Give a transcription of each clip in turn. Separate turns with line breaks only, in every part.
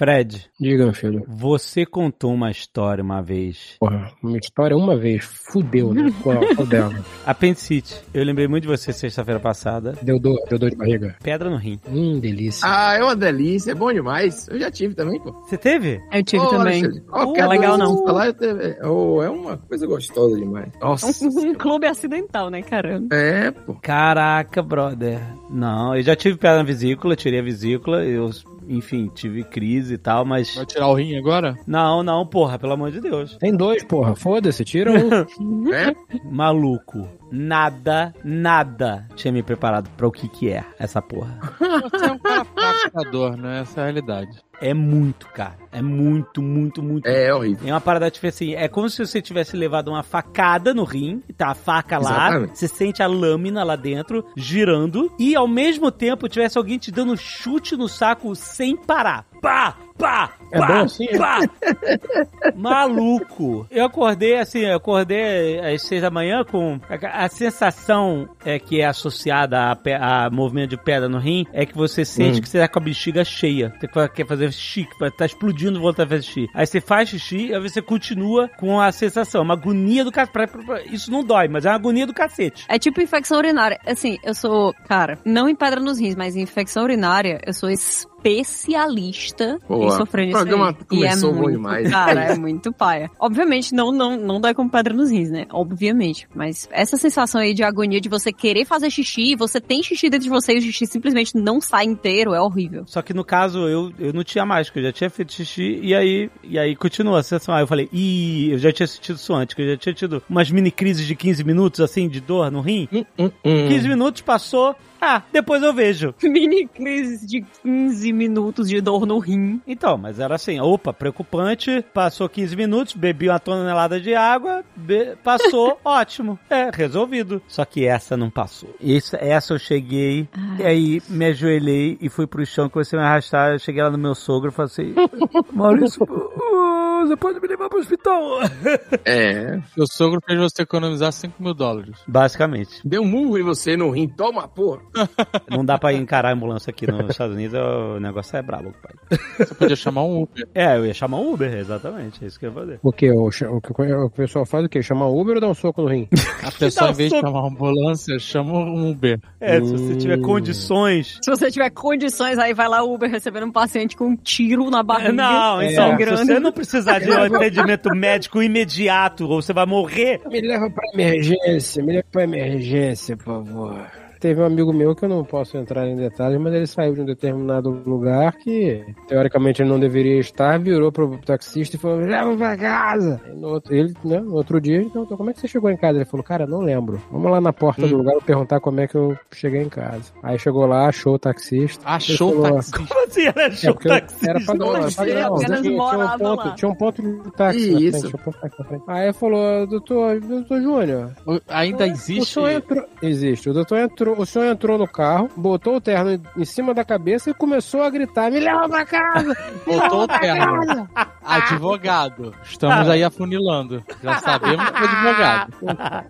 Fred,
Diga, meu filho.
você contou uma história uma vez.
Porra, uma história uma vez. Fudeu, né? Qual, qual dela?
Apendicite. Eu lembrei muito de você sexta-feira passada.
Deu dor, deu dor de barriga.
Pedra no rim.
Hum, delícia.
Ah, é uma delícia, é bom demais. Eu já tive também, pô.
Você teve?
Eu tive também.
Oh,
é legal, não.
Lá eu teve... oh, é uma coisa gostosa demais. Nossa.
Um, um clube acidental, né, caramba?
É, pô.
Caraca, brother. Não, eu já tive pedra na vesícula, tirei a vesícula, eu, enfim, tive crise e tal, mas.
Vai tirar o rim agora?
Não, não, porra, pelo amor de Deus.
Tem dois, porra. Foda-se, tira um.
É,
Maluco. Nada, nada tinha me preparado pra o que que é essa porra.
Você é um cara praticador, né? Essa é a realidade.
É muito, cara. É muito, muito, muito.
é, é horrível.
É uma parada tipo assim, é como se você tivesse levado uma facada no rim, tá a faca lá,
Exatamente.
você sente a lâmina lá dentro girando e ao mesmo tempo tivesse alguém te dando um chute no saco sem parar. Pá! Pá!
É
pá!
bom assim?
pá! Maluco! Eu acordei assim, eu acordei às seis da manhã com a, a sensação é que é associada a, pe- a movimento de pedra no rim é que você sente que você tá com a bexiga cheia, você fa- quer fazer xixi, que tá explodindo voltar a fazer xixi. Aí você faz xixi, aí você continua com a sensação, É uma agonia do cacete. Isso não dói, mas é uma agonia do cacete.
É tipo infecção urinária. Assim, eu sou, cara, não em pedra nos rins, mas em infecção urinária, eu sou especialista
Boa.
em sofrer
O
disso.
programa
aí.
começou
e é
bom
muito,
demais.
Cara, é muito paia. Obviamente, não, não, não dói como pedra nos rins, né? Obviamente. Mas essa sensação aí de agonia de você querer fazer xixi, você tem xixi dentro de você e o xixi simplesmente não sai inteiro, é horrível.
Só que no caso eu, eu não tinha mais, que eu já tinha feito xixi e aí, e aí continua a sensação. Aí eu falei, ih, eu já tinha sentido isso antes, que eu já tinha tido umas mini crises de 15 minutos assim de dor no rim.
Hum, hum, hum.
15 minutos passou, ah, depois eu vejo.
Mini crise de 15 minutos de dor no rim.
Então, mas era assim, opa, preocupante, passou 15 minutos, bebi uma tonelada de água, be- passou, ótimo, é, resolvido. Só que essa não passou. Isso, essa eu cheguei, e aí me ajoelhei e fui pro chão, comecei a me arrastar, eu cheguei lá no meu sogro e falei assim, Maurício, uh, você pode me levar pro hospital?
É.
Seu sogro fez você economizar 5 mil dólares.
Basicamente,
Deu um murro em você no rim, toma, porra.
não dá pra encarar a ambulância aqui nos Estados Unidos, o negócio é brabo, pai.
Você podia chamar um Uber.
É, eu ia chamar um Uber, exatamente, é isso que eu ia fazer.
O que? O, cha- o, que o pessoal faz o quê? Chamar Uber ou dar um soco no rim?
A pessoa,
tá
dá
em vez de
soco.
chamar uma ambulância, chama um Uber.
É, se você tiver condições
Se você tiver condições, aí vai lá Uber recebendo um paciente com um tiro na barriga.
Não,
É.
então, se
sangrando.
você não precisar de um atendimento médico imediato ou você vai morrer,
Me leva pra emergência, me leva pra emergência, por favor. Teve um amigo meu que eu não posso entrar em detalhes, mas ele saiu de um determinado lugar que, teoricamente, ele não deveria estar, virou pro taxista e falou, leva pra casa. E no outro, ele, né, no outro dia, ele perguntou, como é que você chegou em casa? Ele falou, cara, não lembro. Vamos lá na porta
Hum.
do lugar e perguntar como é que eu cheguei em casa. Aí chegou lá, achou o taxista.
Achou é o
Ele falou,
taxista.
como assim ela
É,
achou
porque eu-
taxista?
era padrão, era
Você
padrão.
apenas
Tinha, tinha, um
morava lá.
ponto, tinha um ponto de táxi na frente,
Isso.
tinha um ponto de táxi na frente. Aí falou, doutor, doutor Júnior,
Ainda
o
existe.
senhor
é
entrou... Existe. O doutor entrou, o senhor entrou no carro, botou o terno em- em cima da cabeça e começou a gritar, me leva pra casa!
Botou o
tá
terno. Advogado. Estamos aí afunilando. Já sabemos que é advogado.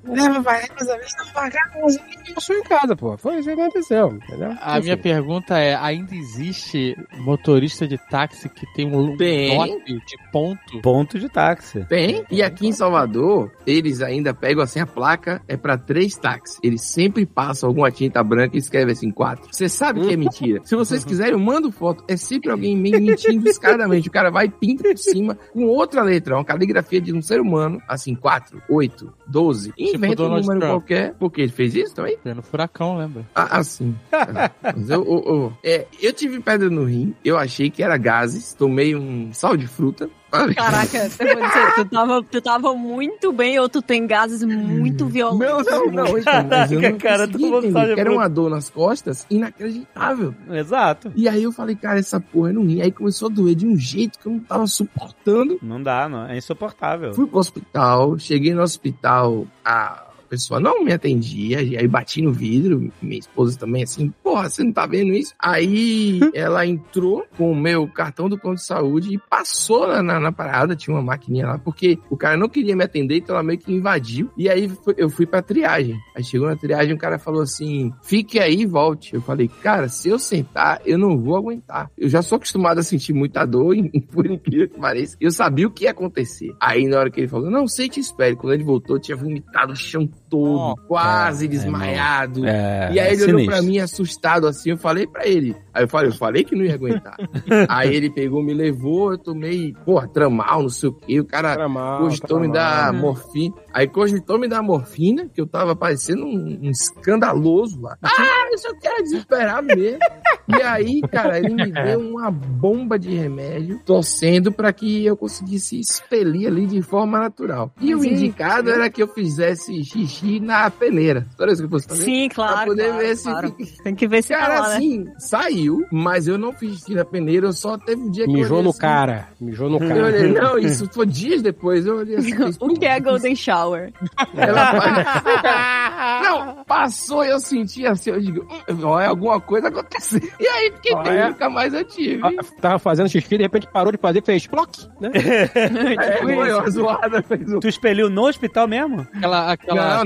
Me leva pra casa, me leva pra casa! Eu sou em casa, pô. Foi isso que aconteceu, entendeu?
A minha pergunta é: ainda existe motorista de táxi que tem um
Tem.
lote de ponto?
Ponto de táxi.
Tem. E aqui em Salvador, eles ainda pegam assim a placa, é pra três táxis. Eles sempre passam alguma tinta branca e escrevem assim, quatro. Você sabe que é mentira. Se vocês quiserem, eu mando foto. É sempre alguém me- mentindo descaradamente. O cara vai e pinta por cima com outra letra, uma caligrafia de um ser humano, assim, quatro, oito, doze. E
Tipo
Inventa um
Donald
número
Trump.
qualquer. Porque ele fez isso também?
Pelo furacão, lembra?
Ah, ah, sim. Ah, Mas eu, eu, eu- é, eu tive pedra no rim, eu achei que era gases, tomei um sal de fruta.
Caraca, eu vou dizer, tu tava, tu tava muito bem ou tu tem gases muito
Não,
violentos.
não, não. então, mas eu
Caraca,
não
cara,
consegui
tomou
entender,
sal de
que Era
fruta.
uma dor nas costas inacreditável.
Exato.
E aí eu falei, cara, essa porra é no rim. Aí começou a doer de um jeito que eu não tava suportando.
Não dá, não. É insuportável.
Fui pro hospital, cheguei no hospital a pessoa não me atendia, e aí bati no vidro, minha esposa também assim, porra, você não tá vendo isso? Aí ela entrou com o meu cartão do plano de saúde e passou na, na, na parada, tinha uma maquininha lá, porque o cara não queria me atender, então ela meio que invadiu. E aí foi- eu fui pra triagem. Aí chegou na triagem, o cara falou assim: fique aí e volte. Eu falei, cara, se eu sentar, eu não vou aguentar. Eu já sou acostumado a sentir muita dor, e, por incrível que pareça. Eu sabia o que ia acontecer. Aí na hora que ele falou, não, sente e espere. Quando ele voltou, eu tinha vomitado o chão todo,
Oh,
quase
é,
desmaiado.
É,
E aí ele olhou pra
sinistro.
mim assustado assim, eu falei pra ele. Aí eu falei, eu falei que não ia aguentar. aí ele pegou, me levou, eu tomei, porra, tramal, não sei o quê. O cara
Tá mal,
cogitou
tá
me
mal.
dar
Hum.
morfina. Aí cogitou me dar morfina, que eu tava parecendo um, um escandaloso lá. Ah, eu só quero desesperar mesmo. e aí, cara, ele me deu uma bomba de remédio, torcendo pra que eu conseguisse expelir ali de forma natural. E
é
o indicado
né?
era que eu fizesse xixi na peneira. Toda vez que eu fosse fazer
Sim, claro.
pra poder
claro,
ver se
claro.
fica-
Tem que ver se tá
Cara,
lá, né?
assim, saiu, mas eu não fiz xixi na peneira, eu só teve um dia que eu
Mijou
olhei
no
assim,
cara. Mijou no
Eu
cara.
olhei, não, isso foi dias depois, eu olhei assim. fiz,
O que é
"Putz,
Golden Shower?
Ela é Não, passou e eu senti assim, eu digo, "Hum, ó, é alguma coisa acontecendo. E aí fiquei
Ó,
bem,
é.
nunca mais eu tive.
Ah, Tava fazendo xixi, de repente parou de fazer e fez ploc, né?
É,
Tipo
foi
isso.
uma zoada, fez um...
Tu expeliu no hospital mesmo?
Aquela, aquela,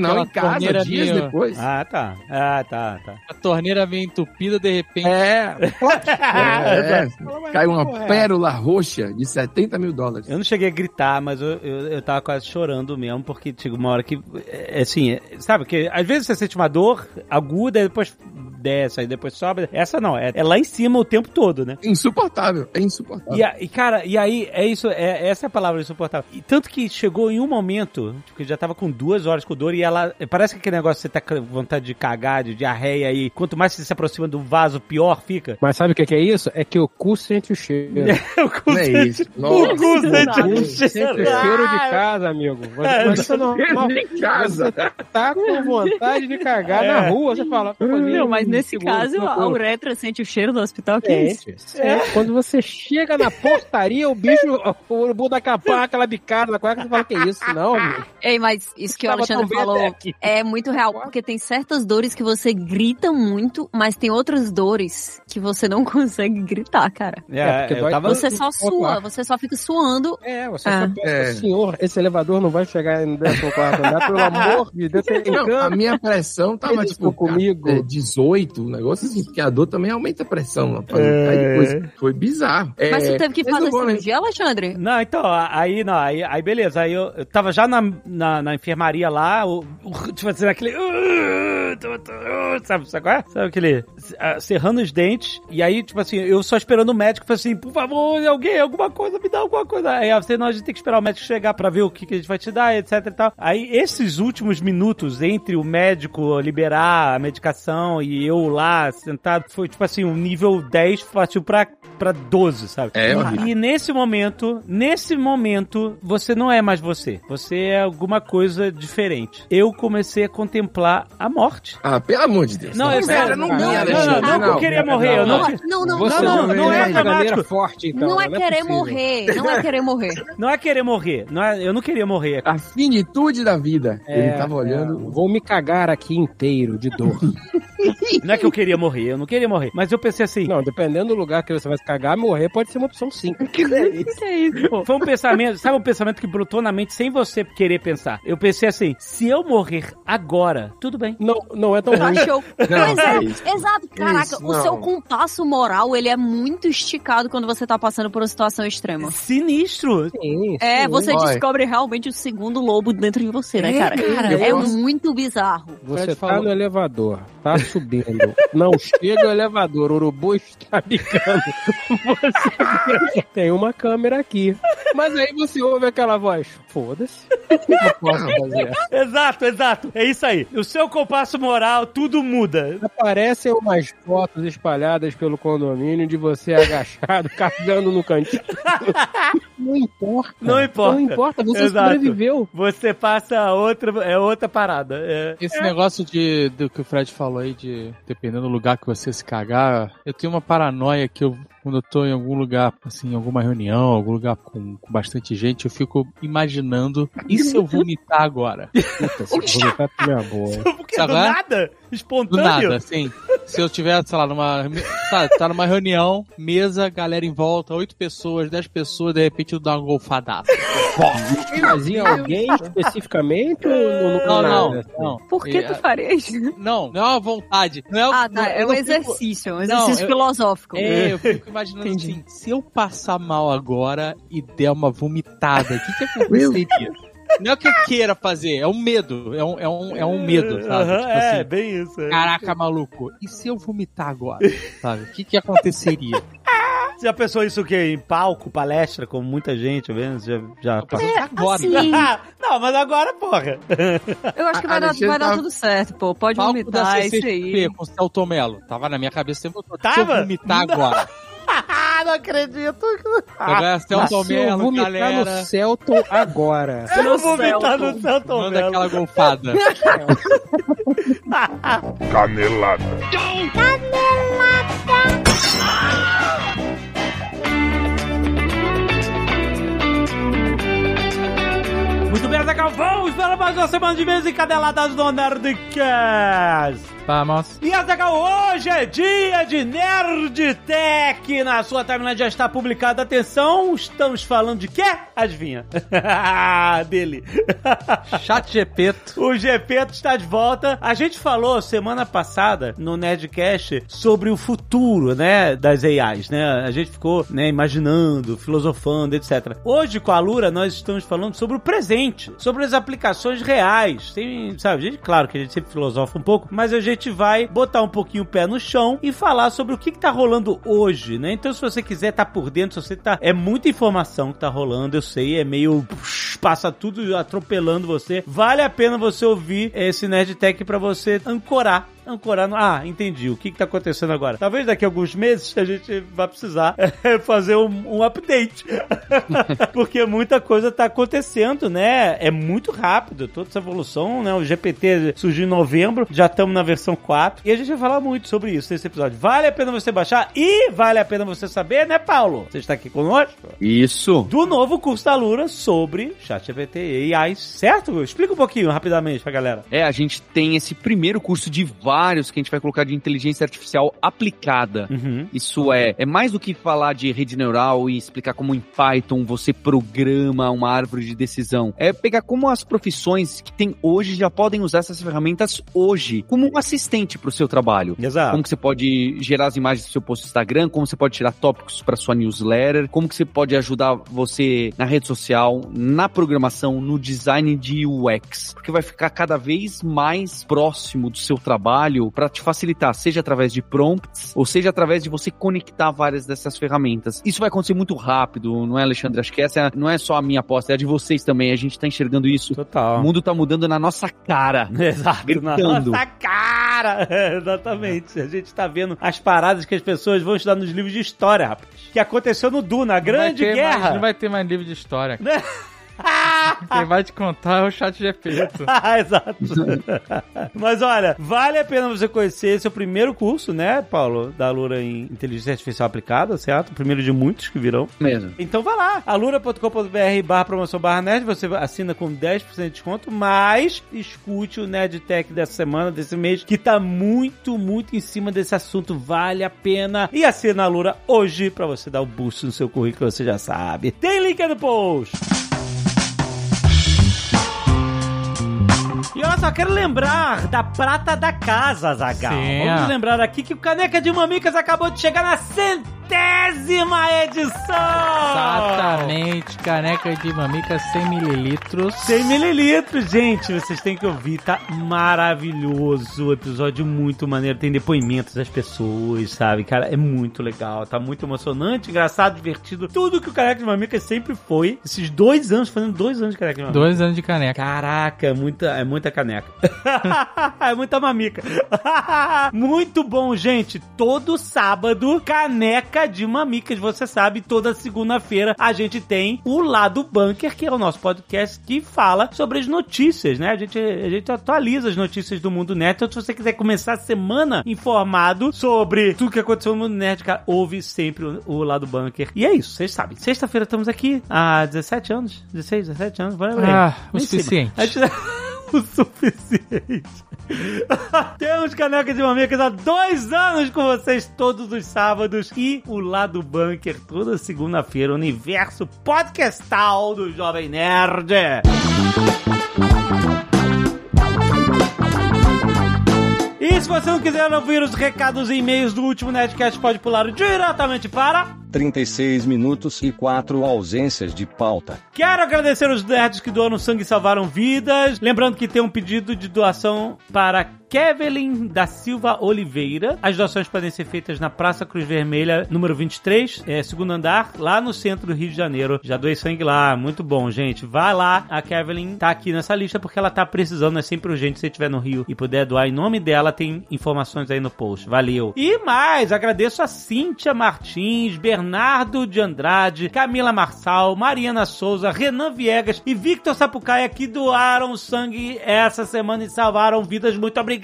Não, não,
aquela
em casa,
torneira
dias
meio-
depois.
Ah, tá. Ah, tá, tá.
A torneira meio entupida, de repente.
É, é, caiu uma
pedra.
pérola roxa de 70 mil dólares.
Eu não cheguei a gritar, mas eu, eu, eu tava quase chorando mesmo, porque chegou uma hora que, é, é, assim, é, sabe, que às vezes você sente uma dor aguda, aí depois desce, aí depois sobe. Essa não, é, é lá em cima o tempo todo, né?
Insuportável, é insuportável.
E, a- e, cara, e aí, é isso, é, essa é a palavra insuportável. E tanto que chegou em um momento, tipo, que eu já tava com duas horas com dor e ela. Parece que aquele negócio que você tá com vontade de cagar, de diarreia, e quanto mais você se aproxima do vaso, pior fica.
Mas sabe o que que é isso? É que o cu sente o cheiro.
o cu
Não é isso.
o
Nossa,
cu sente
não.
o
Sente o
cheiro.
cheiro de casa, amigo. Você, mas isso é normal.
em casa.
tá com vontade de cagar
É.
na rua, você fala. "Pô, nem
Hum, Não, mas
um
nesse
segundo,
caso,
não,
a
não."
uretra sente o cheiro do hospital, que é isso?
Sente, sente. Quando você chega na portaria, o bicho, o urubu da capa, aquela bicada na cueca, você fala que é isso, não, amigo.
Ei, mas isso que o
Tava tão
Alexandre
bem
falou
até aqui.
é muito real, porque tem certas dores que você grita muito, mas tem outras dores que você não consegue gritar, cara.
É, porque dói tanto.
Você só sua, você só fica suando.
É, você
Ah.
só pensa,
É.
senhor, esse elevador não vai chegar no 14 andar, pelo amor de Deus, tem
Não, a
cama.
minha pressão tava
Eles
tipo
estão comigo.
é, 18, um negócio assim, porque a dor também aumenta a pressão. Rapaz. Aí depois foi bizarro.
Mas
É,
você teve que
vocês
fazer
não vão lembrar-
cirurgia, Alexandre?
Não, então, a- aí não, aí, aí beleza. Aí eu, eu tava já na, na, na enfermaria lá, o, o, tipo assim, aquele. "Uh, tô- tô- uh", sabe, sabe qual é? Sabe aquele. ah, Cerrando os dentes. E aí, tipo assim, eu só esperando o médico, falei assim, por favor, alguém, alguma coisa, me dá alguma coisa. Aí você não, a gente tem que esperar o médico chegar pra ver o que, que a gente vai te dar, etc e tal. Aí esses últimos minutos entre o médico liberar a medicação e eu lá sentado, foi tipo assim, um nível 10 partiu pra, pra 12, sabe?
É,
E-
horrível.
e nesse momento, nesse momento, você não é mais você. Você é alguma coisa diferente. Eu comecei a contemplar a morte.
Ah, pelo amor de Deus.
Não, é sério.
não,
Não,
não,
não,
Alexandre,
não, não, que eu queria morrer, eu não-
não, não,
Você
não, não, não é
de maneira
dramático.
forte, então.
Não é querer
possível.
morrer, não é querer morrer.
Não é querer morrer. Não é- eu não queria morrer.
A finitude da vida.
É,
Ele tava olhando.
é, vou me cagar aqui inteiro de dor.
Não é que eu queria morrer. Eu não queria morrer. Mas eu pensei assim.
Não, dependendo do lugar que você vai se cagar, morrer pode ser uma opção sim.
que é isso, pô?
Foi um pensamento, sabe um pensamento que brotou na mente sem você querer pensar. Eu pensei assim, se eu morrer agora, tudo bem.
Não, não é tão ruim.
Achou. pois é,
é isso.
exato. Caraca,
Isso,
o seu
não.
compasso moral, ele é muito esticado quando você tá passando por uma situação extrema.
Sinistro.
Sim,
É,
sim.
você
Olha.
descobre realmente o segundo lobo dentro de você, né, cara?
eu
é
posso-
muito bizarro.
Você
Fred
tá
falou.
no elevador, tá subindo. Não chega o elevador, o urubu está bicando. Você pensa, tem uma câmera aqui. Mas aí você ouve aquela voz: foda-se. O que eu posso fazer?
Exato, exato. É isso aí. O seu compasso moral, tudo muda.
Aparecem umas fotos espalhadas pelo condomínio de você agachado, cagando no cantinho. Não importa.
Não importa.
Não importa, você
Exato.
sobreviveu.
Você passa a outra, é outra parada. É,
Esse negócio de, do que o Fred falou aí, de dependendo do lugar que você se cagar, eu tenho uma paranoia que eu quando eu tô em algum lugar, assim, em alguma reunião, algum lugar com, com bastante gente, eu fico imaginando, e se eu vomitar agora?
Puta, se eu vomitar pra minha boa.
Porque
Sabe
do
qual é?
nada,
Do
espontâneo.
nada, assim. Se eu tiver, sei lá, numa. Tá, tá numa reunião, mesa, galera em volta, oito pessoas, dez pessoas, de repente eu dou uma golfadaça.
Mas em alguém especificamente ou no, no
Não, não,
nada, assim?
não.
Por que
É,
tu faria isso?
Não, não é uma vontade. Não é,
Ah, tá.
não- eu
É um
não fico-
exercício, é um
Não,
exercício
eu-
filosófico.
É, eu fico imaginando
Entendi.
assim, se eu passar mal agora e der uma vomitada, o que que aconteceria? Não é o que eu queira fazer, é um medo, é um, é um, é um medo, sabe?
Aham,
tipo
é,
assim,
bem isso. é.
caraca, maluco, e se eu vomitar agora, sabe? O que que aconteceria?
Você já pensou isso o quê? Em palco, palestra, com muita gente, vendo? Já, já
Eu
passou? Ah,
passo agora. né?
assim.
Não, mas agora, porra.
Eu acho que vai, dar,
Alexandre
vai dar
tava-
tudo certo, pô. Pode
palco da
vomitar, é isso aí.
CCXP com o Celto Melo. Tava na minha cabeça o tempo todo. Se eu
Tava?
vomitar
Não.
agora.
Ah, não acredito.
Agora
Mas
Celto
se eu
Melo,
vomitar
galera.
no Celton agora.
Eu não vou vomitar tá no Santo
Manda
Melo.
aquela golfada.
Canelada.
Muito bem, Zagal, vamos para mais uma semana de mesa encadeladas do Nerdcast.
Vamos.
E Azagal, hoje é dia de Nerdtech. Na sua timeline já está publicada. Atenção, estamos falando de quê? Adivinha? Dele.
Chat Gepeto.
O Gepeto está de volta. A gente falou semana passada no Nerdcast sobre o futuro, né, das AIs, né? A gente ficou, né, imaginando, filosofando, etc. Hoje com a Lura nós estamos falando sobre o presente, sobre as aplicações reais. Tem, sabe, gente, claro que a gente sempre filosofa um pouco, mas a gente vai botar um pouquinho o pé no chão e falar sobre o que que tá rolando hoje, né? Então se você quiser tá por dentro, se você tá é muita informação que tá rolando, eu sei, é meio passa tudo atropelando você. Vale a pena você ouvir esse Nerdtech pra você ancorar. Ancorar no... Ah, entendi. O que que tá acontecendo agora? Talvez daqui a alguns meses a gente vai precisar fazer um, um update. Porque muita coisa tá acontecendo, né? É muito rápido toda essa evolução, né? O GPT surgiu em novembro, já estamos na versão 4. E a gente vai falar muito sobre isso nesse episódio. Vale a pena você baixar e vale a pena você saber, né, Paulo? Você está aqui conosco?
Isso.
do novo curso da Lura sobre ChatGPT e AI, certo? Explica um pouquinho rapidamente pra galera.
É, a gente tem esse primeiro curso de vários que a gente vai colocar de inteligência artificial aplicada.
Uhum.
Isso é, é mais do que falar de rede neural e explicar como em Python você programa uma árvore de decisão. É pegar como as profissões que tem hoje já podem usar essas ferramentas hoje como um assistente para o seu trabalho.
Exato.
Como que você pode gerar as imagens do seu post no Instagram, como você pode tirar tópicos para sua newsletter, como que você pode ajudar você na rede social, na programação, no design de UX, porque vai ficar cada vez mais próximo do seu trabalho para te facilitar, seja através de prompts ou seja através de você conectar várias dessas ferramentas. Isso vai acontecer muito rápido, não é, Alexandre? Acho que essa não é só a minha aposta, é a de vocês também. A gente tá enxergando isso. O
Total.
mundo tá mudando na nossa cara.
Exato, na
Gritando.
nossa cara! É, Exatamente. A gente tá vendo as paradas que as pessoas vão estudar nos livros de história, rapaz. Que aconteceu no Duna, a Grande
vai ter mais-
Guerra.
não vai ter mais livro de história.
Né?
Quem vai te contar é o chat GPT.
Ah, Exato. Mas olha, vale a pena você conhecer esse é o primeiro curso, né, Paulo? Da Lura em Inteligência Artificial Aplicada, certo? O primeiro de muitos que virão.
Mesmo.
Então vai lá, alura.com.br barra promoção barra nerd, você assina com 10% de desconto, mas escute o Nerdtech dessa semana, desse mês, que tá muito, muito em cima desse assunto, vale a pena. E assina a Alura hoje pra você dar o boost no seu currículo, você já sabe. Tem link aí no post! E olha só, quero lembrar da prata da casa, Zagal.
Sim.
Vamos lembrar aqui que o Caneca de Mamicas acabou de chegar na centésima edição!
Exatamente, caneca de mamica 100 mililitros.
100 mililitros, gente. Vocês têm que ouvir, tá maravilhoso. Episódio muito maneiro. Tem depoimentos das pessoas, sabe? Cara, é muito legal. Tá muito emocionante, engraçado, divertido. Tudo que o Careca de Mamica sempre foi. Esses dois anos, fazendo dois anos de Careca de Mamica.
Dois anos de caneca.
Caraca, é muita, é muita caneca. é muita mamica. Muito bom, gente. Todo sábado, caneca de mamicas. Você sabe, toda segunda-feira a gente gente tem o lado bunker, que é o nosso podcast que fala sobre as notícias, né? A gente, a gente atualiza as notícias do mundo nerd. Então, se você quiser começar a semana informado sobre tudo que aconteceu no mundo nerd, cara, ouve sempre o, o lado bunker. E é isso, vocês sabem. Sexta-feira estamos aqui há 17 anos, 16, 17 anos, valeu.
Ah, o
Em cima.
suficiente.
A gente... o suficiente. Temos Caneca de Mamicas há dois anos com vocês todos os sábados e o Lado Bunker toda segunda-feira, o universo podcastal do Jovem Nerd. E se você não quiser ouvir os recados e e-mails do último Nerdcast, pode pular diretamente para
36 minutos e 4 ausências de pauta.
Quero agradecer os nerds que doaram sangue e salvaram vidas. Lembrando que tem um pedido de doação para Kevelin da Silva Oliveira. As doações podem ser feitas na Praça Cruz Vermelha, número 23, é, segundo andar, lá no centro do Rio de Janeiro. Já doei sangue lá, muito bom, gente. Vai lá, a Kevelin tá aqui nessa lista porque ela tá precisando, é sempre urgente se você estiver no Rio e puder doar em nome dela, tem informações aí no post. Valeu. E mais, agradeço a Cíntia Martins, Bernardo de Andrade, Camila Marçal, Mariana Souza, Renan Viegas e Victor Sapucaia que doaram sangue essa semana e salvaram vidas. Muito obrigado!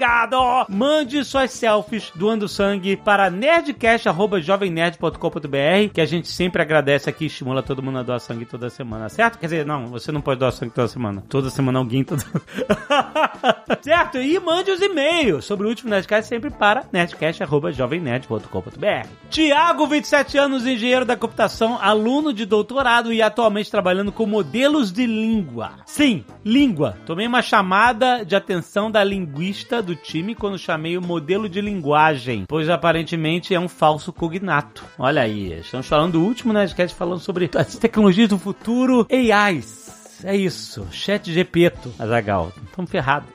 Mande suas selfies doando sangue para nerdcast.jovemnerd.com.br que a gente sempre agradece aqui e estimula todo mundo a doar sangue toda semana, certo? Quer dizer, não, você não pode doar sangue toda semana. Toda semana alguém tá doando. certo? E mande os e-mails sobre o último Nerdcast sempre para nerdcast.jovemnerd.com.br Tiago, 27 anos, engenheiro da computação, aluno de doutorado e atualmente trabalhando com modelos de língua. Sim, língua. Tomei uma chamada de atenção da linguista do time quando chamei o modelo de linguagem, pois aparentemente é um falso cognato. Olha aí, estamos falando do último Nerdcast falando sobre as tecnologias do futuro, AIs. É isso, chat GPT, Azagal. Tamo ferrado.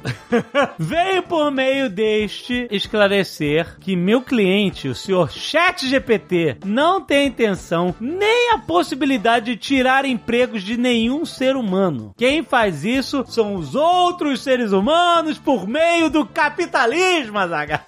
Veio por meio deste esclarecer que meu cliente, o senhor ChatGPT, não tem intenção nem a possibilidade de tirar empregos de nenhum ser humano. Quem faz isso são os outros seres humanos por meio do capitalismo, Azagal.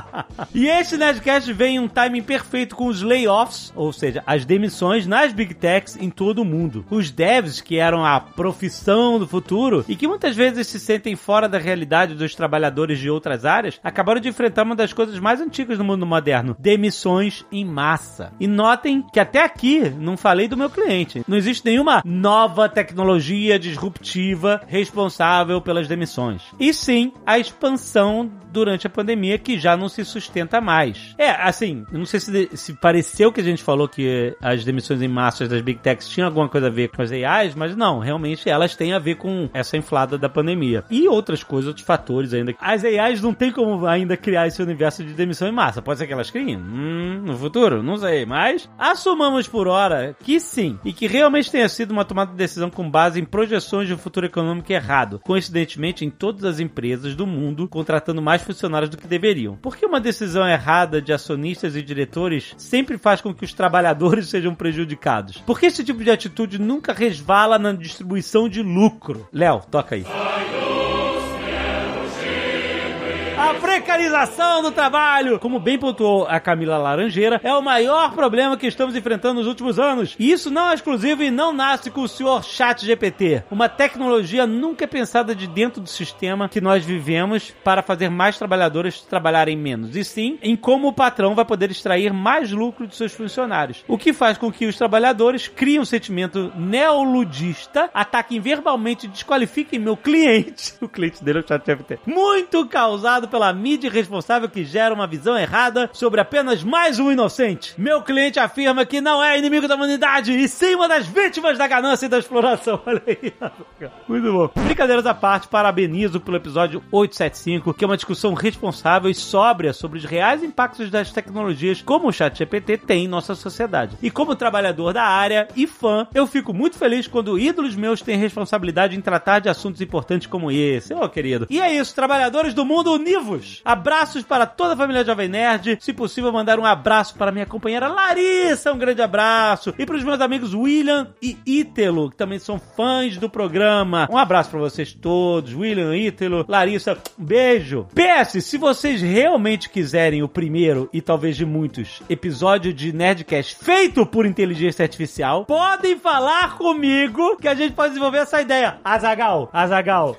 e este Nerdcast vem em um timing perfeito com os layoffs, ou seja, as demissões nas Big Techs em todo o mundo. Os devs, que eram a profissão do futuro e que muitas vezes se sentem fora da realidade dos trabalhadores de outras áreas, acabaram de enfrentar uma das coisas mais antigas do mundo moderno: demissões em massa. E notem que até aqui não falei do meu cliente. Não existe nenhuma nova tecnologia disruptiva responsável pelas demissões. E sim, a expansão durante a pandemia que já não se sustenta mais. É, assim, eu não sei se, se pareceu que a gente falou que as demissões em massa das Big Techs tinham alguma coisa a ver com as AIs, mas não, realmente elas têm a ver com essa inflada da pandemia. E outras coisas, outros fatores ainda. As AIs não tem como ainda criar esse universo de demissão em massa. Pode ser que elas criem? Hum, no futuro? Não sei, mas assumamos por hora que sim, e que realmente tenha sido uma tomada de decisão com base em projeções de um futuro econômico errado, coincidentemente em todas as empresas do mundo contratando mais funcionários do que deveriam. Porque uma decisão errada de acionistas e diretores sempre faz com que os trabalhadores sejam prejudicados. Porque esse tipo de atitude nunca resvala na distribuição de lucro. Léo, toca aí. A precarização do trabalho, como bem pontuou a Camila Laranjeira, é o maior problema que estamos enfrentando nos últimos anos. E isso não é exclusivo e não nasce com o senhor Chat GPT. Uma tecnologia nunca é pensada de dentro do sistema que nós vivemos para fazer mais trabalhadores trabalharem menos. E sim, em como o patrão vai poder extrair mais lucro de seus funcionários. O que faz com que os trabalhadores criem um sentimento neoludista, ataquem verbalmente e desqualifiquem meu cliente. O cliente dele é o ChatGPT. Muito causado pela mídia responsável que gera uma visão errada sobre apenas mais um inocente. Meu cliente afirma que não é inimigo da humanidade e sim uma das vítimas da ganância e da exploração. Olha aí. Muito bom. Brincadeiras à parte, parabenizo pelo episódio 875, que é uma discussão responsável e sóbria sobre os reais impactos das tecnologias como o ChatGPT tem em nossa sociedade. E como trabalhador da área e fã, eu fico muito feliz quando ídolos meus têm responsabilidade em tratar de assuntos importantes como esse. Ô, querido. E é isso, trabalhadores do mundo univos! Abraços. Abraços para toda a família Jovem Nerd. Se possível, mandar um abraço para minha companheira Larissa. Um grande abraço. E para os meus amigos William e Ítelo, que também são fãs do programa. Um abraço para vocês todos. William, Ítelo, Larissa, um beijo. PS, se vocês realmente quiserem o primeiro e talvez de muitos episódio de Nerdcast feito por inteligência artificial, podem falar comigo que a gente pode desenvolver essa ideia. Azagal, Azagal.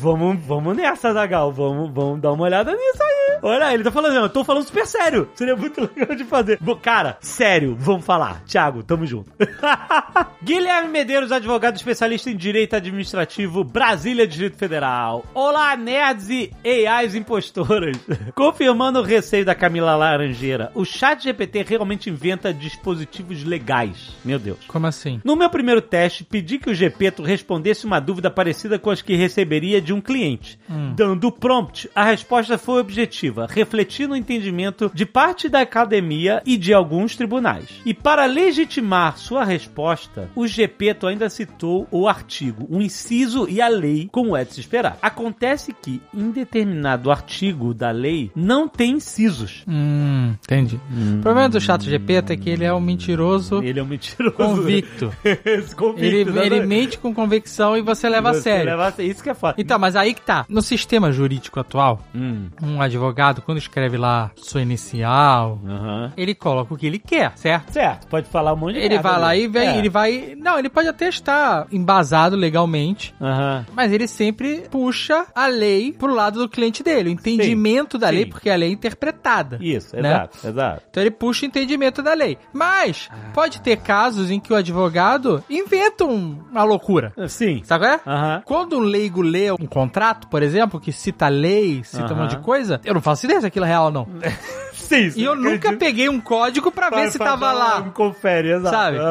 vamos, vamos nessa, Azagal. Vamos, vamos dar uma olhada nisso aí. Olha, ele tá falando, eu tô falando super sério. Seria muito legal de fazer. Bom, Cara, sério, vamos falar. Thiago, tamo junto. Guilherme Medeiros, advogado especialista em direito administrativo, Brasília, Distrito Federal. Olá, nerds e AIs impostoras. Confirmando o receio da Camila Laranjeira, o chat GPT realmente inventa dispositivos legais. Meu Deus.
Como assim?
No meu primeiro teste, pedi que o Gepeto respondesse uma dúvida parecida com as que receberia de um cliente.
Hum.
Dando o prompt, a resposta foi objetiva, refletindo o entendimento de parte da academia e de alguns tribunais. E para legitimar sua resposta, o Gepeto ainda citou o artigo, um inciso e a lei, como é de se esperar. Acontece que, em determinado artigo da lei, não tem incisos.
Hum, entendi. O problema do chato GPT é que ele é um mentiroso
Ele é um mentiroso.
convicto.
Esse convicto,
ele,
né?
ele mente com convicção e você leva
Você
a sério.
leva a sério. Isso que é foda.
Então, mas aí que tá. No sistema jurídico atual,
Hum.
um advogado, quando escreve lá sua inicial,
Aham.
ele coloca o que ele quer, certo?
Certo, pode falar um monte de
Ele
merda,
vai lá
né?
e vem,
É.
ele vai. Não, ele pode até estar embasado legalmente,
Aham.
mas ele sempre puxa a lei pro lado do cliente dele, o entendimento da
sim.
lei, porque a lei é interpretada.
Isso,
Né?
exato, exato.
Então ele puxa o entendimento da lei. Mas
Ah.
pode ter casos em que o advogado inventa um- uma loucura.
Sim.
Sabe qual é?
Aham.
Quando um leigo lê um contrato, por exemplo, que cita lei, cita um
Aham.
monte de coisa, eu não faço ideia se aquilo é real ou não.
Sim,
E eu nunca peguei um código pra ver se tava lá.
Confere, exato.
Sabe?
Aham,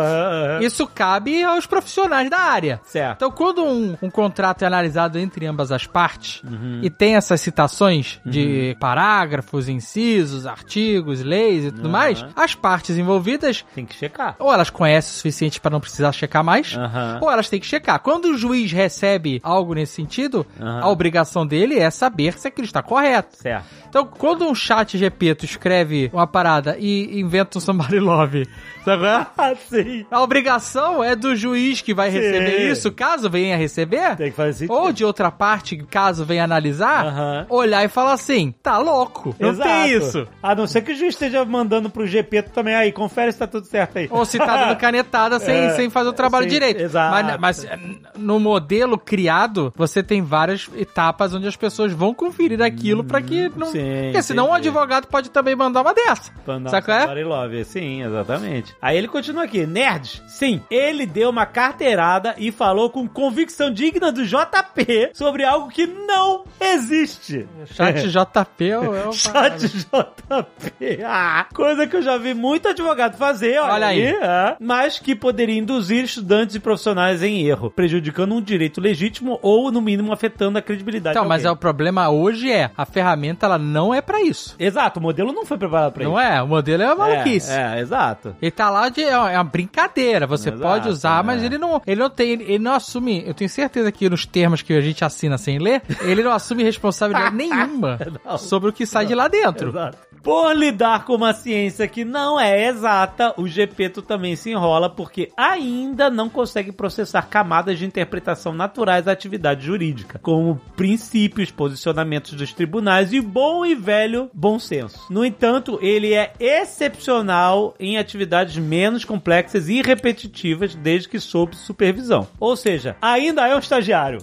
aham.
Isso cabe aos profissionais da área.
Certo.
Então, quando um, um contrato é analisado entre ambas as partes
Uhum.
e tem essas citações de parágrafos, incisos, artigos, leis e tudo
Aham.
mais, as partes envolvidas
Tem que checar.
ou elas conhecem o suficiente para não precisar checar mais,
Aham.
ou elas têm que checar. Quando o juiz recebe algo nesse sentido,
Aham.
a obrigação dele é saber se aquilo está correto.
Certo.
Então, quando um chat GPT escreve uma parada e inventa um somebody love, sabe qual é?
Ah, sim.
A obrigação é do juiz que vai
Sim.
receber isso, caso venha a receber,
Tem que fazer sentido.
ou de outra parte, caso venha analisar,
Aham.
olhar e falar assim, tá louco, não
Exato.
tem isso.
A não ser que o juiz esteja mandando pro GP também aí, confere se tá tudo certo aí.
Ou se tá dando canetada sem,
É,
sem fazer o trabalho
sim,
direito.
exato.
Mas, mas, eh, no modelo criado, você tem várias etapas onde as pessoas vão conferir aquilo pra que não.
Hum, sim,
porque senão o
entendi.
advogado pode também mandar uma dessa.
Mandar
Sabe qual é?
um somebody love. Sim, exatamente. Aí ele continua aqui. Nerds, sim, ele deu uma carteirada e falou com convicção digna do JP sobre algo que não existe.
Chat JP é o.
Chat JP. Ah, coisa que eu já vi muito advogado fazer, olha,
Olha aí.
é, mas que poderia induzir estudantes e profissionais em erro, prejudicando um direito legítimo ou, no mínimo, afetando a credibilidade
Então,
de
mas é,
alguém.
o problema hoje é a ferramenta ela não é pra isso.
Exato, o modelo não foi preparado pra isso.
não é? O modelo é uma maluquice.
É, é, exato.
Ele tá lá de. É uma brincadeira. Você
Exato,
pode usar,
é.
mas ele não. Ele não tem. Ele, ele não assume. Eu tenho certeza que nos termos que a gente assina sem ler, ele não assume responsabilidade nenhuma
Não.
sobre o que sai de lá dentro.
Exato. Por lidar com uma ciência que não é exata, o Gepeto também se enrola porque ainda não consegue processar camadas de interpretação naturais da atividade jurídica, como princípios, posicionamentos dos tribunais e bom e velho bom senso. No entanto, ele é excepcional em atividades menos complexas e repetitivas desde que sob supervisão. Ou seja, ainda é um estagiário.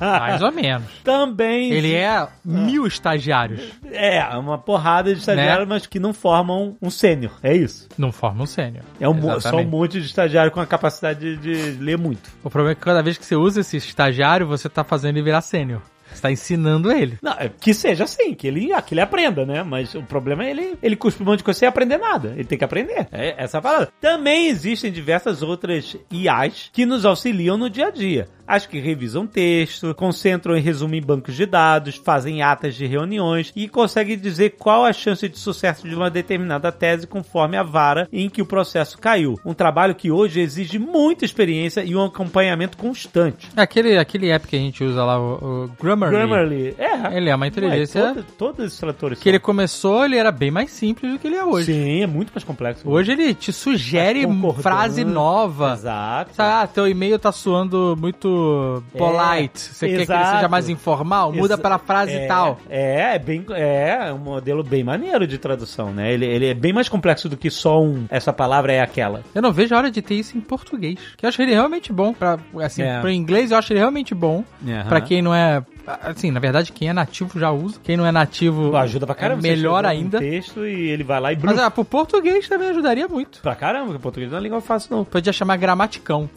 Mais ou menos.
Também
Ele é mil estagiários.
é, uma porrada de estagiário, mas que não formam um sênior. É isso.
Não forma um sênior.
É um mo- só um
Exatamente.
monte de estagiário com a capacidade de, de ler muito.
O problema é que cada vez que você usa esse estagiário, você tá fazendo ele virar sênior. Você tá ensinando ele.
Não, é que seja assim, que ele, ah, que ele aprenda, né? Mas o problema é ele, ele cuspe um monte de coisa sem aprender nada. Ele tem que aprender. É essa a parada. Também existem diversas outras IAs que nos auxiliam no dia a dia. as que revisam texto, concentram e resumem bancos de dados, fazem atas de reuniões e conseguem dizer qual a chance de sucesso de uma determinada tese conforme a vara em que o processo caiu. Um trabalho que hoje exige muita experiência e um acompanhamento constante.
É Aquele, aquele app que a gente usa lá, o, o Grammarly.
Grammarly, é.
Ele é uma
Ué,
inteligência
todo- todos os tratores
que ele começou, ele era bem mais simples do que ele é hoje.
Sim, é muito mais complexo.
Hoje ele te sugere
Mais concordante.
frase nova.
Exato.
Ah, teu e-mail tá soando muito
É,
polite. Você quer que ele
exato.
seja mais informal? Muda
Exa-
para frase
é,
tal.
É, é bem, é é um modelo bem maneiro de tradução, né? Ele, ele é bem mais complexo do que só um. Essa palavra é aquela.
Eu não vejo a hora de ter isso em português. Que eu acho ele realmente bom para assim,
É.
pro inglês eu acho ele realmente bom.
Aham.
Pra quem não é, assim, na verdade quem é nativo já usa. Quem não é nativo
ajuda pra caramba.
é
você
melhor
escreveu um
ainda.
texto e ele vai lá e
Mas
bruta.
ah, pro português também ajudaria muito.
Pra caramba, porque português não é língua fácil, não.
Podia chamar gramaticão.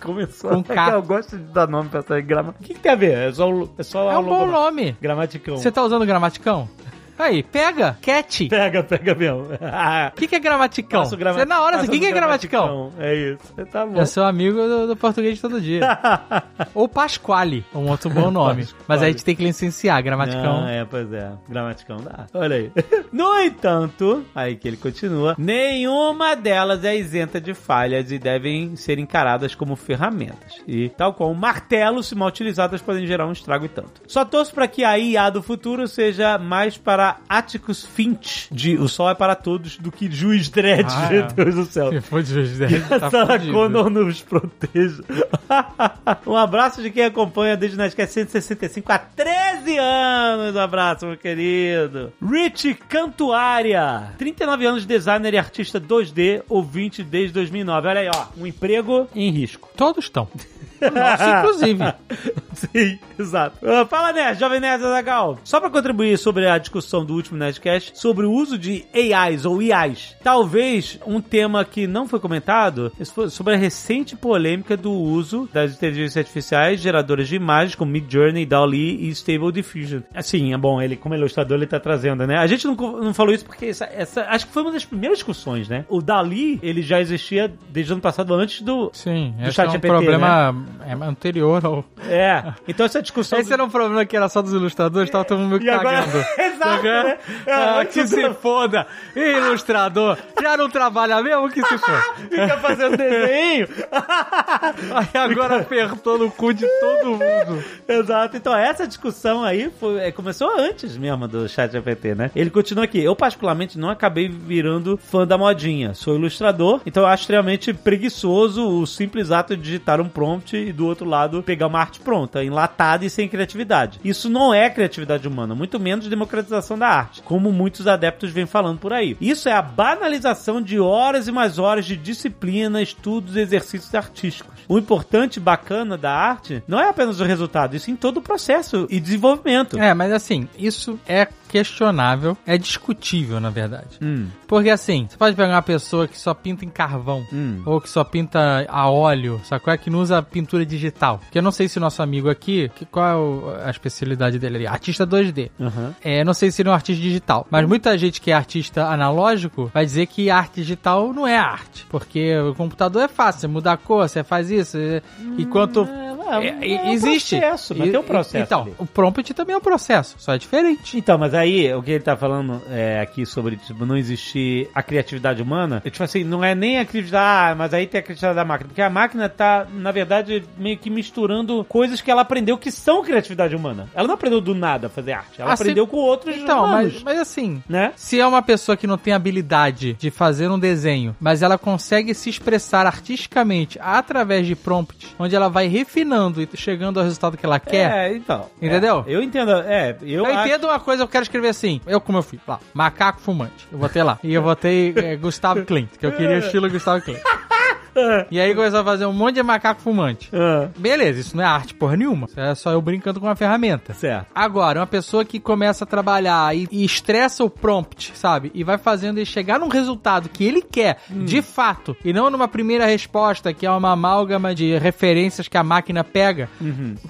Começou.
Com K.
Eu gosto de dar nome pra essa grama. O que, que tem a ver? É só, o- é só
É
o
um bom
logo-
nome.
Gramaticão.
Você tá usando gramaticão? Aí, pega, cat.
Pega, pega mesmo.
O que, que é gramaticão?
Faço grama-
Você na hora,
faço
o que, que é gramaticão?
É isso. Você tá bom.
Eu sou amigo do, do português de todo dia. Ou Pasquale, um outro bom nome. Mas aí a gente tem que licenciar gramaticão.
Não, é, pois é. Gramaticão dá. Olha aí. No entanto, aí que ele continua, nenhuma delas é isenta de falhas e devem ser encaradas como ferramentas. E tal qual um martelo, se mal utilizadas, podem gerar um estrago e tanto. Só torço para que a IA do futuro seja mais para Atticus Finch, de O Sol é para Todos, do que Juiz Dredd,
Ah,
meu
é.
Deus do céu.
Se for de Juiz de Fora,
A
tá
Sarah
fudido.
Connor nos proteja. um abraço de quem acompanha desde o Nerdcast 165 há 13 anos. Um abraço, meu querido. Rich Cantuária, 39 anos, designer e artista 2D, ouvinte desde 2009. Olha aí, ó, um emprego em risco.
Todos estão. O nosso, inclusive.
Sim, exato. Ah, fala, Nerd, Jovem Nerd Azagal. Só pra contribuir sobre a discussão do último Nerdcast sobre o uso de AIs ou IAs, talvez um tema que não foi comentado isso foi sobre a recente polêmica do uso das inteligências artificiais geradoras de imagens como Midjourney, Dali e Stable Diffusion. Assim, é bom, ele como ilustrador ele tá trazendo, né? A gente não, co- não falou isso porque essa, essa- acho que foi uma das primeiras discussões, né? O Dali, ele já existia desde o ano passado, antes do...
Sim,
Do
esse é um
ChatGPT,
problema é, anterior ao...
É, então essa discussão...
Esse era um problema que era só dos ilustradores, tava todo mundo meio que
E agora-
cagando.
Exato, né?
Tá vendo? Ah, que se foda! Ilustrador! Já não trabalha mesmo que se foda!
Fica fazendo desenho.
Aí agora apertou no cu de todo mundo.
Exato. Então, essa discussão aí foi- é, começou antes mesmo do chat GPT, né? Ele continua aqui. Eu, particularmente, não acabei virando fã da modinha. Sou ilustrador, então eu acho extremamente preguiçoso o simples ato de digitar um prompt e, do outro lado, pegar uma arte pronta, enlatada e sem criatividade. Isso não é criatividade humana, muito menos democratização da arte, como muitos adeptos vêm falando por aí. Isso é a banalização de horas e mais horas de disciplina, estudos e exercícios artísticos. O importante, bacana da arte não é apenas o resultado, isso em todo o processo e desenvolvimento.
É, mas assim, isso é questionável, é discutível, na verdade.
Hum,
Porque assim, você pode pegar uma pessoa que só pinta em carvão.
hum.
Ou que só pinta a óleo, sacou? É que não usa pintura digital. Que eu não sei se o nosso amigo aqui, que qual é o- a especialidade dele ali? Artista 2D.
Aham.
É, não sei se ele é um artista digital, mas muita gente que é artista analógico vai dizer que arte digital não é arte, porque o computador é fácil, você muda a cor, você faz isso, é- enquanto
É,
é,
é um
existe.
processo, mas
E-
tem um processo
Então,
ali.
o prompt também é um processo, só é diferente.
Então, mas aí, o que ele tá falando é, aqui sobre, tipo, não existir a criatividade humana, é tipo assim, não é nem a criatividade, ah, mas aí tem a criatividade da máquina, porque a máquina tá, na verdade, meio que misturando coisas que ela aprendeu que são criatividade humana. Ela não aprendeu do nada a fazer arte, ela
Ah,
aprendeu
sim.
com outros
Então,
humanos,
mas, mas assim,
né?
se é uma pessoa que não tem habilidade de fazer um desenho, mas ela consegue se expressar artisticamente através de prompts, onde ela vai refinando e chegando ao resultado que ela quer,
É, então.
Entendeu?
É, eu entendo, é, eu,
Eu,
acho-
entendo uma coisa, eu quero escrever assim. Eu, como eu fui, lá, macaco fumante. Eu botei lá. E eu botei eh, Gustavo Clint, que eu queria o estilo Gustavo Clint. E aí começou a fazer um monte de macaco fumante.
Ah,
Beleza, isso não é arte porra nenhuma. Isso é só eu brincando com uma ferramenta.
certo.
Agora, uma pessoa que começa a trabalhar e, e estressa o prompt, sabe? E vai fazendo ele chegar num resultado que ele quer, de fato, e não numa primeira resposta que é uma amálgama de referências que a máquina pega.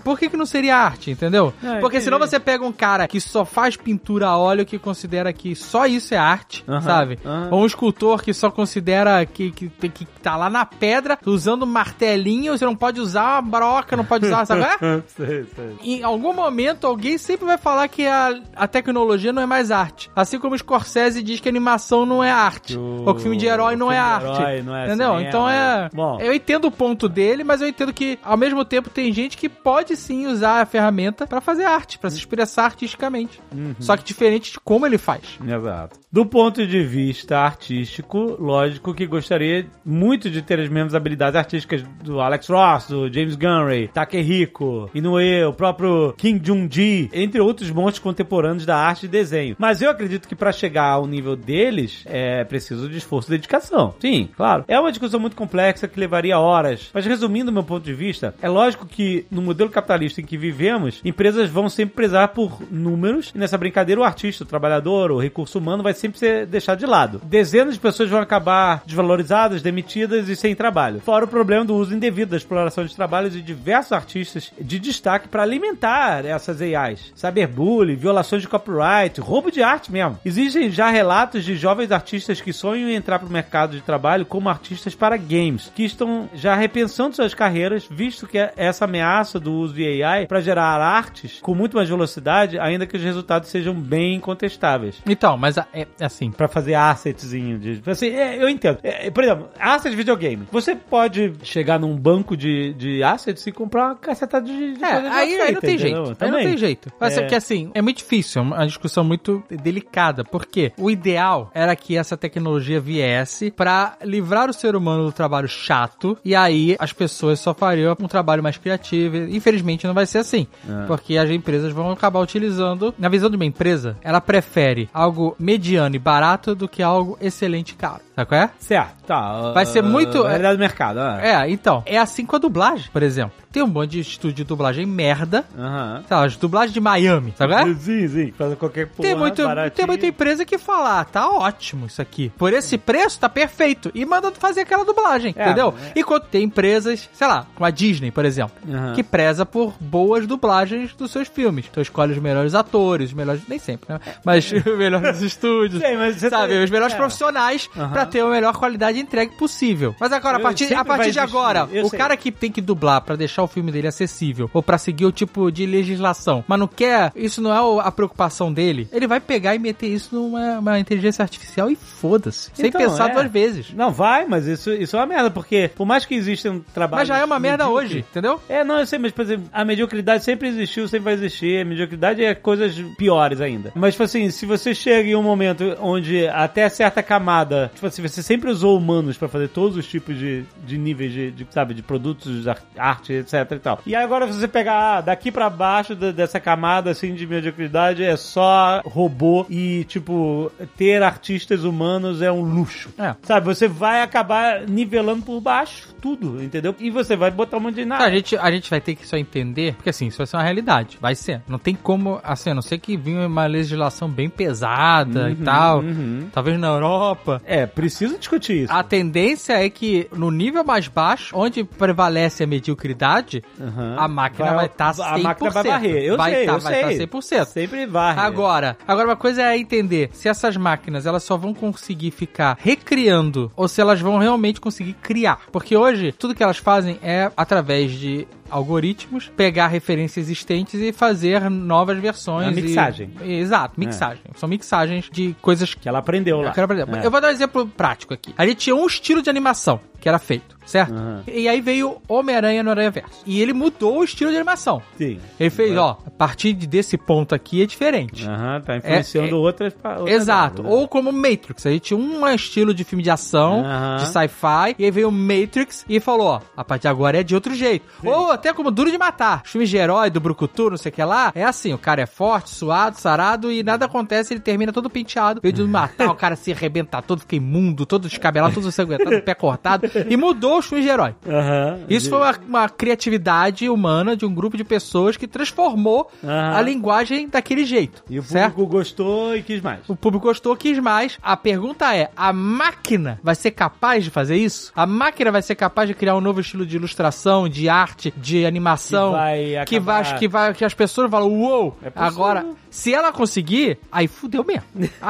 Por que, que não seria arte, entendeu?
É,
Porque senão
entendi.
você pega um cara que só faz pintura a óleo que considera que só isso é arte,
Aham,
sabe?
aham.
Ou um escultor que só considera que, que, tem que tá lá na pedra usando martelinho, você não pode usar a broca, não pode usar, sabe? qual é?
Sei, sei.
Em algum momento, alguém sempre vai falar que a, a tecnologia não é mais arte. Assim como o Scorsese diz que animação não é arte. ou que filme de herói não é
Filme de
arte.
herói não é essa
Entendeu?
merda.
Então é.
Bom.
Eu entendo o ponto dele, mas eu entendo que, ao mesmo tempo, tem gente que pode sim usar a ferramenta pra fazer arte, pra se expressar artisticamente. Só que diferente de como ele faz.
Exato. Do ponto de vista artístico, lógico que gostaria muito de ter as mesmas habilidades artísticas do Alex Ross, do James Gunray, Takehiko, Inoue, o próprio Kim Jong-ji, entre outros monstros contemporâneos da arte e desenho. Mas eu acredito que para chegar ao nível deles, é preciso de esforço e dedicação. Sim, claro. É uma discussão muito complexa que levaria horas. Mas resumindo meu ponto de vista, é lógico que no modelo capitalista em que vivemos, empresas vão sempre prezar por números e nessa brincadeira o artista, o trabalhador, o recurso humano vai sempre ser deixado de lado. Dezenas de pessoas vão acabar desvalorizadas, demitidas e sem trabalho. Fora o problema do uso indevido da exploração de trabalhos de diversos artistas de destaque para alimentar essas AIs. Cyberbullying, violações de copyright, roubo de arte mesmo. Existem já relatos de jovens artistas que sonham em entrar para o mercado de trabalho como artistas para games, que estão já repensando suas carreiras, visto que essa ameaça do uso de AI para gerar artes com muito mais velocidade, ainda que os resultados sejam bem incontestáveis.
Então, mas a- é é assim.
Pra fazer assetzinho de. Assim, é, eu entendo. É, por exemplo, asset de videogame. Você pode chegar num banco de, de assets e comprar uma cacetada de, de
É,
coisa já
aí, aí não
feita,
tem
entendeu?
jeito. Aí
Também.
não tem jeito. Mas
É.
é que assim, é muito difícil, é uma discussão muito delicada, porque o ideal era que essa tecnologia viesse pra livrar o ser humano do trabalho chato e aí as pessoas só fariam um trabalho mais criativo. Infelizmente não vai ser assim, porque as empresas vão acabar utilizando, na visão de uma empresa, ela prefere algo mediano e barato do que algo excelente e caro. Sabe qual é?
Certo, tá.
Vai ser
ah,
muito-
Realidade do mercado, ah.
É, então, é assim com a dublagem, por exemplo. Tem um monte de estúdio de dublagem merda
Aham.
sei lá, as dublagens de Miami, sabe? qual é?
Sim, sim. Fazer qualquer porra
Tem, muito,
né? baratinho.
tem muita empresa que fala, ah, tá ótimo isso aqui. Por esse preço, tá perfeito. E manda fazer aquela dublagem,
É,
entendeu? Enquanto tem empresas, sei lá, como a Disney, por exemplo,
Aham.
que preza por boas dublagens dos seus filmes. Então escolhe os melhores atores, os melhores. Nem sempre, né? Mas os melhores estúdios.
Sim, mas você
sabe,
tem-
os melhores
é.
profissionais
Aham.
pra ter a melhor qualidade entregue possível. Mas agora, a
Eu-
partir,
sempre
a partir
vai
de
existir,
agora,
eu
o
sei.
cara que tem que dublar pra deixar o filme dele acessível ou pra seguir o tipo de legislação, mas não quer, isso não é o- a preocupação dele, ele vai pegar e meter isso numa uma inteligência artificial e foda-se. Sem
Então,
pensar
é.
duas vezes.
Não, vai, mas isso, isso é uma merda, porque por mais que exista um trabalho.
Mas já é uma merda hoje, entendeu?
É, não, eu sei, mas, por exemplo, a mediocridade sempre existiu, sempre vai existir. A mediocridade é coisas piores ainda. Mas, tipo assim, se você chega em um momento onde até certa camada, tipo assim, você sempre usou humanos pra fazer todos os tipos de, de níveis de, de, sabe, de produtos, ar- arte, etc e tal. E agora você pegar, ah, daqui pra baixo da- dessa camada, assim, de mediocridade é só robô e, tipo, ter artistas humanos é um luxo.
É.
Sabe, você vai acabar nivelando por baixo tudo, entendeu? E você vai botar um monte de nada.
Então, A gente, a gente vai ter que só entender, porque assim, isso vai ser uma realidade. Vai ser. Não tem como, assim, a não ser que vinha uma legislação bem pesada
Uhum.
e tal. Talvez na Europa.
É, preciso discutir isso.
A tendência é que no nível mais baixo, onde prevalece a mediocridade,
Aham.
a máquina vai tá estar 100%.
A máquina vai varrer. Eu
vai
sei,
tá-
eu
vai
sei.
estar 100%.
Sempre varre. né?
Agora, agora uma coisa é entender se essas máquinas elas só vão conseguir ficar recriando ou se elas vão realmente conseguir criar. Porque hoje tudo que elas fazem é através de algoritmos, pegar referências existentes e fazer novas versões.
Uma
e-
É mixagem. É.
exato, mixagem. São mixagens de coisas
Que ela aprendeu lá.
eu, quero aprender.
É.
Eu vou dar um exemplo prático aqui. A gente tinha um estilo de animação que era feito, certo?
Aham.
E aí veio Homem-Aranha no Aranha Verso. E ele mudou o estilo de animação.
Sim.
Ele fez, ó, a partir de- desse ponto aqui é diferente.
Aham, tá influenciando
É, é-
outras, pa- outras
Exato.
áreas, né?
Ou como Matrix. A gente tinha um estilo de filme de ação,
Aham.
de sci-fi, e aí veio o Matrix e falou, ó, a partir de agora é de outro jeito. Ou até como Duro de Matar. Os filmes de herói, do Brucutu, não sei o que lá, é assim, o cara é forte, suado, sarado, e nada acontece, ele termina todo penteado. Veio de matar, o cara se arrebenta todo, fica imundo, todo descabelado, todo sanguentado, pé cortado, e mudou os filmes de herói.
Aham.
Isso foi uma, uma criatividade humana de um grupo de pessoas que transformou
Aham.
a linguagem daquele jeito.
E o público
certo?
gostou e quis mais.
O público gostou, quis mais. A pergunta é: a máquina vai ser capaz de fazer isso? A máquina vai ser capaz de criar um novo estilo de ilustração, de arte, de de animação
vai
que vai,
acabar-
que vai que as pessoas falam, uou,
É possível.
agora, se ela conseguir, aí fudeu mesmo.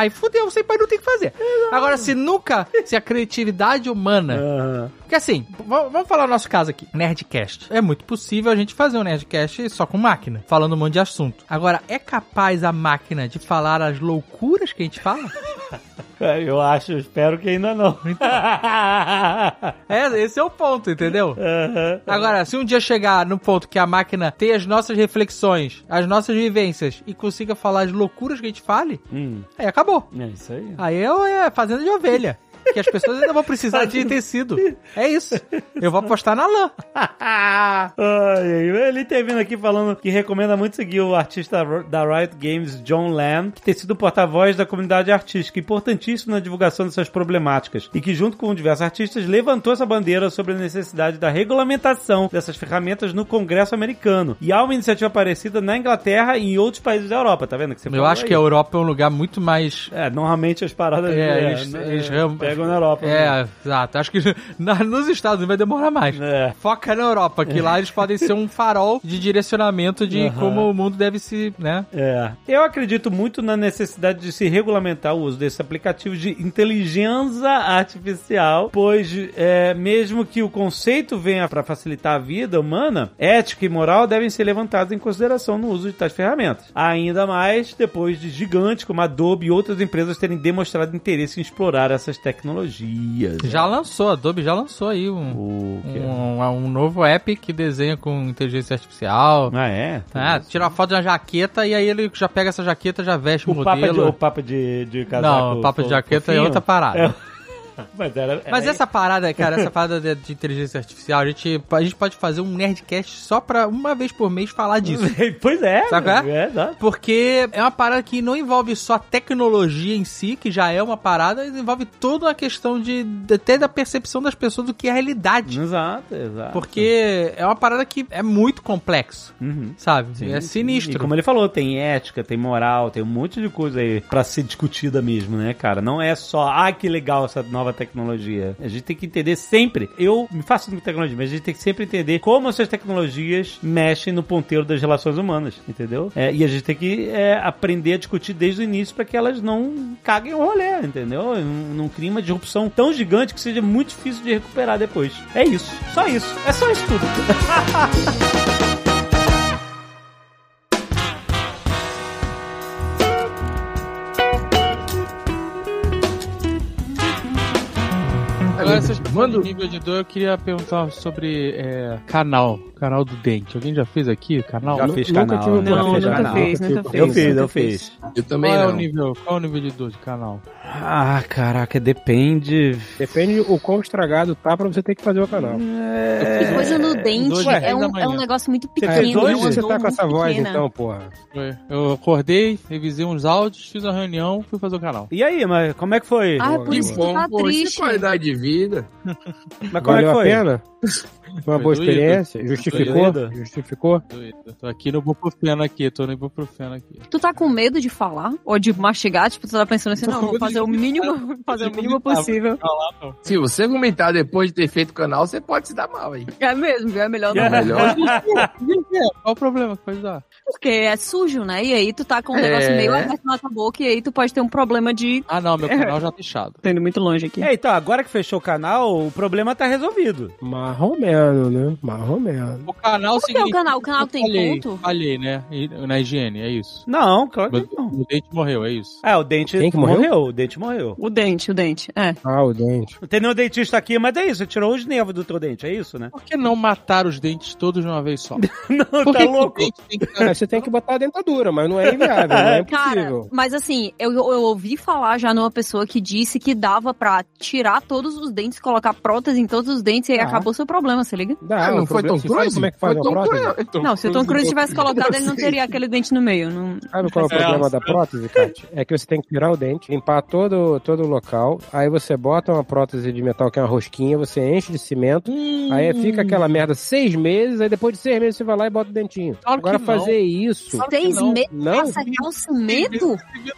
aí fudeu, sem pai não tem o que fazer. Agora, se nunca, se a criatividade
É.
humana
Aham.
porque assim, v- vamos falar o nosso caso aqui. Nerdcast. É muito possível a gente fazer um Nerdcast só com máquina, falando um monte de assunto. Agora, é capaz a máquina de falar as loucuras que a gente fala?
É, Eu acho, espero que ainda não.
É, esse é o ponto, entendeu?
Aham.
Agora, se um dia chegar no ponto que a máquina tem as nossas reflexões, as nossas vivências e consiga falar as loucuras que a gente fale,
Hum,
aí acabou.
é isso aí.
Aí eu é fazenda de ovelha. Que as pessoas ainda vão precisar de tecido. É isso. Eu vou apostar na lã.
Ai, ai, ele termina aqui falando que recomenda muito seguir o artista da Riot Games, John Lamb, que tem sido o porta-voz da comunidade artística, importantíssimo na divulgação dessas problemáticas, e que, junto com diversos artistas, levantou essa bandeira sobre a necessidade da regulamentação dessas ferramentas no Congresso americano. E há uma iniciativa parecida na Inglaterra e em outros países da Europa, tá vendo? Que você
Eu
falou
acho
aí.
que a Europa é um lugar muito mais.
É, normalmente as paradas
É, eles, eles real-
pegam na Europa. né?
É, exato. Acho que na- nos Estados Unidos vai demorar mais.
É.
Foca na Europa, que lá eles podem ser um farol de direcionamento de
Aham.
como o mundo deve se, né?
É. Eu acredito muito na necessidade de se regulamentar o uso desses aplicativos de inteligência artificial, pois é, mesmo que o conceito venha para facilitar a vida humana, ética e moral devem ser levantados em consideração no uso de tais ferramentas. Ainda mais depois de gigantes como a Adobe e outras empresas terem demonstrado interesse em explorar essas tecnologias.
Já lançou, a Adobe já lançou aí um,
O que é?
um, um novo app que desenha com inteligência artificial.
Ah, é?
Ah, tira uma foto de uma jaqueta e aí ele já pega essa jaqueta, já veste o,
o papa de,
modelo.
o papa de, de casaco.
Não, o papo de
fo-
jaqueta é
fofinho.
outra parada.
É. Mas, era-
Mas
era-
essa parada, cara, essa parada de, de inteligência artificial, a gente, a gente pode fazer um Nerdcast só pra uma vez por mês falar disso.
pois é.
Sabe qual é?
é? exato.
Porque é uma parada que não envolve só a tecnologia em si, que já é uma parada, mas envolve toda a questão de, de- até da percepção das pessoas do que é a realidade.
Exato, exato.
Porque é uma parada que é muito complexo,
Uhum.
sabe?
Sim,
é
sim.
sinistro.
E como ele falou, tem ética, tem moral, tem um monte de coisa aí pra ser discutida mesmo, né, cara? Não é só, ah, que legal essa nova tecnologia. A gente tem que entender sempre, eu me faço com tecnologia, mas a gente tem que sempre entender como essas tecnologias mexem no ponteiro das relações humanas, entendeu? É, e a gente tem que é, aprender a discutir desde o início pra que elas não caguem o rolê, entendeu? É um, Não, não criem uma disrupção tão gigante que seja muito difícil de recuperar depois. É isso, só isso, é só isso tudo.
Agora, vocês
Manda
falando
o-
de nível de dor, eu queria perguntar sobre é, canal. Canal do dente. Alguém já fez aqui? Canal?
Já
Qual
fiz
nunca
canal,
tive um
né?
Não,
perfil de
nunca
canal.
fez, nunca
tive
fez.
Eu
perfil.
fiz, eu fiz.
Eu também
é o
não.
nível? Qual é o nível de dor de canal?
Ah, caraca, depende.
Depende o quão estragado tá pra você ter que fazer o canal.
Hum, E coisa É, no dente
Dois
é
da
um,
manhã.
é um negócio muito
Você
Ah,
fez
pequeno.
por
hoje?
isso
é uma
você
dor
tá com essa
muito
voz,
pequena.
então, porra.
Foi. Eu acordei, revisei uns áudios, fiz uma reunião, fui fazer o canal.
E aí, mas como é que foi?
Ah, é por
Que
isso que
bom,
tu tá
pô, isso é
triste.
qualidade de vida.
mas como
Valeu
é que
a
foi?
pena? Foi uma boa
doído.
experiência? Justificou?
doído.
Justificou?
Doido. Tô aqui no ibuprofeno aqui, tô no ibuprofeno aqui.
Tu tá com medo de falar ou de mastigar? Tipo, tu tá pensando assim,
Tô
não,
com
vou
medo
fazer
de
o mínimo, fazer o
de
mínimo
vomitar.
possível.
Se você vomitar depois de ter feito o canal, você pode se dar mal aí.
É mesmo, viu? é melhor não.
Melhor.
Qual o problema que pode dar?
Porque é sujo, né? E aí tu tá com um negócio
É.
meio aberto na tua boca e aí tu pode ter um problema de.
Ah, não, meu canal já tá fechado.
Tô indo muito longe aqui.
É, então, agora que fechou o canal, o problema tá resolvido.
Marromeno, né? Marromeno.
O canal
Por que é o
significa
canal? O canal
que eu
tem
falhei,
ponto?
Falhei, né? E- Na higiene, é isso.
Não, claro
Meu,
que não.
meu dente morreu, é isso.
É, o dente
Quem que
morreu?
morreu?
O dente morreu.
O dente, o dente. É.
Ah, o dente.
Não tem nenhum dentista aqui, mas é isso. Você tirou os nervos do teu dente, é isso, né?
Por que não matar os dentes todos de uma vez só?
Não,
Por
tá
que que o
louco?
dente tem que
Mas É, você tem que botar a dentadura, mas não é inviável, não é
Cara,
impossível.
mas assim, eu, eu ouvi falar já numa pessoa que disse que dava pra tirar todos os dentes, colocar prótese em todos os dentes e aí
Ah.
acabou seu problema, se liga?
Dá,
Ah,
o
não foi
problema-
Tom
você sabe
Cruise?
como é que
Foi
faz a
Tom
prótese?
Cruise?
Não, se o Tom Cruise tivesse colocado, ele não
sei.
teria aquele dente no meio. Não...
Sabe qual é o problema da prótese, Kátia? É que você tem que tirar o dente, limpar todo, todo o local, aí você bota uma prótese de metal que é uma rosquinha, você enche de cimento, aí
Hum.
Hum,
fica aquela merda seis meses, aí depois de seis meses você vai lá e bota o dentinho.
Claro que
Agora
não.
fazer isso.
Seis
não.
meses
Não,
pra sacar um cimento?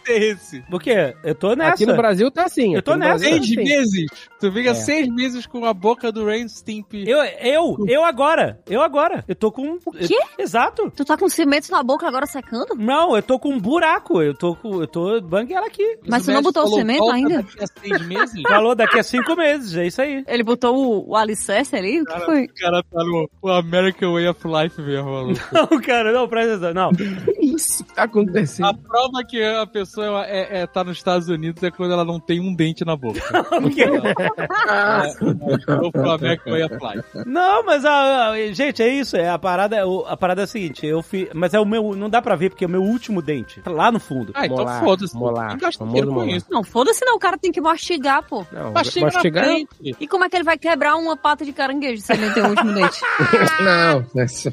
esse?
Por quê? Eu tô é nessa.
aqui no Brasil tá assim.
Eu tô
aqui no
nessa.
Brasil
Seis
tá assim.
meses? Tu fica
É.
seis meses com a boca do Rain Stimp.
Eu, Eu, eu agora. Eu agora. Eu tô com.
O quê?
Exato.
Tu tá com cimento na boca agora secando?
Não, eu tô com um buraco. Eu tô com. Eu tô banguela aqui.
Mas tu não botou o cimento ainda?
Daqui a seis
Tá.
meses?
Falou daqui a cinco meses, é isso aí.
Ele botou o, o alicerce ali? O que foi?
o cara tá no o American Way of Life mesmo, maluco.
Não, cara, não, presta atenção. Não.
Isso que tá acontecendo.
A prova que a pessoa é, é- tá nos Estados Unidos é quando ela não tem um dente na boca. é,
O quê?
Ou pro American Way of Life.
Não, mas a, a- gente, é isso, é a parada, é o- a parada é a seguinte, eu fiz, mas é o meu, não dá pra ver porque é o meu último dente, tá lá no fundo.
Ah, então
Molar,
foda-se.
molar,
Não gasta
famoso
dinheiro com
molar.
isso.
Não, foda-se não, o cara tem que mastigar, pô.
Não,
Mastiga na
mastigar-
frente.
E como é que ele vai quebrar uma pata de caranguejo se ele não tem o último dente?
Não, essa-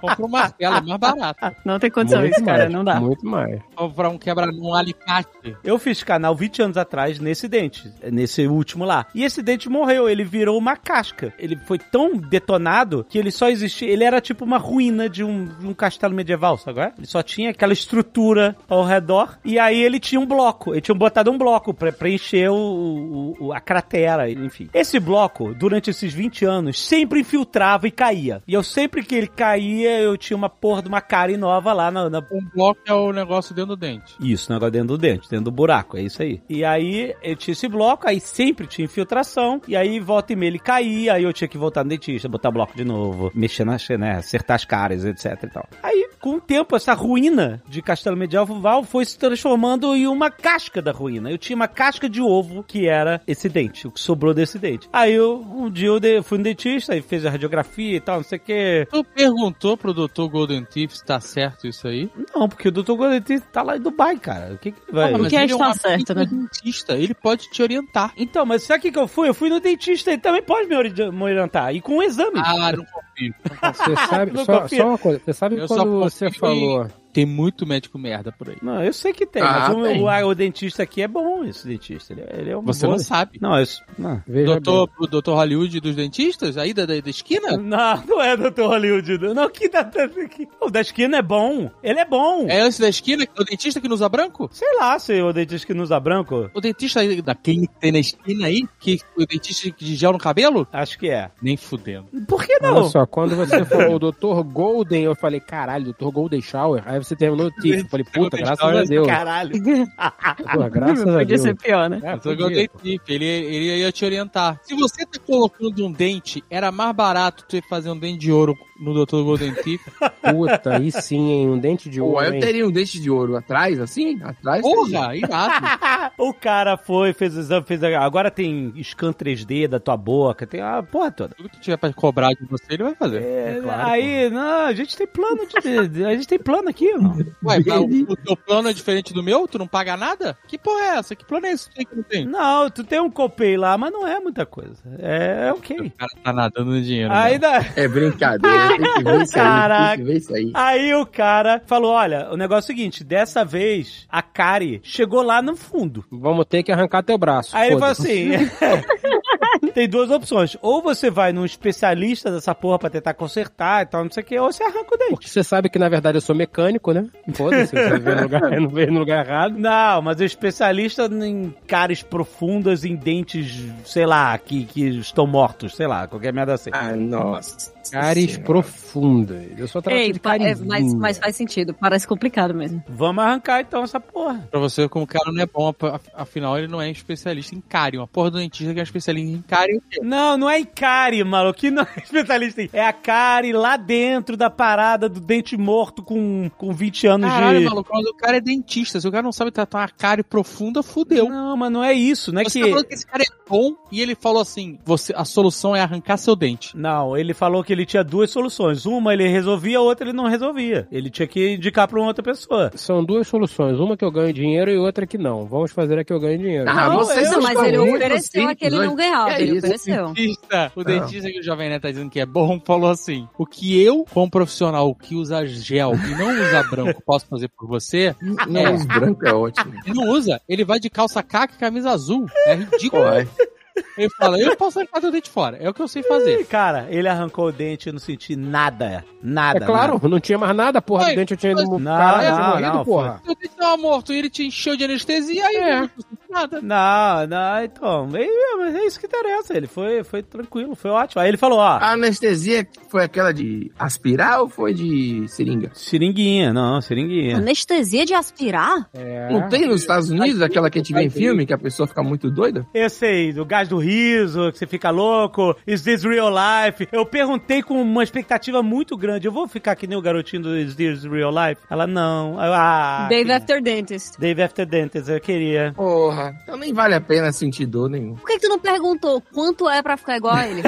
Compra uma tela, é mais barato.
Não tem condição
Muito
isso, é cara,
mais,
não dá.
muito mais.
Comprar um quebra um alicate.
Eu fiz canal 20 anos atrás nesse dente, nesse último lá. E esse dente morreu, ele virou uma casca. Ele foi tão detonado que ele só existia, ele era tipo uma ruína de um, de um castelo medieval, sabe? qual é? Ele só tinha aquela estrutura ao redor e aí ele tinha um bloco, ele tinha botado um bloco pra preencher o, o- o- a cratera, enfim. Esse bloco, durante esses 20 anos, sempre infiltrava e caía. E eu sempre que ele caía, eu tinha uma porra de uma cara nova lá na- na
Um bloco é o negócio dentro do dente.
isso, o negócio dentro do dente, dentro do buraco, é isso aí. E aí eu tinha esse bloco, aí sempre tinha infiltração, e aí volta e meia ele caía, aí eu tinha que voltar no dentista, botar bloco de novo, mexer na né, acertar as caras, etc e tal. Aí, com o tempo, essa ruína de Castelo Medieval foi se transformando em uma casca da ruína. Eu tinha uma casca de ovo que era esse dente, o que sobrou desse dente. Aí eu, um dia eu de- fui no dentista e fez a radiografia e tal, não sei o que.
Tu perguntou pro Dr. Golden Tiff se tá certo isso aí?
Não, porque o doutor Godetista tá lá em Dubai, cara. O que que vai...
Ah, mas
que
ele
está
um
certo, né?
dentista, ele pode te orientar.
Então, mas sabe o que, que eu fui? Eu fui no dentista, ele também pode me ori- me orientar. E com um exame.
Ah, não confio.
Você sabe,
Não
só,
confia.
só uma coisa, você sabe
Eu só
quando você
confio
falou...
Tem muito médico merda por aí.
Não, eu sei que tem,
Ah,
mas o,
tem.
o- ah, o dentista aqui é bom, esse dentista. Ele, ele é um
Você
bom...
não sabe.
Não, isso. Não.
Veja
Doutor, o doutor Hollywood dos dentistas, aí da, da, da esquina?
Não, não é Dr. Hollywood. não. Não, que da, da, que- o da esquina é bom. Ele é bom.
É esse da esquina, o dentista que não usa branco?
Sei lá se o dentista que não usa branco.
O dentista aí da quem tem na esquina aí, que o dentista de gel no cabelo?
Acho que é.
Nem fudendo.
Por que
Olha
não?
só, quando você falou o Dr. Golden, eu falei, caralho, Dr. Golden Shower. Aí você terminou o Tiff. Eu falei, puta,
Golden
graças a
Shower,
Deus.
Caralho.
Porra, graças a
Ah, Podia
Deus.
ser pior, né?
É,
Mas eu dei tip, Então, ele, ele ia te orientar. Se você tá colocando um dente, era mais barato tu ir fazer um dente de ouro no Dr. Golden Tip.
Puta, aí sim, hein? Um dente de
Pô,
ouro,
eu
hein?
teria um dente de ouro atrás, assim? Atrás?
Porra, irado.
O cara foi, fez o exame, fez. a- Agora tem scan 3D da tua boca, tem a porra toda.
Tudo que tiver pra cobrar de você, ele vai fazer.
É, aí, não, a gente tem plano de, de- a gente tem plano aqui, irmão.
Ué, mas o, o teu plano é diferente do meu? Tu não paga nada? Que porra é essa? Que plano é esse que não tem?
Não, tu tem um copay lá, mas não é muita coisa. É, é ok.
O cara tá nadando no dinheiro.
Aí, da,
É brincadeira, tem que ver isso aí, tem
Caraca.
que ver isso aí.
aí o cara falou, olha, o negócio é o seguinte, dessa vez a Kari chegou lá no fundo.
Vamos ter que arrancar teu braço.
Aí ele falou
foda-se.
né?
assim, tem duas opções, ou você vai num especialista dessa porra pra tentar consertar e tal, não sei o que, ou você arranca o dente.
Porque você sabe que, na verdade, eu sou mecânico, né? Foda-se, você veio no lugar, não veio no lugar errado.
Não, mas o especialista em caras profundas, em dentes, sei lá, que, que estão mortos, sei lá, qualquer merda assim.
Ah, nossa.
Cáries
Senhora.
profundas. Eu só tava
Ei,
de
pa- é,
carizinho.
mas, mas faz sentido, parece complicado mesmo.
Vamos arrancar então essa porra.
Pra você, como o cara não é bom, af- afinal ele não é especialista em cárie. Uma porra do dentista que é especialista em cárie.
Não, não é Icari, maluco. Que não é especialista em. É a Cari lá dentro da parada do dente morto com, com 20 anos
Caralho,
de.
maluco, mas o cara é dentista. Se o cara não sabe tratar uma cárie profunda, fudeu.
Não, mas não é isso. Não é
você
que.
tá falando que esse cara é bom e ele falou assim: você, a solução é arrancar seu dente.
Não, ele falou que ele tinha duas soluções. Uma ele resolvia, a outra ele não resolvia. Ele tinha que indicar pra uma outra pessoa.
São duas soluções. Uma que eu ganho dinheiro e outra que não. Vamos fazer a que eu ganho dinheiro.
Ah,
Não,
vocês
eu-
são
Não, mas
tão
ele
ruins,
ofereceu
vocês,
a que ele
dois.
não ganhava,
É
ele
isso.
O
ofereceu.
dentista, o dentista que o Jovem Nerd tá dizendo que é bom falou assim: o que eu, como profissional que usa gel e não usa branco, posso fazer por você,
Não, os brancos Ah, é ótimo.
ele não usa. Ele vai de calça caca e camisa azul. É ridículo.
Pô, é.
Ele fala: eu posso arrancar teu dente fora. É o que eu sei fazer.
Ih, Cara, ele arrancou o dente e eu não senti nada. Nada.
É claro, não tinha mais nada, porra.
Ai,
Do dente eu tinha ido
Não,
caralho,
não,
Tá.
morrido,
não,
porra.
Seu dente tava morto e ele te encheu de anestesia e aí. nada.
Não, não, então. É, mas é isso que interessa. Ele foi, foi tranquilo, foi ótimo. Aí ele falou, ó.
Ah.
A anestesia foi aquela de aspirar ou foi de seringa?
Seringuinha, não, seringuinha.
Anestesia de aspirar?
Ah, É.
Não tem nos Estados Unidos aquela que a gente vê em filme, que a pessoa fica muito doida?
Eu sei, do gás do riso, que você fica louco, is this real life? Eu perguntei com uma expectativa muito grande. Eu vou ficar que nem o garotinho do Is This Real Life? Ela, não. Eu, ah,
Dave
que-
After Dentist.
Dave After Dentist, eu queria.
Porra, então nem vale a pena sentir dor nenhuma.
Por que, que tu não perguntou quanto é pra ficar igual a ele?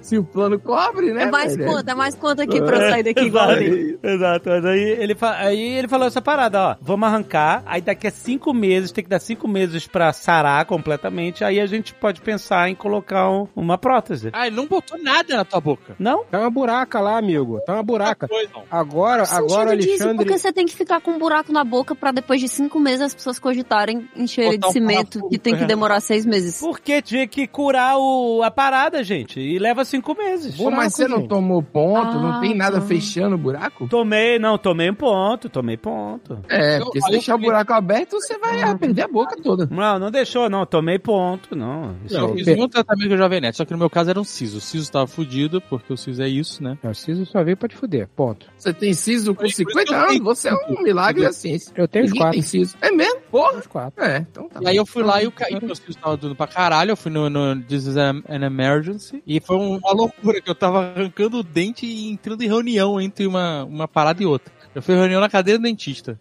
Se o plano cobre, né?
É mais
velho?
quanto, é mais quanto aqui pra eu sair daqui igual a ele.
Exato, exato. Mas aí ele, fa- aí ele falou essa parada, ó. Vamos arrancar, aí daqui a cinco meses, tem que dar cinco meses pra sarar completamente, aí a gente pode pensar em colocar um- uma prótese.
Ah, ele não botou nada na tua boca.
Não?
Tá uma buraca lá, amigo. Tá uma buraca.
Pois não.
Agora, agora,
Sentido disso,
Alexandre.
porque você tem que ficar com um buraco na boca pra depois de cinco meses as pessoas cogitarem encher ele
Botar
de
um
cimento,
parafuso,
que tem que
né?
demorar seis meses.
Porque tinha que curar o- a parada, gente. E leva cinco meses.
Pô, mas você não
gente.
tomou ponto, não
Ah,
tem nada
tá.
fechando o buraco?
Tomei, não, tomei um ponto, tomei ponto.
É,
Eu-
porque se
aí eu
deixar o
queria-
buraco aberto, você vai ah, perder a boca toda.
Não, não deixou, não. Tomei ponto, não. Isso é
Eu
aí.
fiz um tratamento com o Jovem Nerd, só que no meu caso era um siso. O siso tava fudido, porque o siso é isso, né?
Não, Ciso só veio pra te fuder. Ponto.
Você tem siso com
Por isso que eu
50 anos,
tenho.
você é um milagre da ciência.
Eu tenho os
Ninguém
quatro.
tem siso. É mesmo? Porra.
Os quatro.
É, então tá.
E aí eu fui lá e o ca... e meu siso tava doendo pra caralho. Eu fui no, no This is an an Emergency. E foi um- uma loucura que eu tava arrancando o dente e entrando em reunião entre uma, uma parada e outra. Eu fui em reunião na cadeira do dentista.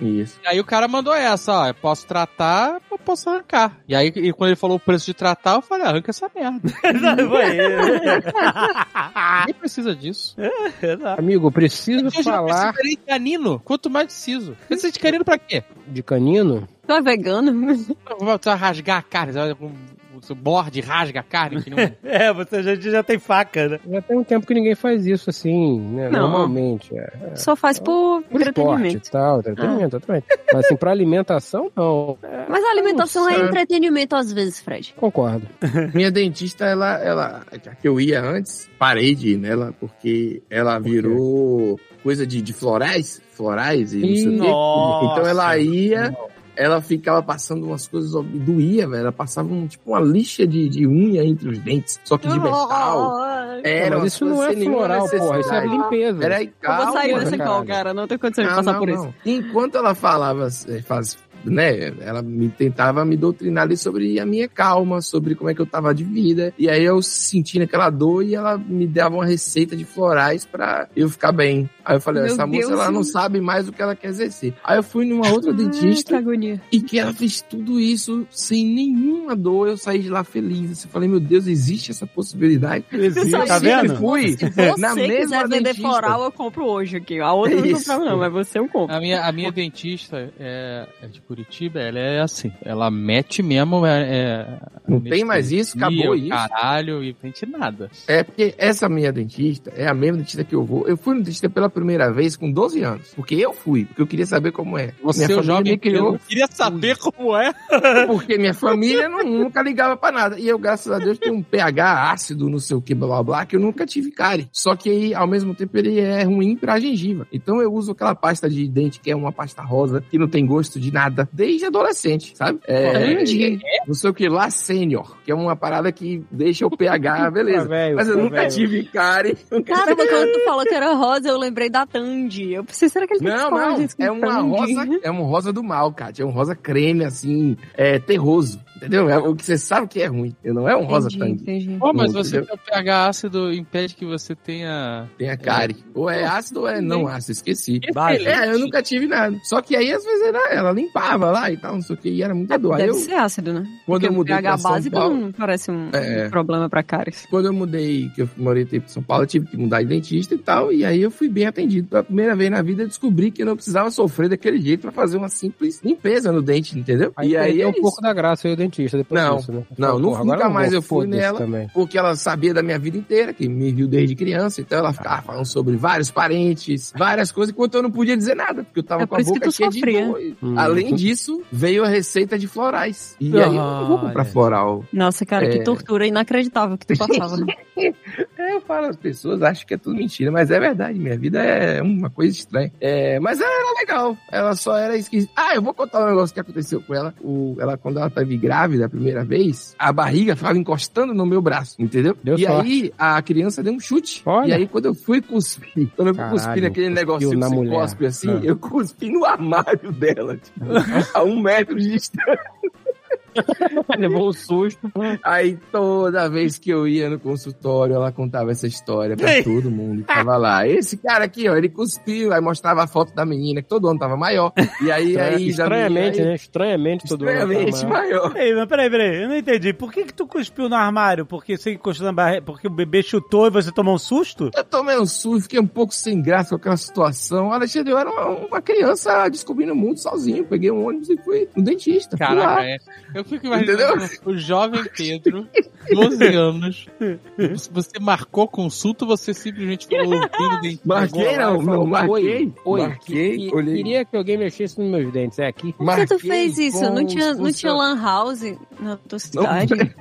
Isso.
E aí o cara mandou essa, ó. Eu posso tratar, eu posso arrancar. E aí, e quando ele falou o preço de tratar, eu falei, "Ah, arranca essa merda.
um- Não, foi-
Ah.
Ninguém precisa disso.
Exato.
Amigo, eu preciso
É Eu já
falar
percebi de canino, quanto mais de siso. Precisa de canino pra quê?
de canino.
Tu é vegano?
Você vai rasgar a carne, você vai com o seu borde, rasga a carne. Que nem um-
É, você já, já tem faca, né?
Já tem um tempo que ninguém faz isso assim, né?
Não.
Normalmente. É.
Só faz por,
Por esporte e
entretenimento.
tal, entretenimento, exatamente. Mas assim, pra alimentação, não.
Mas a alimentação é
Nossa.
entretenimento às vezes, Fred.
Concordo.
Minha dentista, ela, ela, a que eu ia antes, parei de ir nela porque ela virou coisa de, de florais, florais e não sei o quê.
Nossa.
Então ela ia, ela ficava passando umas coisas, doía, velho. Ela passava um, tipo uma lixa de, de unha entre os dentes, só que de metal. Era
Não,
umas
mas isso não
coisas
é
sem nenhuma
floral, porra. Isso é
necessidade.
limpeza.
Peraí,
Eu
calma.
vou sair
Calma,
dessa
cara.
call, cara. Não tenho condições de
Não,
passar
não,
por isso.
não. Enquanto ela falava, eh, faz, né, ela me tentava me doutrinar ali sobre a minha calma, sobre como é que eu tava de vida. E aí eu sentindo aquela dor e ela me dava uma receita de florais pra eu ficar bem. Aí eu falei,
Meu
essa moça
Deus.
ela não sabe mais o que ela quer exercer. Aí eu fui numa outra
Ai, que
dentista
agonia.
e que ela fez tudo isso sem nenhuma dor. Eu saí de lá feliz. Eu falei, meu Deus, existe essa possibilidade?
saí
tá
eu sempre
vendo?
fui
Se você
na mesma
quiser vender
dentista.
floral, eu compro hoje aqui. A outra eu não
Isso.
comprava, não, mas você eu compro.
A minha, a minha dentista é, é de Curitiba, ela é assim. Ela mete mesmo. É, é,
Não tem mais isso?
anestesia,
Acabou
o
isso?
Caralho, e pente nada.
É porque essa minha dentista é a mesma dentista que eu vou. Eu fui no dentista pela primeira vez com 12 anos. Porque eu fui, porque eu queria saber como é.
Você
minha
é
família
o jovem
me criou,
Pedro, queria saber como é.
porque minha família não- nunca ligava pra nada. E eu, graças a Deus, tenho um pH ácido, não sei o que, blá blá blá, que eu nunca tive cárie. Só que aí, ao mesmo tempo, ele é ruim pra gengiva. Então eu uso aquela pasta de dente, que é uma pasta rosa, que não tem gosto de nada, desde adolescente, sabe? É, não sei o que lá, sênior, que é uma parada que deixa o pH, beleza. Mas eu nunca tive cárie. Nunca
Cara, quando tu falou que era rosa, eu lembrei da Tandy. Eu pensei, será que ele tem que tá
Não,
falar
não.
disso com
É uma
Tandy?
rosa, é um rosa do mal, Kátia. É um rosa creme, assim, é terroso. Entendeu? É o que você sabe que é ruim. Não é um rosa
Entendi,
tangue.
entendi.
Pô, mas
Não,
você
entendeu?
tem o pH ácido impede que você tenha.
Tem a cárie. Ou é ácido ou é não ácido. Esqueci.
Vai.
É, eu nunca tive nada. Só que aí, às vezes, ela, ela limpava lá e tal, não sei o que. E era muita dor. Aí
Ah, Deve
eu,
ser ácido, né?
quando eu
Porque o
mudei pra
pH
São
básico
Paulo...
não parece um
É.
um problema pra cáries.
Quando eu mudei, que eu morei um tempo em São Paulo, eu tive que mudar de dentista e tal, e aí eu fui bem atendido. Pela primeira vez na vida, eu descobri que eu não precisava sofrer daquele jeito pra fazer uma simples limpeza no dente, entendeu?
Aí
e aí
é
é
um
isso.
pouco da graça eu e o dentista depois
Não,
disso, né?
não,
Porra,
nunca
agora eu não
mais
vou,
eu fui
foda-se
nela.
Também.
porque ela sabia da minha vida inteira, que me viu desde criança, então ela
Ah.
ficava falando sobre vários parentes, várias coisas, enquanto eu não podia dizer nada, porque eu tava
É
com
por
a
isso que
boca
tu
cheia
sofria.
de dor. E,
Hum.
Além disso, veio a receita de florais. E aí eu não vou comprar
Olha.
floral.
Nossa, cara,
É.
que tortura inacreditável que tu passava. né?
É, eu falo, as pessoas acham que é tudo mentira, mas é verdade. Minha vida é uma coisa estranha. É, mas ela era legal. Ela só era esquisita. Ah, eu vou contar um negócio que aconteceu com ela. O, ela, quando ela tava grávida a primeira vez, a barriga ficava encostando no meu braço, entendeu?
Deu
e
sorte.
aí a criança deu um chute.
Olha.
E aí quando eu fui cuspir, quando eu fui
Caralho,
cuspir naquele
cuspiu
negócio que
na
você
mulher.
cospe assim,
Ah.
eu cuspi no armário dela, tipo, a um metro de distância.
Levou um susto.
Aí toda vez que eu ia no consultório, ela contava essa história pra todo mundo que tava lá. Esse cara aqui, ó, ele cuspiu, aí mostrava a foto da menina, que todo ano tava maior. E aí, aí
É,
já
Estranhamente,
aí,
né? Estranhamente todo mundo.
Estranhamente maior.
Ei, mas peraí, peraí, eu não entendi. Por que que tu cuspiu no armário? Porque você encostou na barriga, porque o bebê chutou e você tomou um susto?
Eu tomei um susto, fiquei um pouco sem graça com aquela situação. Alexandre, eu era uma, uma criança descobrindo o mundo sozinho. Peguei um ônibus e fui no dentista. Fui lá.
Caraca, é. Eu fico imaginando o jovem Pedro, 12 anos. Você marcou consulta, você simplesmente falou o filho dele.
Marquei, não, não, marquei.
Oi,
marquei,
que-
olhei.
queria que alguém mexesse nos meus dentes. É aqui.
Por que tu
Marquei
fez isso?
com
Não tinha,
os
não tinha
funcionários.
lan house na tua cidade?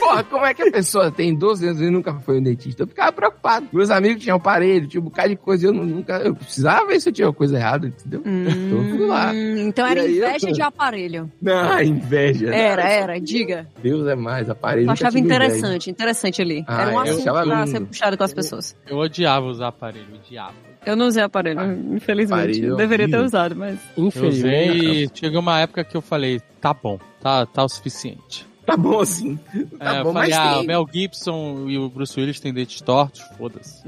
Porra, como é que a pessoa tem 12 anos e nunca foi um dentista? Eu ficava preocupado. Meus amigos tinham aparelho, tinha um bocado de coisa. Eu nu- nunca. Eu precisava ver se eu tinha uma coisa errada, entendeu? Então, fui lá.
Hum, então era
E aí,
inveja
eu-
de aparelho.
Não, inveja. né?
Era, era, diga.
Deus é mais, aparelho.
Eu
nunca
achava
tive inveja.
interessante, interessante ali.
Ah,
era um
eu
assunto
achava
pra
lindo.
ser puxado com as pessoas.
Eu odiava usar aparelho, odiava.
Eu não usei aparelho,
Ah,
infelizmente.
aparelho é
Deveria ter
horrível.
usado, mas.
Eu usei
Infelizmente.
e chegou uma época que eu falei, tá bom, tá, tá o suficiente.
Tá bom assim. Tá
É, eu
bom,
falei,
mas
ah, o
tem.
Mel Gibson e o Bruce Willis têm dentes tortos, foda-se.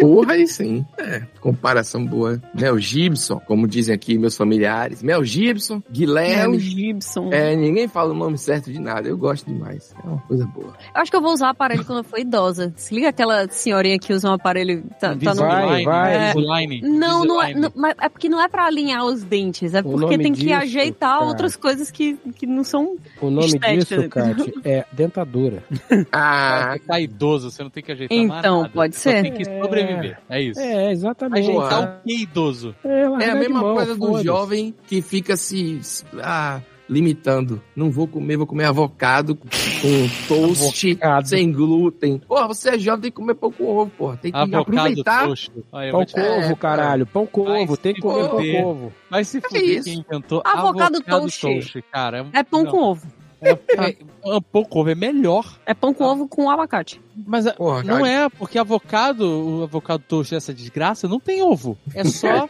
Porra, aí sim. É, comparação boa. Mel Gibson, como dizem aqui meus familiares. Mel Gibson,
É o
Guilherme.
Gibson.
um É, ninguém fala o nome certo de nada. Eu gosto demais. É uma coisa boa.
Eu acho que eu vou usar aparelho quando eu for idosa. Se liga aquela senhorinha que usa um aparelho. Tá, tá no...
Vai, vai.
né? É. Invisalign.
Não, não é,
Invisalign.
não, mas é porque não é pra alinhar os dentes, é
O
porque
nome
tem que
disso,
ajeitar
é.
cara.
outras coisas que, que não são.
O nome
Estética.
disso, Kate, é dentadura.
Ah,
Você tá idoso, você não tem que ajeitar mais
Então,
nada.
pode
Só
ser.
tem que sobreviver. É isso.
É, exatamente.
Boa.
Ajeitar o que idoso?
largar
então, É a
de
mesma
mão,
coisa do
foda-se.
jovem que fica se ah, limitando. Não vou comer, vou comer avocado com toast
Avocado.
sem glúten. Porra, você é jovem, tem que comer pão com ovo, porra. Tem que
Avocado
aproveitar.
roxo. Olha, eu
Pão
vou te...
com ovo,
É,
caralho. Pão com
Vai
ovo, tem que
se
comer pão
fuder.
com ovo.
Vai se fuder
isso.
quem inventou
Avocado
avocado,
toast.
toast. cara. É,
É pão
Não.
com ovo.
é, é, pão com ovo é melhor.
É pão com ovo com abacate.
Mas a-
Porra,
não
cara.
é, porque avocado, o avocado toast, essa desgraça, não tem ovo. É só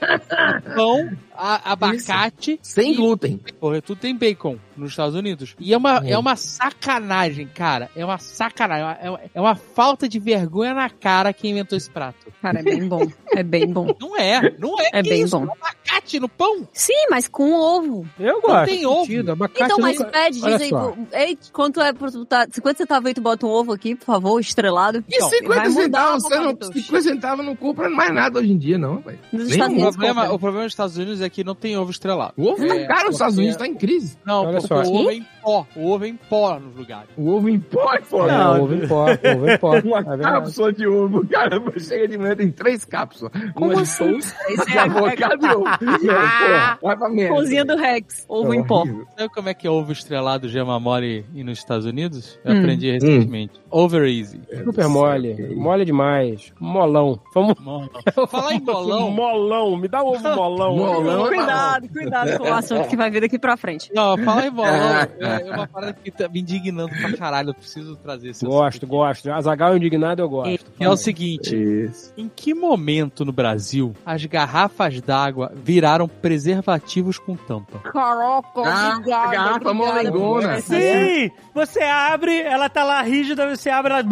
pão, a- abacate
Sem glúten.
Porra, tudo tem bacon nos Estados Unidos. E é uma,
Hum.
é uma sacanagem, cara. É uma sacanagem. É uma, é uma falta de vergonha na cara quem inventou esse prato.
Cara, é bem bom. É bem bom.
Não é, não é.
É
que
bem
isso?
bom.
Abacate no pão?
Sim, mas com um ovo.
Eu
Não
gosto. é
tem ovo.
Sentido, abacate
Então, mas
nunca-
pede,
Olha
dizem.
só.
Ei, quanto é pro tu tá. 50 centavos aí, tu bota um ovo aqui, por favor, estrelado. Então,
E 50
vai mudar
centavos,
a
você não,
boca do
50 centavos não compra mais nada hoje em dia, não, velho.
Nos
Nem
Estados
O
Tem
Unidos.
problema,
compra.
o problema dos Estados Unidos é que não tem ovo estrelado.
O ovo
É,
tá caro nos Estados
porque-
Unidos, tá em crise.
Não,
Olha
porque
só.
o ovo é em pó. O ovo é em pó nos lugares.
O ovo em pó, pô.
É,
Não,
ovo em pó, ovo em pó.
Uma
É verdade.
cápsula de ovo, caramba, chega de manhã, tem três cápsulas.
Como
uma É
assim?
de
Esse
pão, avocado e ovo. Não, porra, vai pra merda.
Cozinha do
Tá
Rex, ovo em pó.
Sabe como é que é ovo estrelado, gema mole e nos Estados Unidos? Eu
Hum.
aprendi recentemente. Over easy.
Super mole. Mole demais. Molão. Vamos.
Mano, Falar em bolão,
Molão. Me dá um ovo molão.
Molão é marrom.
Cuidado, cuidado com o assunto que vai vir daqui pra frente.
Não, fala em bolão. É é uma parada que tá me indignando pra caralho. Eu preciso trazer esse
Gosto,
assunto
gosto. Azagal indignado, eu gosto.
aqui. Que é o seguinte:
Isso.
em que momento no Brasil as garrafas d'água viraram preservativos com tampa?
Caraca,
Ah,
obrigada,
garrafa
obrigada.
molengona.
Sim! Você abre, ela tá lá rígida, você abre, ela.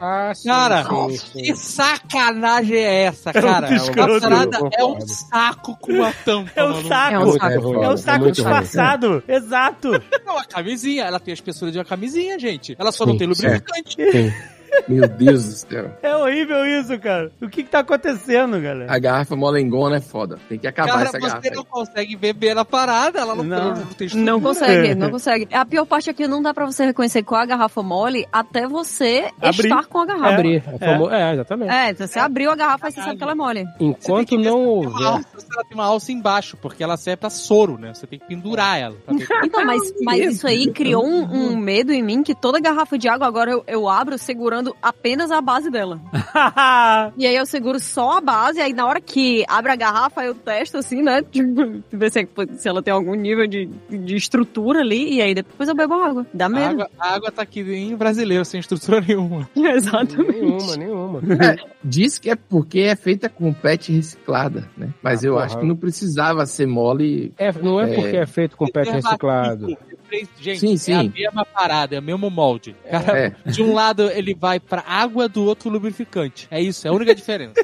Ah, sim,
Cara,
sim, sim.
Que sacanagem é essa,
um
cara?
escroto.
a parada
Eu
é um
concordo.
saco com uma tampa.
É um
mano.
saco.
É
É
um
um,
saco.
ruim,
saco
muito ruim.
disfarçado. Exato.
É uma camisinha. Ela tem a espessura de uma camisinha, gente. Ela só não
Sim,
tem lubrificante.
Meu Deus do céu.
É horrível isso, cara. O que que tá acontecendo, galera?
A garrafa molengona é foda. Tem que acabar
Cara,
essa garrafa.
você não consegue beber na parada. Ela não,
Não.
não tem estrutura.
Não consegue, não consegue. A pior parte é que não dá pra você reconhecer qual é a garrafa mole até você
Abrir.
estar com a garrafa.
Abrir. É, famo- é, exatamente.
É, então você abriu a garrafa e você sabe que ela é mole.
Enquanto não
Tem uma
houver.
alça, ela tem uma alça embaixo, porque ela serve pra soro, né? Você tem que pendurar ela. pra ter-
Uhum.
Então, mas, mas isso aí criou um, um medo em mim que toda garrafa de água agora eu, eu abro segurando segurando apenas a base dela.
Ah,
E aí eu seguro só a base, aí na hora que abre a garrafa, eu testo assim, né? Tipo, ver se, se ela tem algum nível de, de estrutura ali, e aí depois eu bebo água. Dá
A
medo.
água, a água tá aqui em brasileiro, sem estrutura nenhuma.
Exatamente.
Nenhuma, nenhuma.
Diz que é porque é feita com PET reciclada, né? Mas
Ah,
eu
porra.
acho que não precisava ser mole.
É, não é porque é feito com pet
Preservativo.
reciclado.
Gente,
Sim,
é a
sim.
mesma parada, é o mesmo molde. Cara,
É.
De um lado ele vai pra água, do outro lubrificante. É isso, é a única diferença.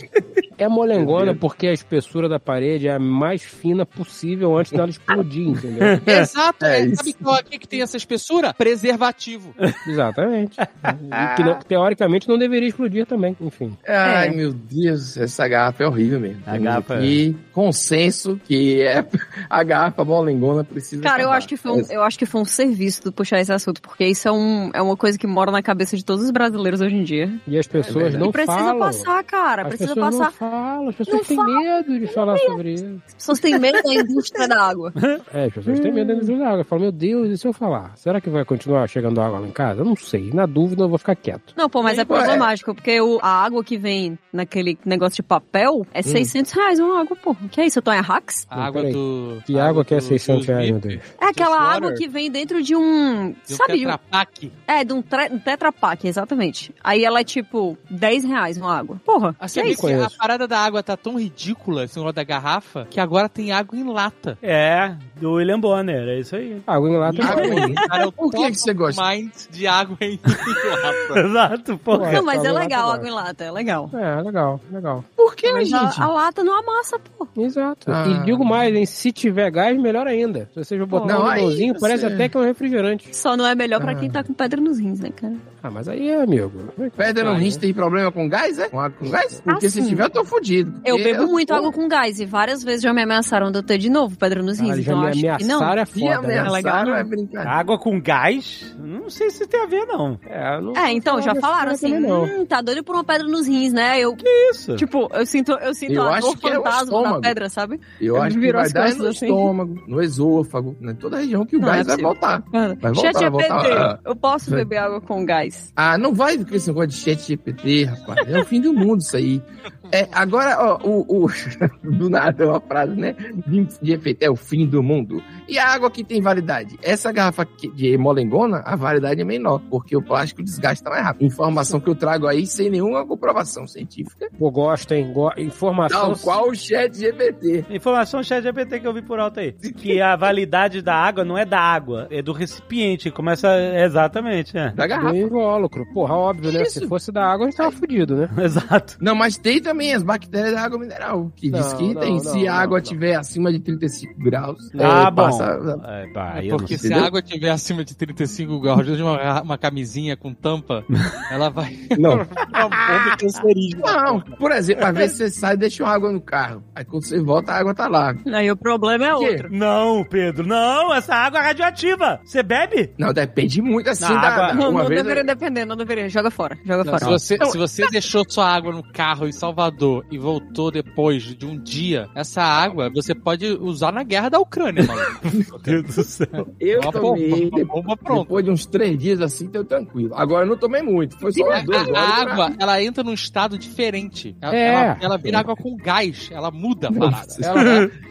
É
Meu
molengona
Deus.
porque a espessura da parede é a mais fina possível antes dela explodir, entendeu?
Exato,
É
é,
isso.
sabe qual aqui que tem essa espessura? Preservativo.
Exatamente. E que não- teoricamente não deveria explodir também, enfim.
Ai, meu Deus, essa garrafa é horrível mesmo.
A garrafa é.
E consenso que é a garrafa molengona precisa.
Cara, eu acho, que foi um, eu acho que foi um serviço tu puxar esse assunto, porque isso é, um, é uma coisa que mora na cabeça de todos os brasileiros hoje em dia.
E as pessoas
verdade.
não
e precisa
falam.
passar, cara,
As
precisa
pessoas
passar.
não falam, as
Não
pessoas têm
falam.
medo de falar sobre isso.
As pessoas têm medo da indústria da água.
É, as pessoas têm medo de da água. Falam, meu Deus, e se eu falar? Será que vai continuar chegando água lá em casa? Eu não sei. Na dúvida, eu vou ficar quieto.
Não, pô, mas é
Pô, é.
problemático, porque o, a água que vem naquele negócio de papel é 600 reais uma água, pô. Que é isso? Eu tô em hacks?
A
Não,
água
peraí.
do.
Que água que é 600 reais, meu
meu
Deus?
É aquela
Water.
água que vem dentro de um. sabe? de um- É, de um, tre- um Tetra Pak, exatamente. Aí ela é tipo 10 reais uma água. Porra,
Assim,
que é
é
isso?
conheço.
a parada da água tá tão ridícula, esse negócio da garrafa, que agora tem água em lata.
É, do William Bonner, é isso aí.
Água tá em lata.
Água em lata.
Cara, eu
Por que
topo
que você gosta?
Mind de água em lata.
Exato, pô.
Ué.
Não, mas
Água
é
em Tá lata
legal,
agora.
água em lata, é legal.
É, legal, legal.
Por que,
Mas a,
gente?
a lata não amassa, pô.
Exato.
Ah.
E digo mais, hein? Se tiver gás, melhor ainda. Se você botar
Não,
um
aí
limãozinho,
você-
parece até que é um refrigerante.
Só não é melhor pra quem tá com pedra nos rins, né, cara?
Ah, mas aí, amigo.
Pedra no rins tem problema com gás, é? Com água com gás? Porque se
Assim.
tiver, eu tô fudido. Porque
Eu bebo muito
tô-
água com gás e várias vezes já me ameaçaram de eu ter de novo pedra nos rins,
Ah, já
então
me
eu acho que não.
ameaçaram é
Me
foda, né?
ameaçaram é brincadeira.
Água com gás? Não sei se tem a ver, não.
É, eu não-
É, então,
não
já
acho
falaram
que
assim,
também não.
hum, tá doido por uma pedra nos rins, né? Eu,
Isso.
tipo, eu sinto, eu sinto
Eu
a
acho
dor
que é o
fantasma da
estômago.
pedra, sabe?
Eu acho que
Virou
vai
as
dar
costas
no
assim.
estômago, no esôfago, em toda a região que o
Não, é
gás vai
possível.
voltar.
Mano,
Vai voltar,
Chat
vai voltar.
GPT, eu posso beber água com gás.
Ah, não vai com esse negócio de chat GPT, rapaz. É o fim do mundo isso aí. É, agora, ó, o, o- do nada é uma frase, né? De, de efeito, é o fim do mundo. E a água que tem validade? Essa garrafa que- de molengona, a validade é menor, porque o plástico desgasta mais rápido. Informação que eu trago aí sem nenhuma comprovação científica,
Pô, gosto, hein? Go- Informação.
tal qual o chat GPT.
Informação chat GPT que eu vi por alto aí. Que a validade da água não é da água, é do recipiente. Começa exatamente, é.
Da
do
garrafa.
invólucro. Porra, óbvio, né?
Isso.
Se fosse da água, a gente tava fudido, né?
Exato.
Não, mas tem também as bactérias da água mineral, que diz
Não,
que
não,
tem.
não,
se a
não,
água
não.
tiver acima de 35 graus,
Ah, bom.
passa-
É, pá,
É
eu
porque
não
se
sei.
a água tiver acima de 35 graus, de uma, uma camisinha com tampa, ela vai.
Não.
uma bomba cancerígena.
Não, por exemplo, às vezes você sai e deixa uma água no carro. Aí quando você volta, a água tá lá.
Aí o problema é
Por quê?
outro.
Não, Pedro, não, essa água é radioativa. Você bebe?
Não, depende muito assim
Na
da
água.
da-
Não,
uma
não
vez- é-
deveria depender, não deveria. Joga fora, joga
Não,
fora.
se, você, se você deixou sua água no carro em Salvador e voltou depois de um dia, essa água você pode usar na guerra da Ucrânia, mano.
Meu Deus do céu.
Eu
uma bomba,
tomei.
uma
de-
bomba pronta.
Depois de uns três dias assim, tô tranquilo. Agora eu não tomei muito. Foi só
A,
umas duas
a
horas.
água, ela entra num estado diferente. Ela,
É.
ela, ela vira água com gás, ela muda a parada.
é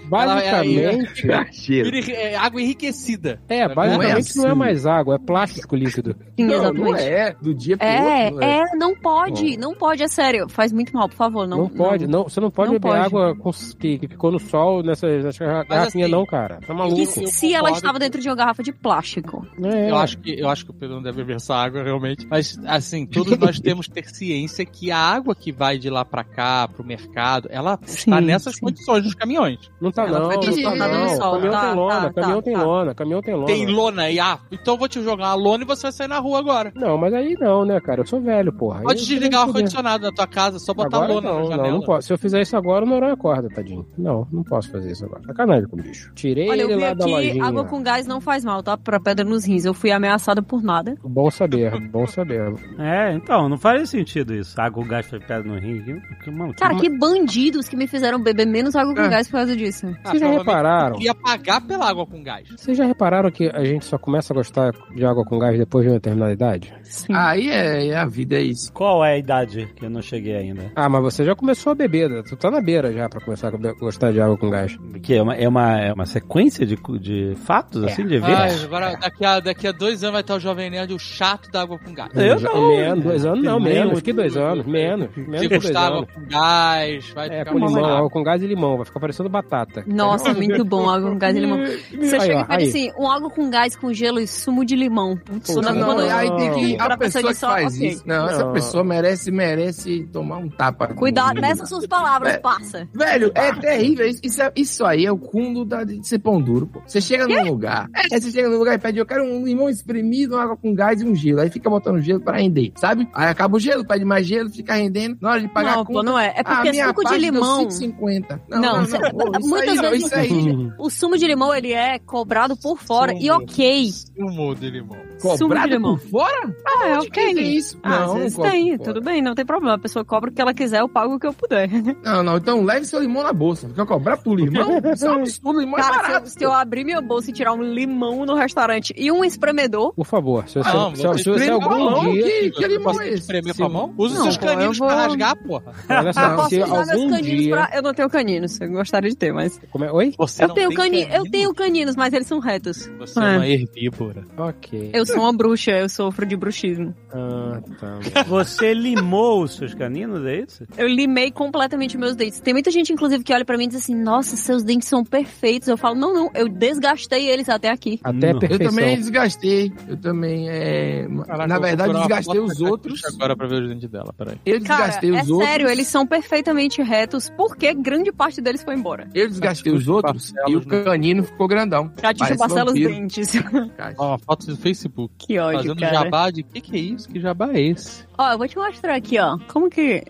Ela,
Ela-
né?
basicamente.
Vira enri- é, água enriquecida.
É, basicamente não é,
assim.
mais água, é plástico líquido.
Sim,
Não,
exatamente.
não é. Do dia pro
É,
outro. não é.
é, não pode, não pode, é sério. Faz muito mal, por favor, não.
Não, pode, não, você não pode
Não
beber
pode.
água com- que, que ficou no sol nessa, nessa garrafinha,
assim,
não, cara. Tá maluco.
Que
eu
se,
concordo
se ela
com-
estava dentro de uma garrafa de plástico.
É.
Eu acho, que, eu acho que o Pedro não deve beber essa água, realmente. Mas, assim, todos nós temos que ter ciência que a água que vai de lá pra cá, pro mercado, ela tá
Sim,
nessas
sim.
condições dos caminhões.
Não tá
Ela
não,
foi
não tá
transformada no
não.
sol.
Caminhão
Tá,
tem lona,
tá,
caminhão
tá,
tem
tá.
lona, caminhão tem lona.
Tem lona aí, ah, então eu vou te jogar uma lona e você vai sair na rua agora.
Não, mas aí não, né, cara? Eu sou velho, porra.
Pode
Aí-
desligar o
poder.
ar-condicionado na tua casa, só botar
Agora
lona na
não,
janela.
não, não posso. Se eu fizer isso agora, o Noronha acorda, tadinho. Não, não posso fazer isso agora. Sacanagem com o bicho. Tirei
Olha, eu
ele
vi
lá da
aqui,
lojinha.
água com gás não faz mal, tá? Pra pedra nos rins. Eu fui ameaçada por nada.
Bom saber, bom saber.
Ah,
É, então, não faria sentido isso. Água, gás, pedra no rim. Que, que maluco.
Cara, que bandidos que me fizeram beber menos água com
É.
gás por causa disso. isso.
Vocês já
provavelmente
repararam?
Ia pagar pela água com gás.
Vocês já repararam que a gente só começa a gostar de água com gás depois de uma determinada idade?
Sim.
Aí é, é a vida, é isso.
Qual é a idade que eu não cheguei ainda?
Ah, mas você já começou a beber, né? tu tá na beira já pra começar a be- gostar de água com gás.
Que é uma, é uma, é uma sequência de, cu- de fatos, assim, de
Ai,
eventos?
agora, daqui, a, daqui a dois anos vai estar o Jovem Nerd, o chato da água com gás.
Eu
Já-
não.
Menos, dois anos não,
Tem nem
menos
outro-
que dois anos, menos. Menos
Se
que dois
gostar água
anos.
com gás, vai
É,
ficar
com
uma
limão,
maravilha.
água com gás e limão, vai ficar parecendo batata.
Nossa, muito bom água com gás e
Hum.
limão. Você
Aí,
chega
ó,
e pede
aí.
assim, um água com gás, com gelo e sumo de limão. Putz,
Pô,
na
não,
mesma
não,
noite.
não.
aí tem que.
Pra
A
pessoa
pessoa
ele
que
só-
faz
ok.
isso. Não, essa
Não.
pessoa merece, merece tomar um tapa.
Cuidado dessas suas palavras,
É.
parça.
Velho, é terrível. Isso, isso, é- isso aí é o cúmulo da, de ser pão duro, pô. Você chega num lugar, é, você chega num lugar e pede, eu quero um limão espremido, uma água com gás e um gelo. Aí fica botando gelo pra render, sabe? Aí acaba o gelo, pede mais gelo, fica rendendo. Na hora de pagar
Não,
a
pô,
conta,
não é. É porque suco de limão.
5,50.
Não, cê-
pô, isso
muitas
aí, não,
vezes-
isso aí.
Hum,
O sumo de limão, ele é cobrado por fora. E ok.
Sumo é de limão.
Sumo de
Cobrado
limão.
por fora?
Ah, é
Onde que tem
ok.
isso?
Ah, às vezes
cobra por
tem,
fora.
tudo bem, não tem problema. A pessoa cobra o que ela quiser, eu pago o que eu puder.
Não, não, então leve seu limão na bolsa. Porque eu cobrar por limão? Isso é um absurdo, limão é
Cara, se,
barato.
eu, se eu abrir minha bolsa e tirar um limão no restaurante e um espremedor,
Por favor, se você,
Não,
se, se você
espremer
com a
algum
mão,
dia.
que- que limão
Você
é esse?
Espremer
Sim.
com a mão? Usa
Não,
seus
pô, eu
caninhos
vou-
pra rasgar, porra.
Olha
eu
só,
posso
se
usar meus
algum
caninos
dia.
pra. Eu não tenho caninos, eu gostaria de ter, mas.
Como é? Oi?
Você
Eu
não
tenho,
tem
cani... eu
canino?
tenho caninos, mas eles são retos.
Você
É.
é uma herbívora.
Ok.
Eu sou uma bruxa, eu sofro de bruxismo.
Ah, tá.
Você limou os seus caninos, é isso?
Eu limei completamente meus dentes. Tem muita gente, inclusive, que olha pra mim e diz assim: Nossa, seus dentes são perfeitos. Eu falo: Não, não, eu desgastei eles até aqui.
Até a
Não.
Eu
perfeição.
também desgastei. Eu também, é...
Caraca,
na
eu vou
verdade,
procurar uma
desgastei
foto
os
da
outros.
Catiuxa Agora pra ver os dentes dela, peraí.
Eu
Cara,
desgastei
é
os outros.
sério, eles são perfeitamente retos porque grande parte deles foi embora.
Eu desgastei os outros e o
Barcelos, né?
canino ficou grandão.
Catixa
Parece
Barcelos
vampiro.
Dentes.
Cara,
Ó, uma foto do Facebook.
que ódio,
Fazendo
cara.
jabá de que que é isso? Que jabá é esse?
Ó, eu vou te mostrar aqui, ó. Como que.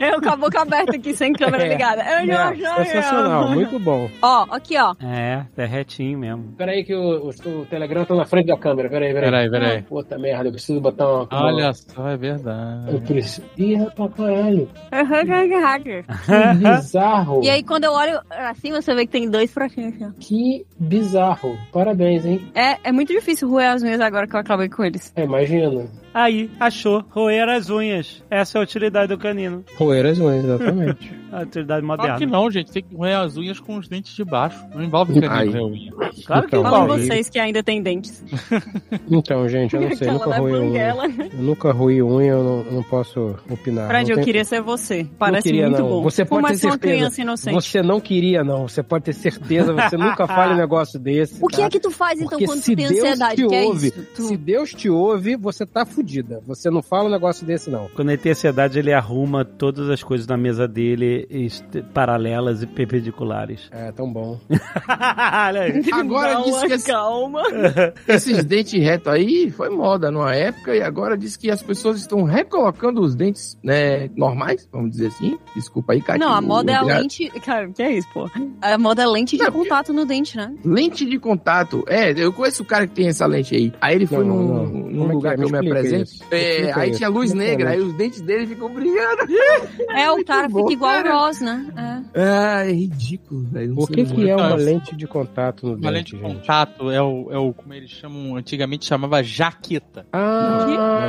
Eu com a boca aberta aqui, sem câmera
É.
ligada. Eu já
É, sensacional, muito bom.
Ó, aqui, ó.
É, é retinho mesmo.
Peraí que o, o, o Telegram tá na frente da câmera, peraí,
Peraí, peraí.
Puta merda, eu preciso botar uma...
Olha só, é verdade.
preciso... Ih, rapaz, caralho, Uhum.
que
bizarro.
e aí, quando eu olho assim, você vê que tem dois fraquinhos aqui, ó.
Que bizarro. Parabéns, hein? É,
É, é muito difícil roer as unhas agora que eu acabei com eles.
Imagina.
Aí, achou. Roer as unhas. Essa é a utilidade do canino.
Roeiras unhas, exatamente.
A utilidade
Claro que
moderna.
não, gente. Tem que roer as unhas com os dentes de baixo. Não envolve canino
Ai.
roer unha.
Claro que
Então,
não.
Falem
Paulo.
vocês que ainda têm dentes.
então, gente, eu não sei, eu nunca roei um, né? unha. Eu nunca roí unha, eu não, eu não posso opinar.
Fred,
Tá, não
eu
tem-
queria ser você. Parece
queria,
muito
não.
bom.
Você
Por
pode
mais
ter
que uma
certeza.
criança inocente.
Você não queria, não. Você pode ter certeza, você nunca fale um negócio desse.
O que
tá?
é que tu faz então
Porque
quando
se
tu tem
Deus
ansiedade?
te
Que é
ouve,
isso? Tu-
Se Deus te ouve, você tá fudida. Você não fala um negócio desse, não.
Quando ele tem ansiedade, ele arruma todas as coisas na mesa dele este- paralelas e perpendiculares.
É, tão bom.
Olha aí.
Agora
Dá
diz
uma
que esse-
Calma.
esses dentes retos aí foi moda numa época e agora diz que as pessoas estão recolocando os dentes né, normais, vamos dizer assim. Desculpa aí, Cátia.
Não, a moda é a
Obrigado.
lente. Cara, que é isso, pô? A moda é lente de
Não,
contato no dente, né?
Lente de contato. É, eu conheço o cara que tem essa lente aí. Aí ele foi
Não,
num,
não.
num
Como é que
lugar
é?
que
Me
eu me
explica
apresento.
isso.
É,
Explica
aí
isso.
tinha luz
Explica
negra, aí
isso.
os dentes dele ficam brilhando.
É, o
Muito
cara
bom,
fica igual
cara.
o Ross, né?
Ah, é ridículo, velho. Não
Por
sei
que,
não.
que é uma
Então,
lente de contato no
Uma
dente,
lente de
gente?
contato é o, é o, como eles chamam, antigamente chamava jaqueta.
Ah,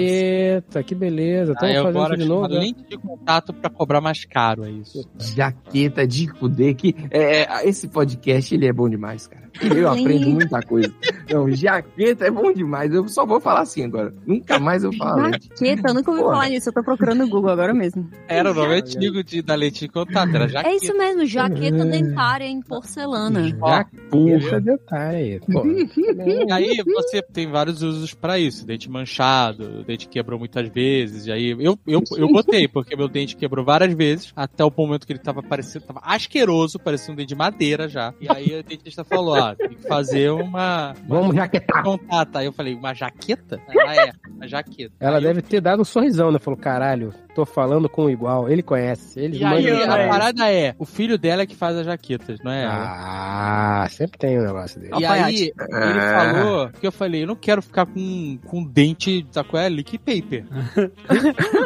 jaqueta, que beleza.
Aí
Estamos fazendo
agora
Então isso de
chama
novo. né?
lente de contato pra cobrar mais caro, é isso.
Jaqueta de fuder que é, é, esse podcast ele é bom demais, cara. Eu aprendo muita coisa. Não, jaqueta é bom demais. Eu só vou falar assim agora. Nunca mais eu falo.
É. Jaqueta, eu nunca ouvi
Porra.
falar nisso, eu tô procurando no Google agora mesmo.
Era o nome antigo de, da lente de contato, era jaqueta.
É isso mesmo,
É.
jaqueta dentária em porcelana. Né?
Jaqueta, é detalhe. Pô,
E aí você tem vários usos pra isso. Dente manchado, dente quebrou muitas vezes. E aí eu, eu, eu botei, porque meu dente quebrou várias vezes, até o momento que ele tava parecendo, tava asqueroso, parecia um dente de madeira já. E aí o dentista falou, ah, tem que fazer uma
Vamos jaquetar.
contata. Aí eu falei, uma jaqueta? Ela é, uma jaqueta.
Ela
Aí eu
deve ter dado um sorrisão, né? Falou, caralho, tô falando com o igual. Ele conhece. Ele
E aí,
manja-
a parada é, o filho dela é que faz as jaquetas, não é? ela.
Ah, sempre tem um negócio dele.
E aí,
Alfaiate.
ele
É.
falou que eu falei, eu não quero ficar com, com dente, tá qual é? Lick paper.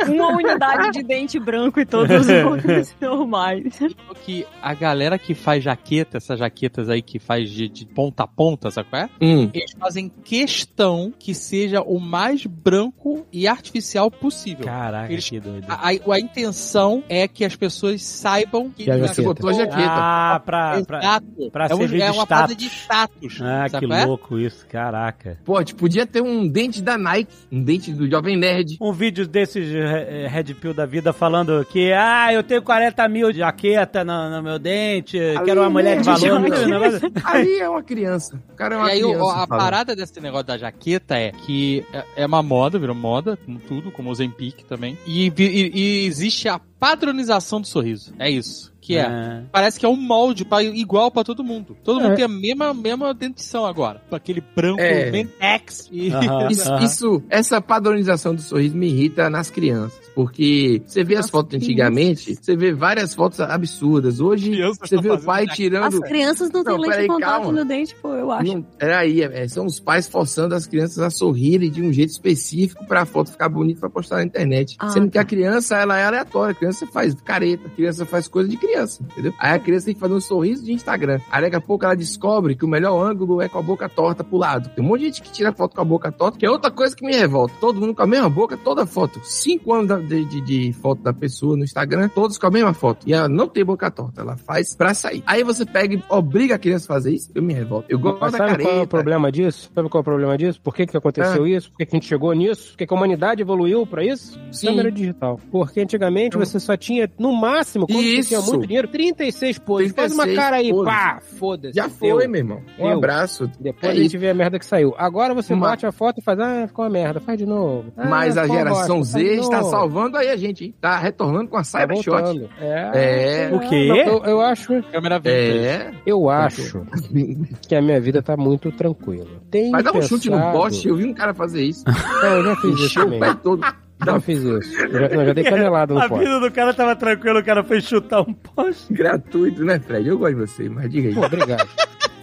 Uma unidade de dente branco e todos os outros normais.
Ele falou que a galera que faz jaqueta, essas jaquetas aí que faz de, de ponta a ponta, sabe qual é?
Hum.
Eles fazem questão que seja o mais branco e artificial possível.
Caraca,
Eles-
que doido.
A, a- a intenção é que as pessoas saibam que...
Que a
Você
jaqueta.
botou a jaqueta.
Ah, pra. pra...
Exato.
pra
é, um-
servir
é
de
uma fase de status.
Ah,
sabe
que
qual é?
louco isso, caraca.
Pô, te podia ter um dente da Nike, um dente do Jovem Nerd.
um vídeo desses eh, eh, Red Pill da vida falando que, ah, eu tenho 40 mil de jaqueta no, no meu dente, quero uma mulher de
né,
valor.
gente?
um negócio-
Ali é uma criança. O cara é uma
E aí,
criança.
ó,
fala.
a parada desse negócio da jaqueta é que é- é uma moda, virou moda, como tudo, como o Zempic também. E, vi- e- e existe a padronização do sorriso. É isso. Que é.
Ah,
Parece que é um molde pra- igual pra todo mundo. Todo
É.
mundo tem a mesma, mesma dentição agora. Aquele branco,
É.
bem X. E...
aham,
Isso,
aham.
isso- essa padronização do sorriso me irrita nas crianças, porque você vê as fotos antigamente, você vê várias fotos absurdas. Hoje
Crianças
você
tão
vê o
fazendo
pai
jaqueta.
As
tirando.
crianças não têm
Não,
lente
peraí,
de contato
calma.
no dente, pô, eu acho.
Não, peraí, é- são os pais forçando as crianças a sorrirem de um jeito específico pra foto ficar bonita pra postar na internet.
Ah,
Sendo que
tá.
a criança, ela é aleatória. A criança faz careta, a criança faz coisa de criança, entendeu? Aí a criança tem que fazer um sorriso de Instagram. Aí daqui a pouco ela descobre que o melhor ângulo é com a boca torta pro lado. Tem um monte de gente que tira foto com a boca torta, que é outra coisa que me revolta. Todo mundo com a mesma boca, toda foto. Cinco anos da- de, de- de foto da pessoa no Instagram, todos com a mesma foto. E ela não tem boca torta, ela faz pra sair. Aí você pega e obriga a criança a fazer isso, eu me revolto. Eu gosto
Mas
da
sabe qual é
careta. Ah.
o problema disso? Sabe qual é o problema disso? Por que, que aconteceu isso? Por que, que a gente chegou nisso? Por que, que a humanidade evoluiu pra isso?
Sim.
Câmera digital. Porque antigamente
Eu-
você só tinha, no máximo, quando você
Isso.
tinha muito dinheiro, 36 poses. Faz uma
36
cara aí,
poses.
pá, foda-se.
Já
Deu.
foi, meu irmão. Um
Eu.
abraço.
Depois
É
a gente vê a merda que saiu. Agora você
Uma-
bate a foto e faz, ah, ficou uma merda, faz de novo. Ah,
Mas a
ficou uma
geração
bosta, faz
Z
de
está
novo.
salvando aí a gente, hein? Tá retornando com a
Tá
Cybershot.
voltando. É.
É,
O quê?
Eu, eu acho,
Câmera vintage.
é.
eu acho que a minha vida tá muito tranquila. Tem
Vai dar um chute no
pensado-
poste, eu vi um cara fazer isso.
Não, eu já fiz isso
Encheu o
também.
pé É todo. um
Já fiz isso. Eu já, não, já dei canelada
A
no poste.
vida do cara tava tranquila, o cara foi chutar um poste.
Gratuito, né, Fred? Eu gosto de você, mas diga aí.
Pô, obrigado.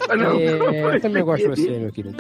Mas não,
É, eu também gosto de você, meu querido.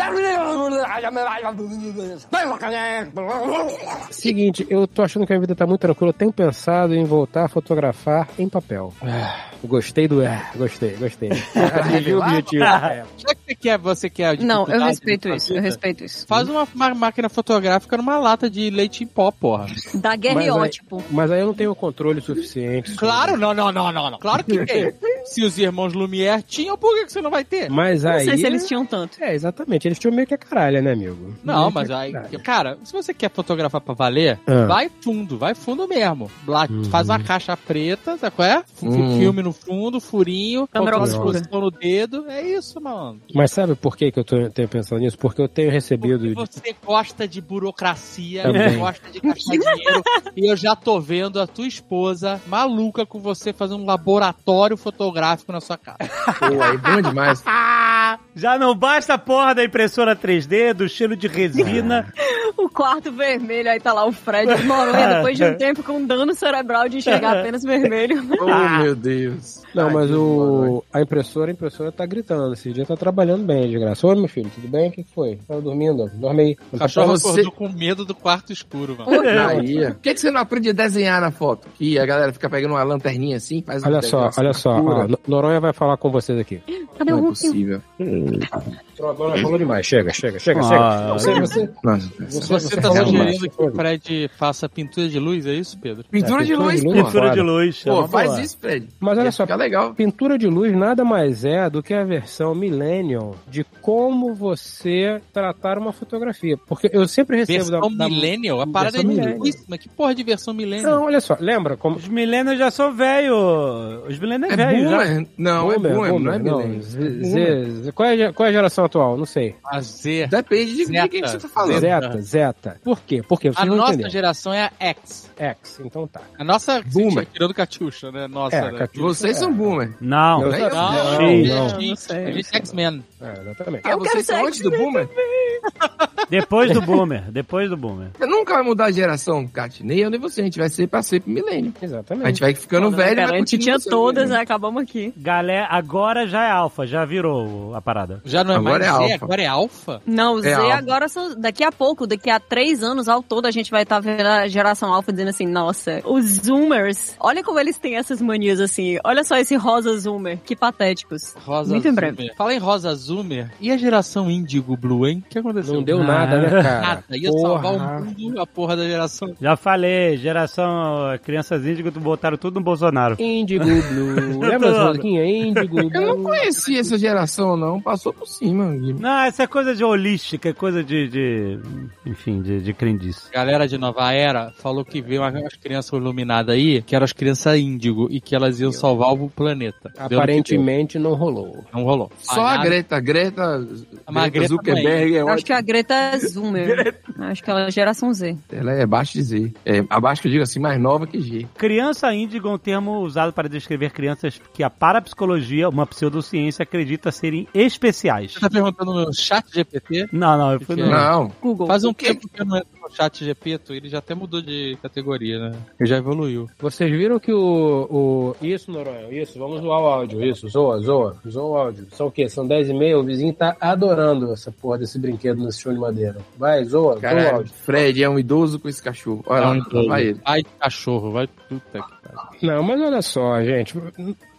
Seguinte, eu tô achando que a vida tá muito tranquila. Eu tenho pensado em voltar a fotografar em papel. Ah, gostei do. Ah, gostei, gostei. Atingi o objetivo.
Ah,
Já que você quer, você quer a
Não, eu
dificuldade
respeito
da
isso, eu
vida,
respeito isso.
Faz uma, uma máquina fotográfica numa lata de leite em pó, porra.
Da guerreótipo.
Mas aí eu não tenho controle suficiente. sobre-
Claro, não, não, não, não, não. Claro que tem. Se os irmãos Lumière tinham, por que, que você não vai ter?
Mas
Não
aí.
sei se eles tinham tanto.
É, exatamente. Eles tinham meio que a caralha, né, amigo?
Não,
Meio
mas
que a
aí.
caralha.
Cara, se você quer fotografar pra valer,
Ah.
vai fundo, vai fundo mesmo. Lá,
Uhum.
Faz uma caixa preta, sabe qual é? F-
Hum.
Filme no fundo, furinho,
Câmera
controla a
obscura.
exposição no dedo. É isso, mano.
Mas sabe por que, que eu tô, tenho pensado nisso? Porque eu tenho recebido.
Porque você gosta de burocracia,
Também.
gosta de gastar dinheiro. e eu já tô vendo a tua esposa maluca com você fazendo um laboratório fotográfico na sua
É,
casa.
pô, aí bom demais.
Já não basta a porra da impressora 3D, do cheiro de resina.
O quarto vermelho, aí tá lá o Fred
É.
Noronha, depois de um tempo com dano cerebral de enxergar apenas vermelho.
Oh, meu Deus.
Não,
Ai,
mas
que
o a impressora, a impressora tá gritando. Esse dia tá trabalhando bem, de graça. Oi, meu filho, tudo bem? O que que foi? Tava dormindo? Dorme aí.
O
Não tá
cachorro
você-
acordou com medo do quarto escuro, mano.
É.
Bahia. Por Tá que, que você não aprende a desenhar na foto? Que a galera fica pegando uma lanterninha assim, faz um
Olha só,
negócio
olha só. Ah,
pura.
ó, No- Noronha vai falar com vocês aqui.
Cadê
Não é
o Rufio?
possível.
Noronha falou Então, demais. Chega, chega, chega,
Ah.
É.
chega. Você, você,
Nossa,
você,
Você tá
falou
sugerindo
demais.
que o Fred faça pintura de luz, é isso, Pedro?
pintura
É,
de luz,
pintura de
pô.
luz.
Pintura
Vambora.
de luz. é
Pô,
uma
faz
boa.
isso, Fred.
Mas olha só,
Fica legal.
Pintura de luz nada mais é do que a versão Millennium de como você tratar uma fotografia. Porque eu sempre recebo
Versão
da, da...
Millennial? A parada é
Versão millennial.
linguíssima. Que porra de versão Millennial?
Não, olha só, lembra como.
Os milênios já são velho. Os milênios
É
é velho. já.
boomer? Não, é
Boomer,
boomer, não é
boomer, não.
milênio.
Z-
Boomer.
Z- Z- qual, é, a ge- qual é a geração atual? Não sei.
A Z.
Depende de
Zeta.
quem que você tá falando.
Zeta, Zeta. Por quê? Porque
A
vocês não
nossa
entenderam.
geração é a X.
X, então tá.
A nossa.
Boomer.
Sim, Tirando Catiuxa, né? Nossa,
É,
né?
Catiuxa,
Vocês
é.
são boomer.
Não.
Eu-
Não,
Não,
Sim.
não,
não,
gente,
não sei,
a gente é X-Men.
É, exatamente.
Ah,
Eu quero
vocês são
ser
antes do boomer?
Depois do boomer, depois do boomer.
Nunca vai mudar a geração, Kat. Nem eu, nem você. A gente vai ser pra sempre milênio. A gente
Exatamente.
vai ficando velho. é e vai
Pera, a gente
continuar
tinha
sendo
todas,
milênio.
aí acabamos aqui.
Galera, agora já é alfa, já virou a parada.
Já não é
Agora
mais
é
Z,
alfa.
agora é alfa?
Não, Z
alfa.
agora são. Daqui a pouco, daqui a três anos ao todo, a gente vai estar vendo a geração alfa dizendo assim: nossa, os Zoomers, olha como eles têm essas manias assim. Olha só esse rosa Zoomer, que patéticos.
Rosa
Muito em
Zoomer.
breve.
Fala em Rosa Zoomer. E a geração Índigo Blue, hein? O que aconteceu?
assim,
Não deu nada,
Ah.
né, cara?
nada. Ia salvar o mundo, a porra da geração.
Já falei, geração eh, crianças índigo botaram tudo no Bolsonaro.
Indigo Blue. Lembra essa musiquinha? Indigo
Eu não
Blue.
conheci essa geração, não. Passou por cima. Guilherme.
Não, essa é coisa de holística, é coisa de. de- enfim, de, de crendice.
Galera de Nova Era falou que veio umas crianças iluminadas aí, que eram as crianças índigo, e que elas iam salvar o planeta. Deu no que deu.
Aparentemente não rolou.
Não rolou.
Só a Greta. Greta,
Mas
Greta,
a Greta
Zuckerberg é
Eu acho
ótima.
que a Greta é Zoomer. Acho que ela é geração Z.
Ela é abaixo de Z. É, abaixo que eu digo assim, mais nova que G.
Criança índigo é um termo usado para descrever crianças que a parapsicologia, uma pseudociência, acredita serem especiais.
Você tá perguntando no chat GPT?
Não, não, eu fui no.
Não.
Google.
Faz um
O quê?
tempo que eu não entro no chat GPT, ele já até mudou de categoria, né? Ele já evoluiu.
Vocês viram que o, o- Isso, Noronha, isso, vamos zoar o áudio. Isso, zoa, zoa, zoa o áudio. São o quê? São 10 e meia, o vizinho tá adorando essa porra desse brinquedo nesse chão de madeira. Vai, zoa, zoa o
Caralho,
áudio.
Então, Fred é um idoso com esse cachorro.
É
Olha
um
lá, vai ele.
Vai, cachorro, vai puta que pariu.
Não, mas olha só, gente.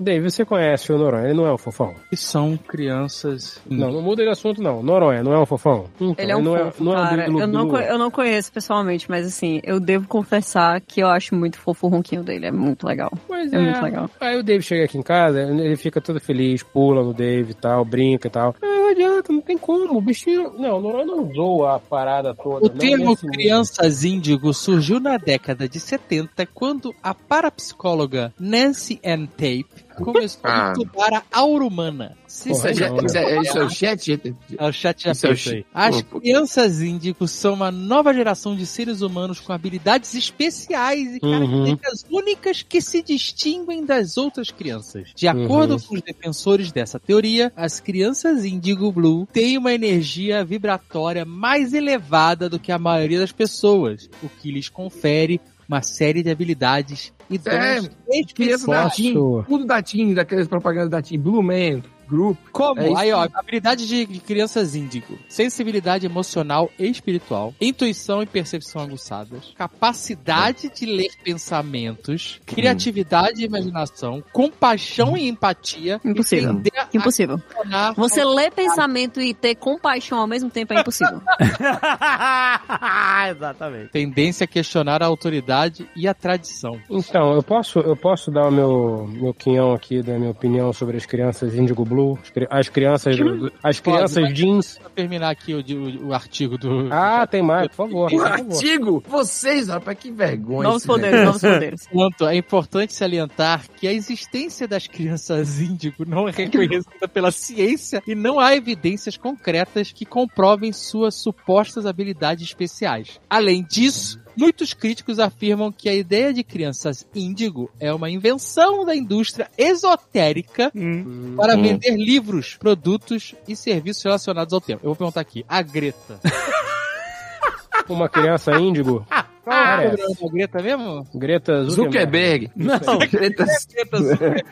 Dave, você conhece o Noronha, ele não é um fofão.
E são crianças.
Não, não muda de assunto, não. Noronha não é um fofão. Então,
Ele é um
não
fofo,
não é um
cara.
Bilu-
eu, não,
Bilu.
co- eu não conheço pessoalmente, mas assim, eu devo confessar que eu acho muito fofo o ronquinho dele. É muito legal.
Pois
É,
é.
muito legal.
Aí o Dave chega aqui em casa, ele fica todo feliz, pula no Dave e tal, brinca e tal. Ah, não adianta, não tem como. O bichinho. Não, o Noronha não zoa a parada toda.
O
não
termo
nesse nível.
crianças índigo surgiu na década de 70, quando a parapsicóloga Nancy Ann Tape começou a
Ah.
estudar a aura humana. Se
Porra,
Isso é,
já-
não,
ge- isso é- isso é o chat GPT.
É o chat já
Isso é o
fez
chi-
aí. As
Pô, pô.
crianças índicos são uma nova geração de seres humanos com habilidades especiais
Uhum.
e características únicas que se distinguem das outras crianças. De
Uhum.
acordo com os defensores dessa teoria, as crianças índigo blue têm uma energia vibratória mais elevada do que a maioria das pessoas, o que lhes confere uma série de habilidades e
É,
dons
Criança da
especiais.
TIM.
Posso?
Tudo da TIM, daquelas propagandas da TIM. Blue Man, Group.
Como?
É isso
aí, ó, habilidade de de crianças índigo, sensibilidade emocional e espiritual, intuição e percepção aguçadas, capacidade de ler
Hum.
pensamentos, criatividade e imaginação, compaixão e empatia,
Impossível.
entender a
Impossível.
funcionar
Você ler pensamento e ter compaixão ao mesmo tempo é impossível.
Exatamente.
Tendência a questionar a autoridade e a tradição.
Então, eu posso, eu posso dar o meu, meu quinhão aqui, da minha opinião sobre as crianças Indigo Blue, as cri- as crianças, do- as crianças jeans.
Pra terminar aqui o, de- o- o artigo do.
Ah, tem mais, por favor.
O
Por favor.
artigo. Vocês, rapaz, que vergonha.
novos
esse velho.
poderes, novos poderes.
Quanto é importante salientar que a existência das crianças índigo não é reconhecida pela ciência e não há evidências concretas que comprovem suas supostas habilidades especiais. Além disso, muitos críticos afirmam que a ideia de crianças índigo é uma invenção da indústria esotérica para
Hum.
vender livros, produtos e serviços relacionados ao tema. Eu vou perguntar aqui, a Greta.
Uma criança Índigo.
Qual é o
Cara,
programa da Greta mesmo?
Greta Zuckerberg.
Zuckerberg.
Não,
Greta
Greta Zuckerberg.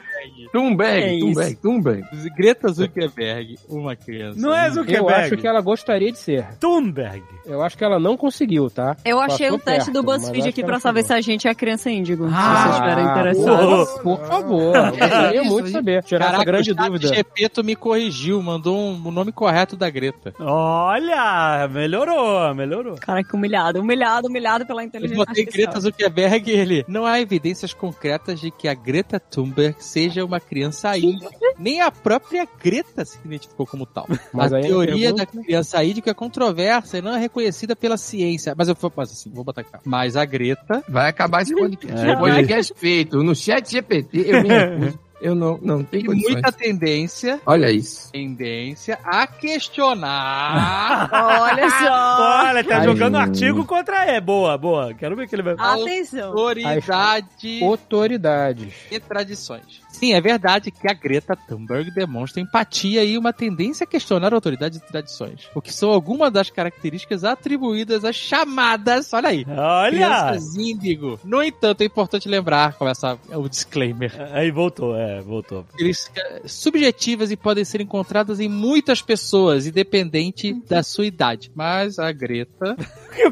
Thunberg.
É
Thunberg. Thunberg.
Greta Zuckerberg, uma criança.
não é
Eu acho que é-
Zuckerberg.
ela gostaria de ser.
Thunberg.
Eu acho que ela não conseguiu, tá?
Eu achei
Passou
um teste do
perto, mas acho
BuzzFeed
que
aqui
ela
pra saber se
chegou.
a gente é criança índigo.
Ah,
se vocês estiverem interessados.
boa.
Por, favor, eu queria
isso,
muito
isso.
saber. Tirar essa grande dúvida.
O Gepeto me corrigiu, mandou um- o nome correto da Greta.
Olha, melhorou, melhorou.
Cara, que humilhado, humilhado, humilhado pela
Eu
inteligência
botei
artificial.
Greta Zuckerberg e ele. Não há evidências concretas de que a Greta Thunberg seja uma criança índica. Nem a própria Greta se identificou como tal.
Mas
a
aí eu
teoria da
pergunto-
criança índica é controversa e não é reconhecida pela ciência. Mas eu vou mas assim, vou botar cá. Mas a Greta
Vai acabar esse podcast.
É.
O podcast feito no chat GPT. Eu me recuso Eu não, não tem
Tem
condições.
muita tendência,
Olha isso.
tendência a questionar
Olha só.
Olha, tá
Ai,
jogando
gente.
artigo contra é. Boa, boa. Quero ver que ele vai.
Atenção.
autoridade
Autoridades.
e tradições. Sim, é verdade que a Greta Thunberg demonstra empatia e uma tendência a questionar a autoridade e tradições, o que são algumas das características atribuídas às chamadas, olha aí,
Ah,
Olha!
crianças índigo. No entanto, é importante lembrar, começa o disclaimer,
Aí voltou, é, voltou.
eles eh, subjetivas e podem ser encontradas em muitas pessoas, independente da sua idade. Mas a Greta,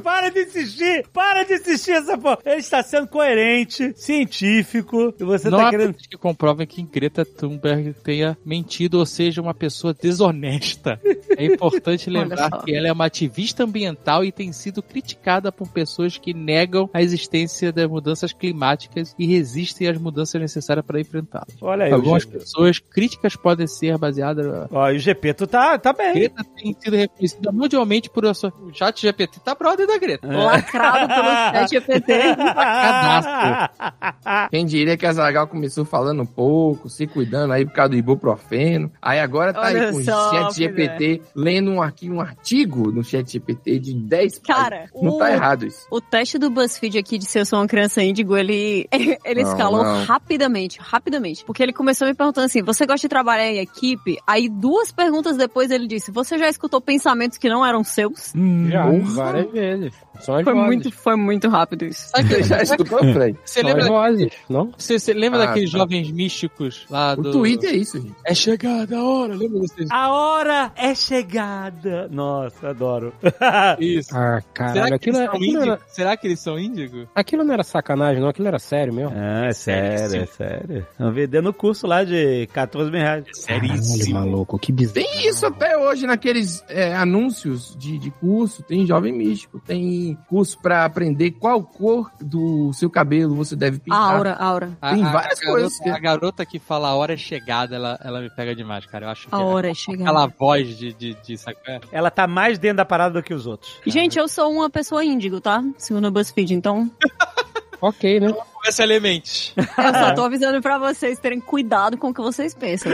Para de insistir! Para de insistir essa porra! Ele está sendo coerente, científico, e você
não
tá
há
querendo.
provas que comprovem que Greta Thunberg tenha mentido ou seja uma pessoa desonesta. É importante
Olha
lembrar
só.
que ela é uma ativista ambiental e tem sido criticada por pessoas que negam a existência das mudanças climáticas e resistem às mudanças necessárias para enfrentá-las.
Olha aí,
É
o
Algumas
GP.
pessoas críticas podem ser baseadas
Ó, e o GP, tu tá, tá bem.
Greta tem sido reconhecida mundialmente por sua. O chat GPT tá brother da Greta.
É.
É.
Lacrado pelo chat GPT.
um
Quem diria que a Zagal começou falando um pouco, se cuidando aí por causa do ibuprofeno. Aí agora tá
Olha
aí com o
só,
chat GPT lendo um, aqui, um artigo no chat GPT de 10
Cara,
páginas. Não tá
o-
errado isso.
O teste do BuzzFeed aqui de se eu sou uma criança índigo, ele, ele
Não,
escalou
não.
rapidamente, rapidamente. Porque ele começou me perguntando assim, você gosta de trabalhar em equipe? Aí duas perguntas depois ele disse, você já escutou pensamentos que não eram seus?
Já,
Porra.
várias vezes. São as
Foi
vozes.
muito, foi muito rápido isso.
Sabe
Você já escutou, Fred?
Você
São as
lembra,
vozes, não?
você, você lembra
Ah,
daqueles
tá.
jovens místicos lá do.
O Twitter é isso, gente.
É chegada a hora, lembra vocês?
A hora é chegada. Nossa, adoro.
Isso.
Ah,
Será
caralho.
que,
Aquilo,
eles são
aquilo,
índigo?
era,
Será que eles são índigo?
aquilo não era sacanagem, não. Aquilo era sério mesmo.
Ah, é sério, é sério. Estão vendendo o curso lá de 14 mil reais.
Caralho, maluco. Que bizarro.
Tem isso até hoje naqueles é, anúncios de, de curso. Tem jovem místico, tem curso pra aprender qual cor do seu cabelo você deve pintar.
Aura, aura.
A,
Tem
a- a
várias
garota-
coisas que-
A garota que fala a hora é chegada, ela, ela me pega demais, cara. Eu acho que
A
é
hora é chegada.
aquela voz de, de, de é. saca-
Ela tá mais dentro da parada do que os outros.
Gente, eu sou uma pessoa índigo, tá? Segundo o BuzzFeed, então
Ok, né?
Começa a elemente.
eu só tô avisando pra vocês terem cuidado com o que vocês pensam.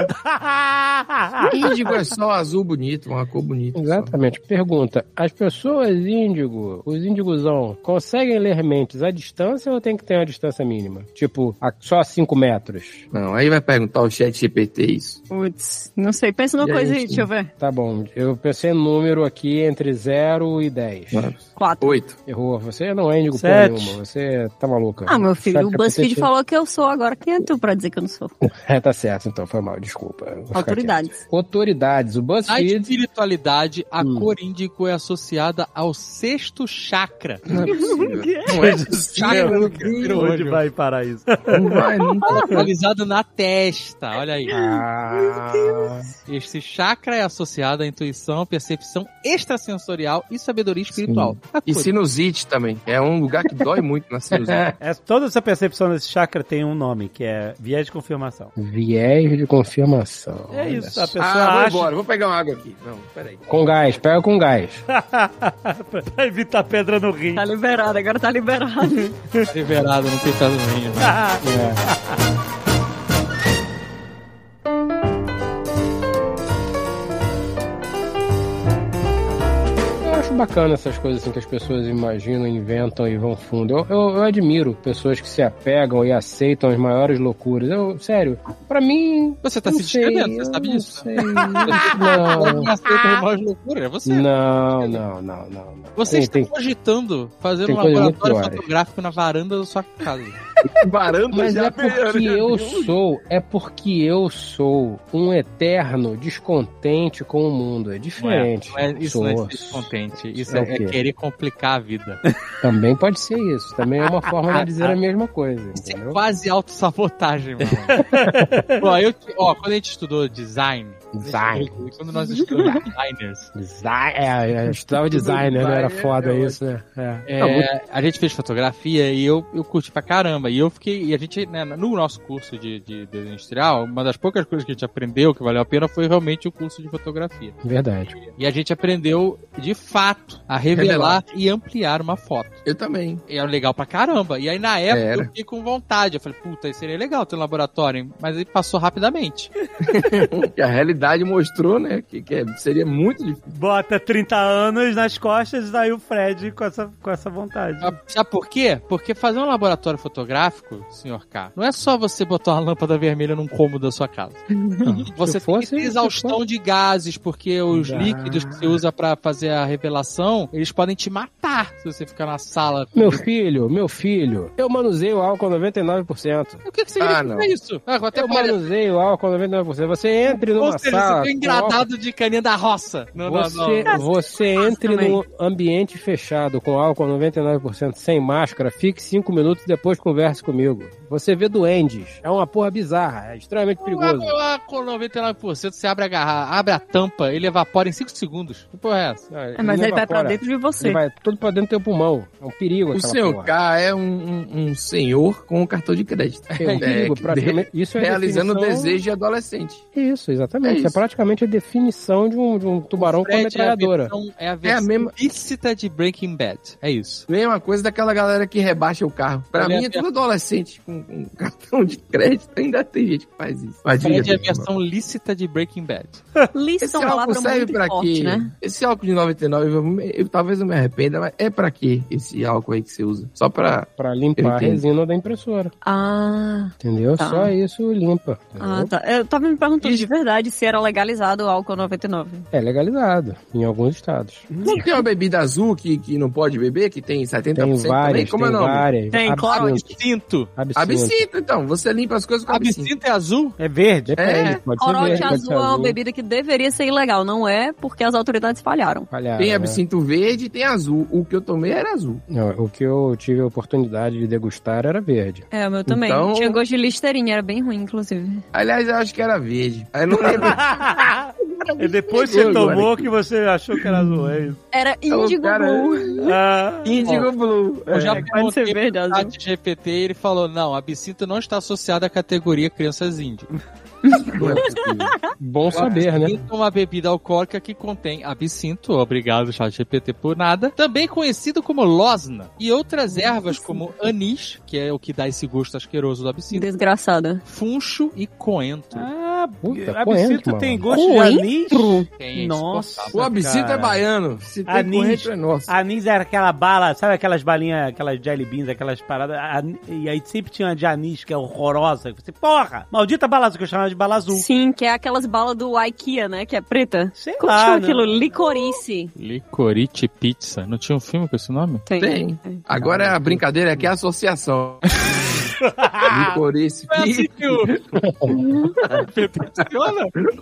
Índigo é só azul bonito, uma cor bonita. só.
Exatamente. Pergunta: as pessoas índigo, os índigozão, conseguem ler mentes à distância ou tem que ter uma distância mínima? Tipo, a- só 5 metros?
Não, aí vai perguntar o chat GPT isso.
Putz, não sei, pensa numa
E aí,
coisa aí,
gente?
deixa eu ver.
Tá bom, eu pensei em número aqui entre 0 e 10.
Quatro.
Oito.
Errou, você não é índigo porra
Sete.
nenhuma, você tá maluca.
Ah, meu filho,
Sabe
o
que
BuzzFeed
aconteceu?
falou que eu sou agora. Quem é tu pra dizer que eu não sou?
É, tá certo, então, foi mal, desculpa. Vou ficar
Autoridades.
quieto. Autoridades, o
Na
BuzzFeed.
espiritualidade, a
Hum.
cor índico é associada ao sexto chakra.
Não é possível.
Não é possível.
Virou
Onde
olho.
vai parar isso?
Não vai nunca.
Localizado na testa, olha aí.
Ah,
Este chakra é associado à intuição, percepção extrasensorial e sabedoria espiritual. A
E
cor-
sinusite também. É um lugar que dói muito na sinusite.
É, toda essa percepção desse chakra tem um nome, que é viés de confirmação.
viés de confirmação.
É isso, a
Olha só.
pessoa
Ah, vou
acha...
embora. Vou pegar uma água aqui. Não, peraí.
Com gás, pega com gás.
pra pra evitar pedra no rim.
Tá liberado, agora tá liberado.
Tá liberado, não tem caso nenhum.
Tá
É. Eu acho bacana essas coisas assim que as pessoas imaginam, inventam e vão fundo. Eu, eu, eu admiro pessoas que se apegam e aceitam as maiores loucuras. Eu, sério, pra mim.
Você tá
não
se
sei,
descrevendo,
eu
você sabe
não
disso?
sei.
Não.
Não,
Não aceita mais loucura, é você.
não, não, não, não. não.
Você
Hum, Tem-
está
tem-
cogitando fazer
tem
um
coisas muito
laboratório
piores.
fotográfico na varanda da sua casa.
Varanda
Mas
já né?
é porque eu sou, é porque eu sou um eterno descontente com o mundo. É diferente.
Não é, isso
sou.
não é ser contente. Isso
É
é,
o quê?
é querer complicar a vida.
Também pode ser isso. Também é uma forma de dizer a mesma coisa,
Isso é
entendeu?
quase autossabotagem, mano. Ó, eu, ó, quando a gente estudou design,
Design.
Quando nós estudamos designers,
Design. É, eu estudava design, né? Não era foda isso, né? É.
é, a gente fez fotografia e eu, eu curti pra caramba. E eu fiquei. E a gente, né, no nosso curso de, de desenho industrial, uma das poucas coisas que a gente aprendeu que valeu a pena foi realmente o curso de fotografia.
Verdade.
E a gente aprendeu, de fato, a revelar e ampliar uma foto.
Eu também.
E era legal pra caramba. E aí, na época,
Era.
eu fiquei com vontade. Eu falei, puta, isso seria legal ter um laboratório, hein? Mas aí passou rapidamente.
Que a realidade mostrou, né? Que, que é- seria muito difícil.
Bota 30 anos nas costas, daí o Fred com essa, com essa vontade.
Sabe- Sabe por quê? Porque fazer um laboratório fotográfico, senhor K, não é só você botar uma lâmpada vermelha num cômodo da sua casa. Você
Se
tem
fosse,
que ter
se
exaustão de gases, porque os
Ah.
líquidos que você usa pra fazer a revelação, eles podem te matar se você ficar na sala.
Meu filho, meu filho, eu manuseio álcool 99%.
O que, que
Ah,
significa
não.
isso? Ah, até
Eu
parece-
manuseio álcool 99%. Você entre numa
Ou seja,
sala...
você tem
com
engradado de caninha da roça. é
álcool-
Não, não,
Você,
não.
você entre num ambiente fechado com álcool 99% sem máscara, fique 5 minutos e depois converse comigo. Você vê duendes. É uma porra bizarra, é extremamente perigoso.
O álcool 99% você abre a garra, abre a tampa, ele evapora em 5 segundos. Que porra é essa?
Ah,
É, mas ele vai pra dentro de você.
Ele vai tudo pra dentro do teu pulmão. É um perigo
O
aquela
senhor
porra.
K é um, um- um senhor com um cartão de crédito.
É um perigo,
que
praticamente. Isso é a
realizando o
definição-
desejo de adolescente.
Isso,
É
exatamente. Isso. É
isso.
praticamente a definição de um, de um tubarão com
Fred
uma metralhadora.
É a versão, é a
É a
versão
mesma,
lícita de Breaking Bad. É isso.
mesma coisa daquela galera que rebaixa o carro. Pra
Olha
mim é
a
tudo adolescente com, com cartão de crédito. Ainda tem gente que faz isso. Mas diga,
Fred é a
Daniel.
versão lícita de Breaking Bad.
Lice
Esse
é uma
álcool
palavra
serve
muito
pra
forte,
quê?
né?
Esse álcool de 99, eu, eu talvez eu me arrependa, mas é pra quê esse álcool aí que você usa? Só pra.
Pra limpar a
Ele tem.
resina da impressora.
Ah,
Entendeu?
Tá.
Só isso limpa.
ah,
entendeu?
tá. Eu tava me perguntando de verdade se era legalizado o álcool 99.
É legalizado em alguns estados.
Não tem uma bebida azul que, que não pode beber, que tem 70%
Tem
também?
várias,
Como é o
tem
nome?
várias.
Tem, claro.
absinto,
Absinto.
absinto.
Absinto, então. Você limpa as coisas com absinto.
Absinto é azul?
É verde?
Depende, pode ser
Corote
verde, pode ser
azul é uma
azul.
bebida que deveria ser ilegal, não é? Porque as autoridades falharam.
Palhaço,
Tem
né?
absinto verde e tem azul. O que eu tomei era azul.
Não, o que eu tive a oportunidade de degustar era verde.
É, o meu também.
Então-
Tinha gosto de listeirinha, era bem ruim, inclusive.
Aliás, eu acho que era verde. Aí eu não lembro.
É depois que você
Agora
tomou
aqui.
que você achou que era azul, é isso.
Era
o
índigo
cara- é
blue.
Hum.
Ah,
Índigo Blue. É.
Eu já
Pode ser
perguntei
verde,
pro
azul.
chat GPT e ele falou, não, absinto não está associado à categoria crianças índias.
Não é possível.
Bom saber, né?
Absinto é uma bebida alcoólica que contém absinto, obrigado chat GPT por nada, também conhecido como losna, e outras ervas como anis, que é o que dá esse gosto asqueroso do absinto,
Desgraçada.
funcho e coentro.
ah
Puta,
absinto
coentro,
tem
mano.
gosto de anis?
Ah,
Tem, é
Nossa.
insuportável.
O absinto
Cara.
é baiano. Se tem
Anis.
corrente, é nosso.
Anis era aquela bala, sabe aquelas balinhas, aquelas jelly beans, aquelas paradas. an- E aí sempre tinha uma de anis que é horrorosa. que Você, porra, maldita bala azul, que eu chamava de bala azul.
Sim, que é aquelas balas do IKEA, né? Que é preta.
Sei
Como
lá.
chama
né?
aquilo? Licorice.
Licorice Pizza. Não tinha um filme com esse nome?
Tem. É
Tem. Agora a brincadeira aqui é a associação. Licorice.
é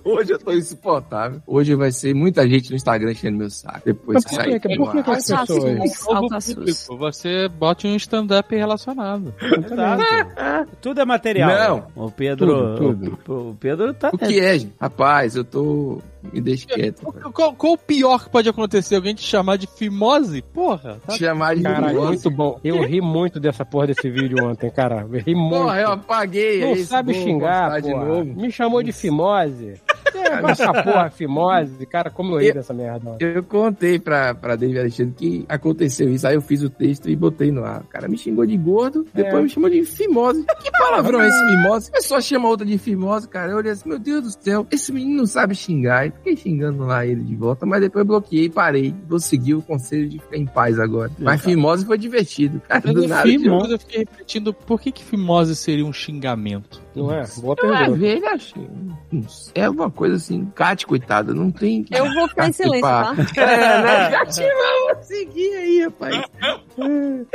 Hoje eu tô insuportável. Hoje vai ser muita gente no Instagram enchendo meu saco. Depois
Mas
que
por
sair.
que- por que que as
Alcaçuz.
pessoas...
Alcaçuz.
Você bote um stand-up relacionado.
Exato. Tudo é material. Não. O Pedro.
Tudo,
O, o Pedro tá.
O que é, gente? Rapaz, eu tô. Me deixa quieto. cara.
Qual, qual o pior que pode acontecer? Alguém te chamar de fimose? Porra. tá-
Te Chamar de
Caralho,
limose.
muito bom. Eu ri muito dessa porra desse vídeo ontem, cara. Eu ri muito.
Porra, eu apaguei.
não
é isso,
sabe
vou postar
xingar,
de
porra.
novo.
Me chamou de fimose. É, com essa porra, fimose. Cara, como eu ri dessa merda.
Eu contei pra, pra David Alexandre que aconteceu isso. Aí eu fiz o texto e botei no ar. O cara me xingou de gordo, depois me chamou de fimose. Que palavrão é esse fimose? A pessoa chama outra de fimose, cara. Eu olhei assim, meu Deus do céu, esse menino não sabe xingar. E fiquei xingando lá ele de volta, mas depois eu bloqueei e parei. Vou seguir o conselho de ficar em paz agora. Mas fimose foi divertido. Cara,
Mas
do
eu,
nada.
fimo, um eu fiquei refletindo por que, que fimose seria um xingamento.
Não é? Boa
Uma
pergunta.
vez, achei. É alguma coisa assim. Cate, coitada, não tem.
É
Né?
Eu vou ficar em silêncio, tá?
É, né? Já te vamos seguir aí, rapaz.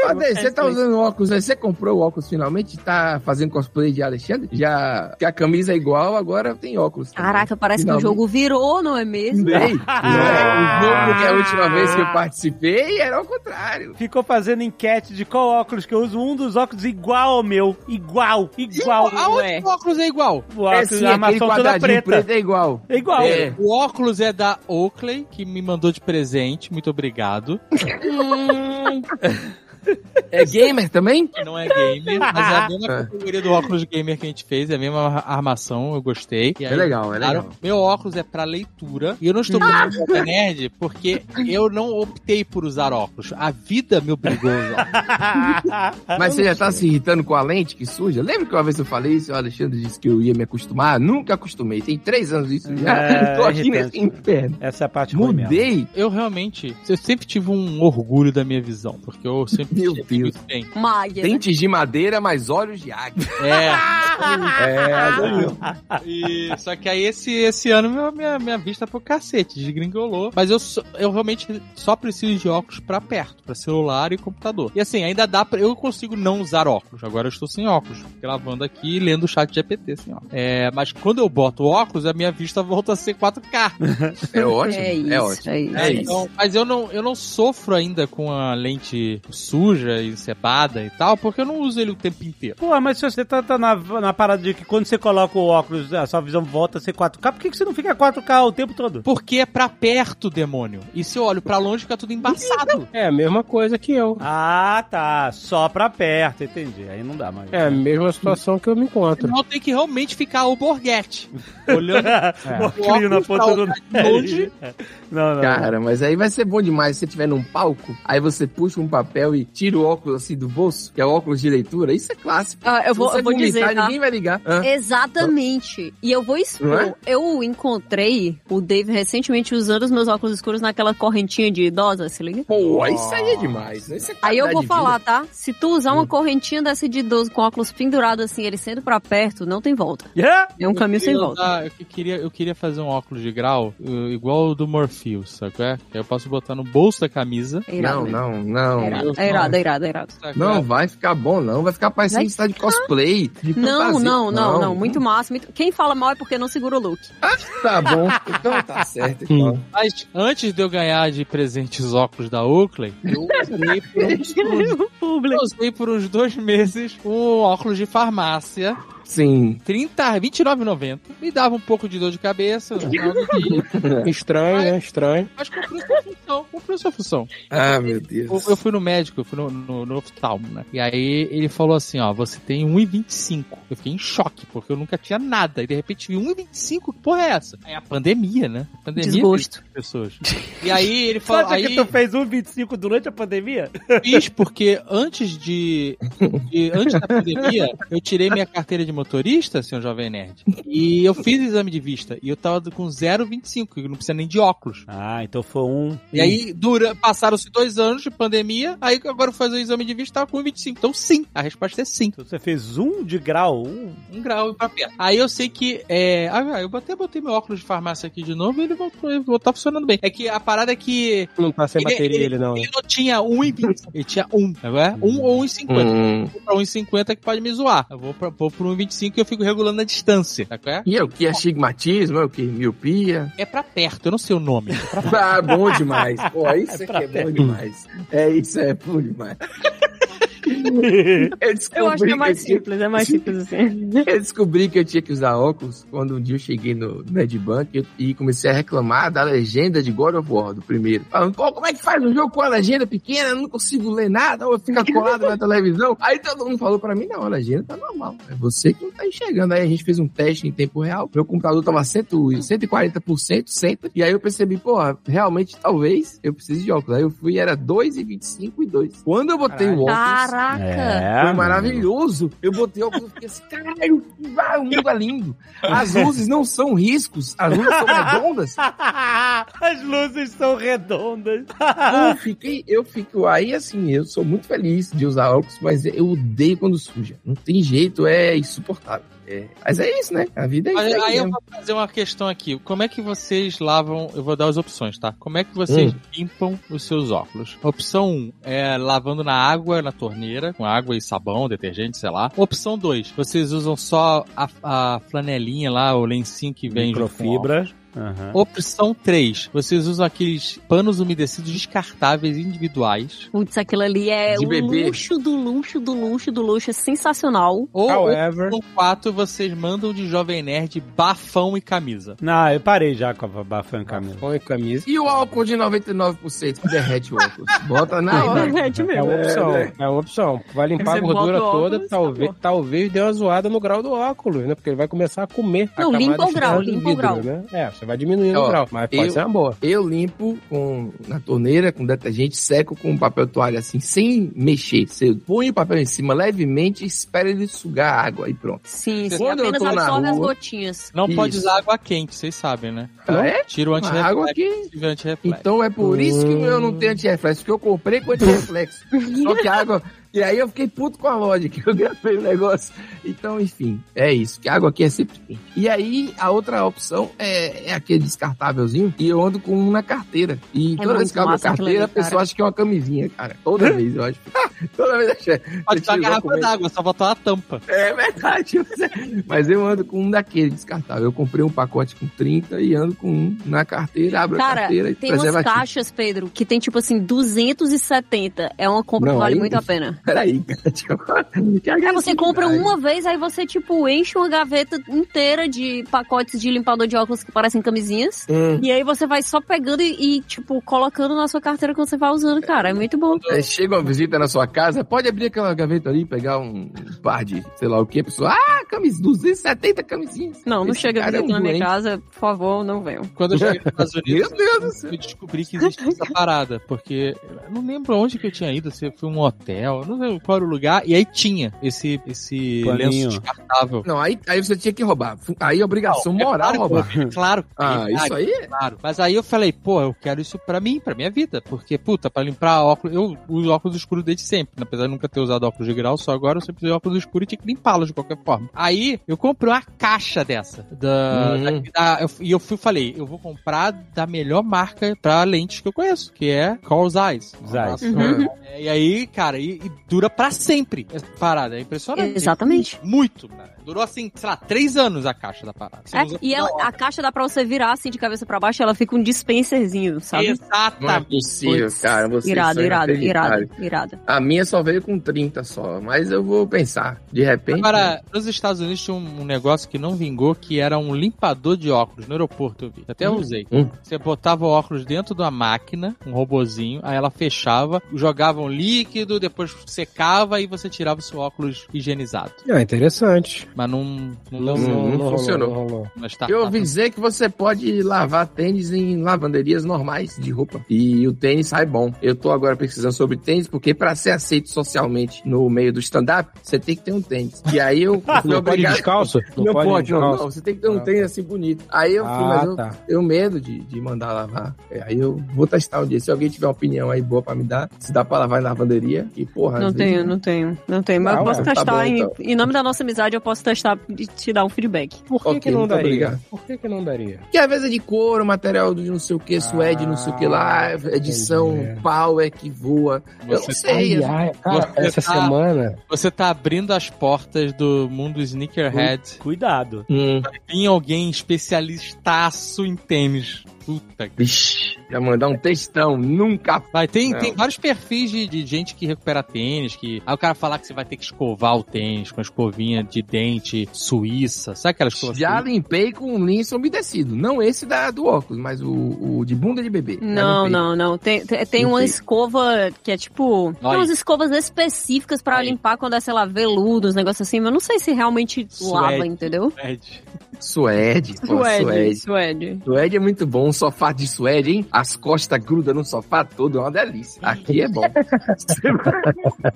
Ade, você tá usando óculos aí, você comprou o óculos finalmente? Tá fazendo cosplay de Alexandre? Já que a camisa é igual, agora tem óculos. também.
Caraca, parece que o
Então, Finalmente.
jogo virou, não é mesmo?
Ei, não é, o jogo que a última vez que eu participei era ao contrário.
Ficou fazendo enquete de qual óculos que eu uso. Um dos óculos igual ao meu. Igual, igual.
Aonde
Ué.
o óculos é igual?
O óculos,
sim,
a
aquele
armação toda
quadradinho
preta.
preto é igual.
É igual.
É.
O óculos é da Oakley, que me mandou de presente, muito obrigado.
É gamer também?
Não é gamer, mas é a mesma categoria do óculos gamer que a gente fez, é a mesma ar- armação, eu gostei. E
É
aí,
legal, é legal.
claro, meu óculos é pra leitura e eu não estou usando Jovem Nerd porque eu não optei por usar óculos. A vida me obrigou a usar. óculos.
Mas você já tá se irritando com a lente que suja? Lembra que uma vez eu falei isso e o Alexandre disse que eu ia me acostumar? Nunca acostumei. Tem três anos isso já.
É,
Tô aqui
irritante.
nesse inferno.
Essa é a parte ruim mesmo.
Mudei?
Eu realmente, eu sempre tive um orgulho da minha visão, porque eu sempre
Meu
enxerguei
Deus.
muito bem.
Maia.
Dentes de madeira, mas olhos de águia.
É,
É,
e- só que aí esse, esse ano minha, minha, minha vista é pro cacete, desgringolou. Mas eu, só- eu realmente só preciso de óculos pra perto, pra celular e computador. E assim, ainda dá pra. Eu consigo não usar óculos. Agora eu estou sem óculos, gravando aqui e lendo o chat GPT sem óculos. É, mas quando eu boto óculos, a minha vista volta a ser 4K.
é ótimo,
É
é,
isso,
ótimo.
é isso.
É isso.
Então, mas eu não, eu não sofro ainda com a lente suja e cepada e tal, porque eu não uso ele o tempo inteiro.
Pô, mas se você tá, tá na, na parada de que quando você coloca o óculos, a sua visão volta a ser 4K, por que, que você não fica 4K o tempo todo?
Porque é pra perto, demônio. E se eu olho pra longe, fica tudo embaçado.
É a mesma coisa que eu.
Ah, tá. Só pra perto, entendi. Aí não dá mais.
É a mesma situação que eu me encontro.
É
Então tem que realmente ficar o borguete. Olhando
O óculos na ponta do
É,
nariz. Não, não.
Cara, mas aí vai ser bom demais se você estiver num palco, aí você puxa um papel e tira o óculos assim do bolso, que é o óculos de leitura. Isso é clássico.
Ah, eu
Se
vou,
você
eu vou dizer, tá?
ninguém vai ligar. Hã?
Exatamente. E eu vou
Não
expor.
é?
Eu encontrei o Dave recentemente usando os meus óculos escuros naquela correntinha de idosa, se liga?
Pô, isso aí é demais. né? Isso é
Aí eu vou
qualidade de
falar,
vida.
tá? Se tu usar
Hum.
uma correntinha dessa de idoso com óculos pendurado assim, ele sendo pra perto, não tem volta.
Hã?
É um caminho sem
eu,
volta.
ah, eu que- queria, eu queria fazer um óculos de grau uh, igual o do Morpheus, sabe? qual é? Eu posso botar no bolso da camisa.
É irado,
Não,
mesmo.
não, não. Não,
É irado, é irado, é irado, é irado.
sabe qual é?
Não vai ficar bom, não. Vai ficar parecendo
Vai
que você tá de cosplay. de
Não,
fantasia.
não, não, não. Muito massa. muito- Quem fala mal é porque não segura o look.
Tá bom. Então tá certo. Então.
Mas antes de eu ganhar de presente os óculos da Oakley, eu usei por uns, eu usei por uns dois meses um óculos de farmácia,
Sim.
30, R$ 29,90. Me dava um pouco de dor de cabeça, não dava de ir,
Estranho, né? Estranho.
mas cumpriu sua função. Cumpriu sua função.
Ah, meu
Eu,
Deus.
eu fui no médico, eu fui no, no, no oftalmo, né? E aí ele falou assim, ó, você tem 1,25. Eu fiquei em choque, porque eu nunca tinha nada. E de repente vi 1,25, que porra é essa? É a pandemia, né? A pandemia
Desgosto.
fez pessoas. E aí ele
Você
falou...
acha
aí...
é que tu fez 1,25 durante a pandemia?
fiz porque antes de, de- antes da pandemia, eu tirei minha carteira de motorista, senhor jovem nerd. E eu fiz exame de vista e eu tava com 0,25, que não precisa nem de óculos.
Ah, então foi um.
E aí dura, passaram-se dois anos de pandemia, aí que agora eu fazer o exame de vista tava com 25. Então sim, a resposta é sim.
Então você fez um de grau, um.
Um grau e pra perto. Aí eu sei que. É, ah, eu até botei meu óculos de farmácia aqui de novo e ele voltou, ele voltou tá funcionando bem. É que a parada é que
Não tá sem
Ele-
é
bateria
ele-
ele, não. né?
ele não tinha 1,25, ele tinha 1, agora 1 ou 1,50.
Hum.
vou pra 1,50 que pode me zoar. Eu vou, pra, vou pro 1,25 e eu fico regulando a distância, tá qual é?
E é o que? Astigmatismo? É o que? Miopia?
É pra perto, eu não sei o nome.
Ah, bom demais. Pô, isso é que é bom demais. É, isso é bom demais. Eu descobri,
Eu acho que é mais
eu tinha-
simples, é mais simples assim.
eu descobri que eu tinha que usar óculos quando um dia eu cheguei no Medbank e e comecei a reclamar da legenda de God of War, do primeiro. Falando, pô, como é que faz um jogo com a legenda pequena? Eu não consigo ler nada, ou fica colado na televisão. Aí todo mundo falou pra mim, não, a legenda tá normal. É você que não tá enxergando. Aí a gente fez um teste em tempo real. Meu computador tava 100, 140%, 100. E aí eu percebi, pô, realmente, talvez, eu precise de óculos. Aí eu fui, era 2,25 e 2. Quando eu botei o óculos...
Caraca!
É.
Foi maravilhoso. Eu botei óculos e fiquei assim, caralho, que vai, o mundo é lindo. As luzes não são riscos, as luzes são redondas.
As luzes são redondas.
Eu fiquei, eu fico aí assim, eu sou muito feliz de usar óculos, mas eu odeio quando suja. Não tem jeito, é insuportável. É. Mas é isso, né? A vida é isso.
Aí,
aí
aí eu
mesmo.
vou fazer uma questão aqui. Como é que vocês lavam? Eu vou dar as opções, tá? Como é que vocês limpam os seus óculos? Opção 1 é lavando na água, na torneira, com água e sabão, detergente, sei lá. Opção 2, vocês usam só a, a flanelinha lá, o lencinho que vem junto com o óculos.
Microfibra. Aham.
Opção 3, vocês usam aqueles panos umedecidos descartáveis individuais.
Putz, aquilo ali é
De
o
bebê.
luxo do luxo do luxo do luxo. É sensacional.
Ou
However.
opção 4, vocês mandam de jovem nerd bafão e camisa.
Não, eu parei já com a Bafan Camila.
Põe camisa.
E o álcool de 99% que derrete o óculos? Bota na hora.
né?
É uma opção, é, uma opção. Vai limpar
Você
a gordura
bota o
toda,
óculos,
talvez,
acabou.
talvez dê uma zoada no grau do óculos, né? Porque ele vai começar a comer. a
Não,
camada
limpa o
externa
grau,
do
limpa o grau.
Né? É, você vai diminuindo
Ó,
o grau, mas pode
eu-
ser uma boa.
Eu limpo com, na torneira, com detergente, seco com papel toalha, assim, sem mexer. Você põe o papel em cima levemente e espera ele sugar a água e pronto.
Sim, sim.
Quando eu
Apenas
tô na
absorve as
rua-
gotinhas.
Não pode
Isso.
usar água quente, vocês sabem, né?
Ah, é?
Tira o
A água
antirreflexo.
aqui.
Tira o antirreflexo.
Então é por isso que eu não tenho antirreflexo, porque eu comprei com antirreflexo. Só que a água. E aí eu fiquei puto com a loja que eu gravei o negócio. Então, enfim, é isso. Que a água aqui é sempre quente. E aí, a outra opção é, é aquele descartávelzinho. E eu ando com um na carteira. E toda vez
muito
que eu abro a
É massa aquilo
carteira, a
ali, cara.
pessoa acha que é uma camisinha, cara. Toda vez, eu acho. toda vez acha. você
Pode usar
tira
a
o
garrafa
documento.
d'água, só botar uma tampa.
É verdade. mas é- Mas eu ando com um daquele descartável. Eu comprei um pacote com 30 e ando com um na carteira, abro a
Cara,
carteira e
tem umas
preservativo.
caixas, Pedro, que tem tipo assim, 270. É uma compra
Não,
que vale
aí- é
muito a pena.
Peraí, cara. tinha uma- tinha
Aí você compra
agressividade.
uma vez, aí você, tipo, enche uma gaveta inteira de pacotes de limpador de óculos que parecem camisinhas.
Hum.
E aí você vai só pegando e, e, tipo, colocando na sua carteira quando você vai usando, cara. É muito bom.
É, chega uma visita na sua casa, pode abrir aquela gaveta ali, pegar um par de sei lá o que, pessoa, ah, camis, 270 camisinhas.
Não, não
Esse
chega a
cara é um
visita na minha
doente.
casa, por favor, não venham.
Quando eu cheguei nos Estados Unidos,
Meu Deus do céu.
eu descobri que existia essa parada. Porque eu não lembro onde que eu tinha ido, se foi um hotel, eu não lembro qual era o lugar. E aí tinha esse, esse
Paninho.
lenço descartável.
Não, aí, aí você tinha que roubar. Aí é obrigação
É
moral
claro,
roubar.
que eu- claro. que-
Ah, isso aí é.
Claro. Mas aí eu falei, pô, eu quero isso pra mim, pra minha vida. Porque, puta, pra limpar óculos. Eu uso óculos escuros desde sempre. né? Apesar de nunca ter usado óculos de grau, só agora eu sempre usei óculos escuros e tinha que limpá-los de qualquer forma. Aí eu comprei uma caixa dessa. Da,
Hum.
da- da- eu- e eu fui, falei, eu vou comprar da melhor marca pra lentes que eu conheço, que é Carl Zeiss.
Zeiss.
Uhum.
É, E aí, cara, e, e dura pra sempre essa parada. É impressionante.
Exatamente.
Muito, cara. Durou assim, sei lá, três anos a caixa da parada. Você
É,
usa
e ela-
toda hora.
a caixa dá pra você virar assim de cabeça pra baixo, ela fica um dispenserzinho, sabe?
Não é
Exatamente.
possível, cara. é Vocês
irado,
são
irado, irado,
inacreditáveis.
irado.
A minha só veio com 30 só, mas eu vou pensar. De repente.
Agora, nos Estados Unidos tinha um um negócio que não vingou, que era um limpador de óculos no aeroporto, eu vi. Até eu usei.
Hum.
Você botava o óculos dentro de uma máquina, um robozinho, aí ela fechava, jogava um líquido, depois secava e você tirava o seu óculos higienizado.
É interessante.
Mas não, não,
Não, não, não rolou,
Uhum, funcionou.
não rolou.
não
Tá,
está.
Eu ouvi dizer que você pode lavar tênis em lavanderias normais de roupa. E o tênis sai bom. Eu tô agora pesquisando sobre tênis, porque pra ser aceito socialmente no meio do stand-up, você tem que ter um tênis. E aí eu fui
Não pode ir
obrigado.
descalço?
Não, pode, não, não.
descalço?
Você tem que ter um
Ah.
tênis assim bonito. Aí eu fui, mas
Ah,
eu
tá.
tenho medo de, de mandar lavar. É, aí eu vou testar um dia. Se alguém tiver uma opinião aí boa pra me dar, se dá pra lavar em lavanderia, que porra.
Não
às vezes-
tenho, né? não tenho, não tenho. Mas
Ah,
eu posso
ué, é. tá
testar,
bom,
em,
então.
em nome da nossa amizade, eu posso testar e te dar um feedback.
Por que,
Ok,
que não
muito
daria?
obrigado.
Por que, que não daria?
Que às vezes é de couro, material de não sei o que, suede, não sei o que lá,
Ah,
edição
entendi.
power que voa. Eu não
Você-
Ai,
sei.
ai, cara,
Você
essa
tá-
semana.
Você tá abrindo as portas do mundo sneakerhead.
Cuidado.
Hum,
Tem alguém especialistaço em tênis. Puta que
Vixe, ia mandar um textão, nunca.
Vai, tem,
Não.
tem vários perfis de, de gente que recupera tênis, que. Aí o cara falar que você vai ter que escovar o tênis com a escovinha de dente suíça. Sabe aquela escova
Já
suíça?
limpei com um lenço umedecido. Não esse da, do óculos, mas o, o de bunda de bebê. Já
Não,
limpei.
não, não. Tem, tem, tem uma
Limpei.
escova que é tipo. Tem
Aí.
umas escovas específicas pra
Aí.
limpar quando é, sei lá, veludo, uns negócios assim, mas eu não sei se realmente
Suede.
lava, entendeu?
Suede.
Suede, pô, suede.
suede.
Suede é muito bom. um sofá de suede, hein? As costas grudam no sofá todo, é uma delícia. Aqui é bom.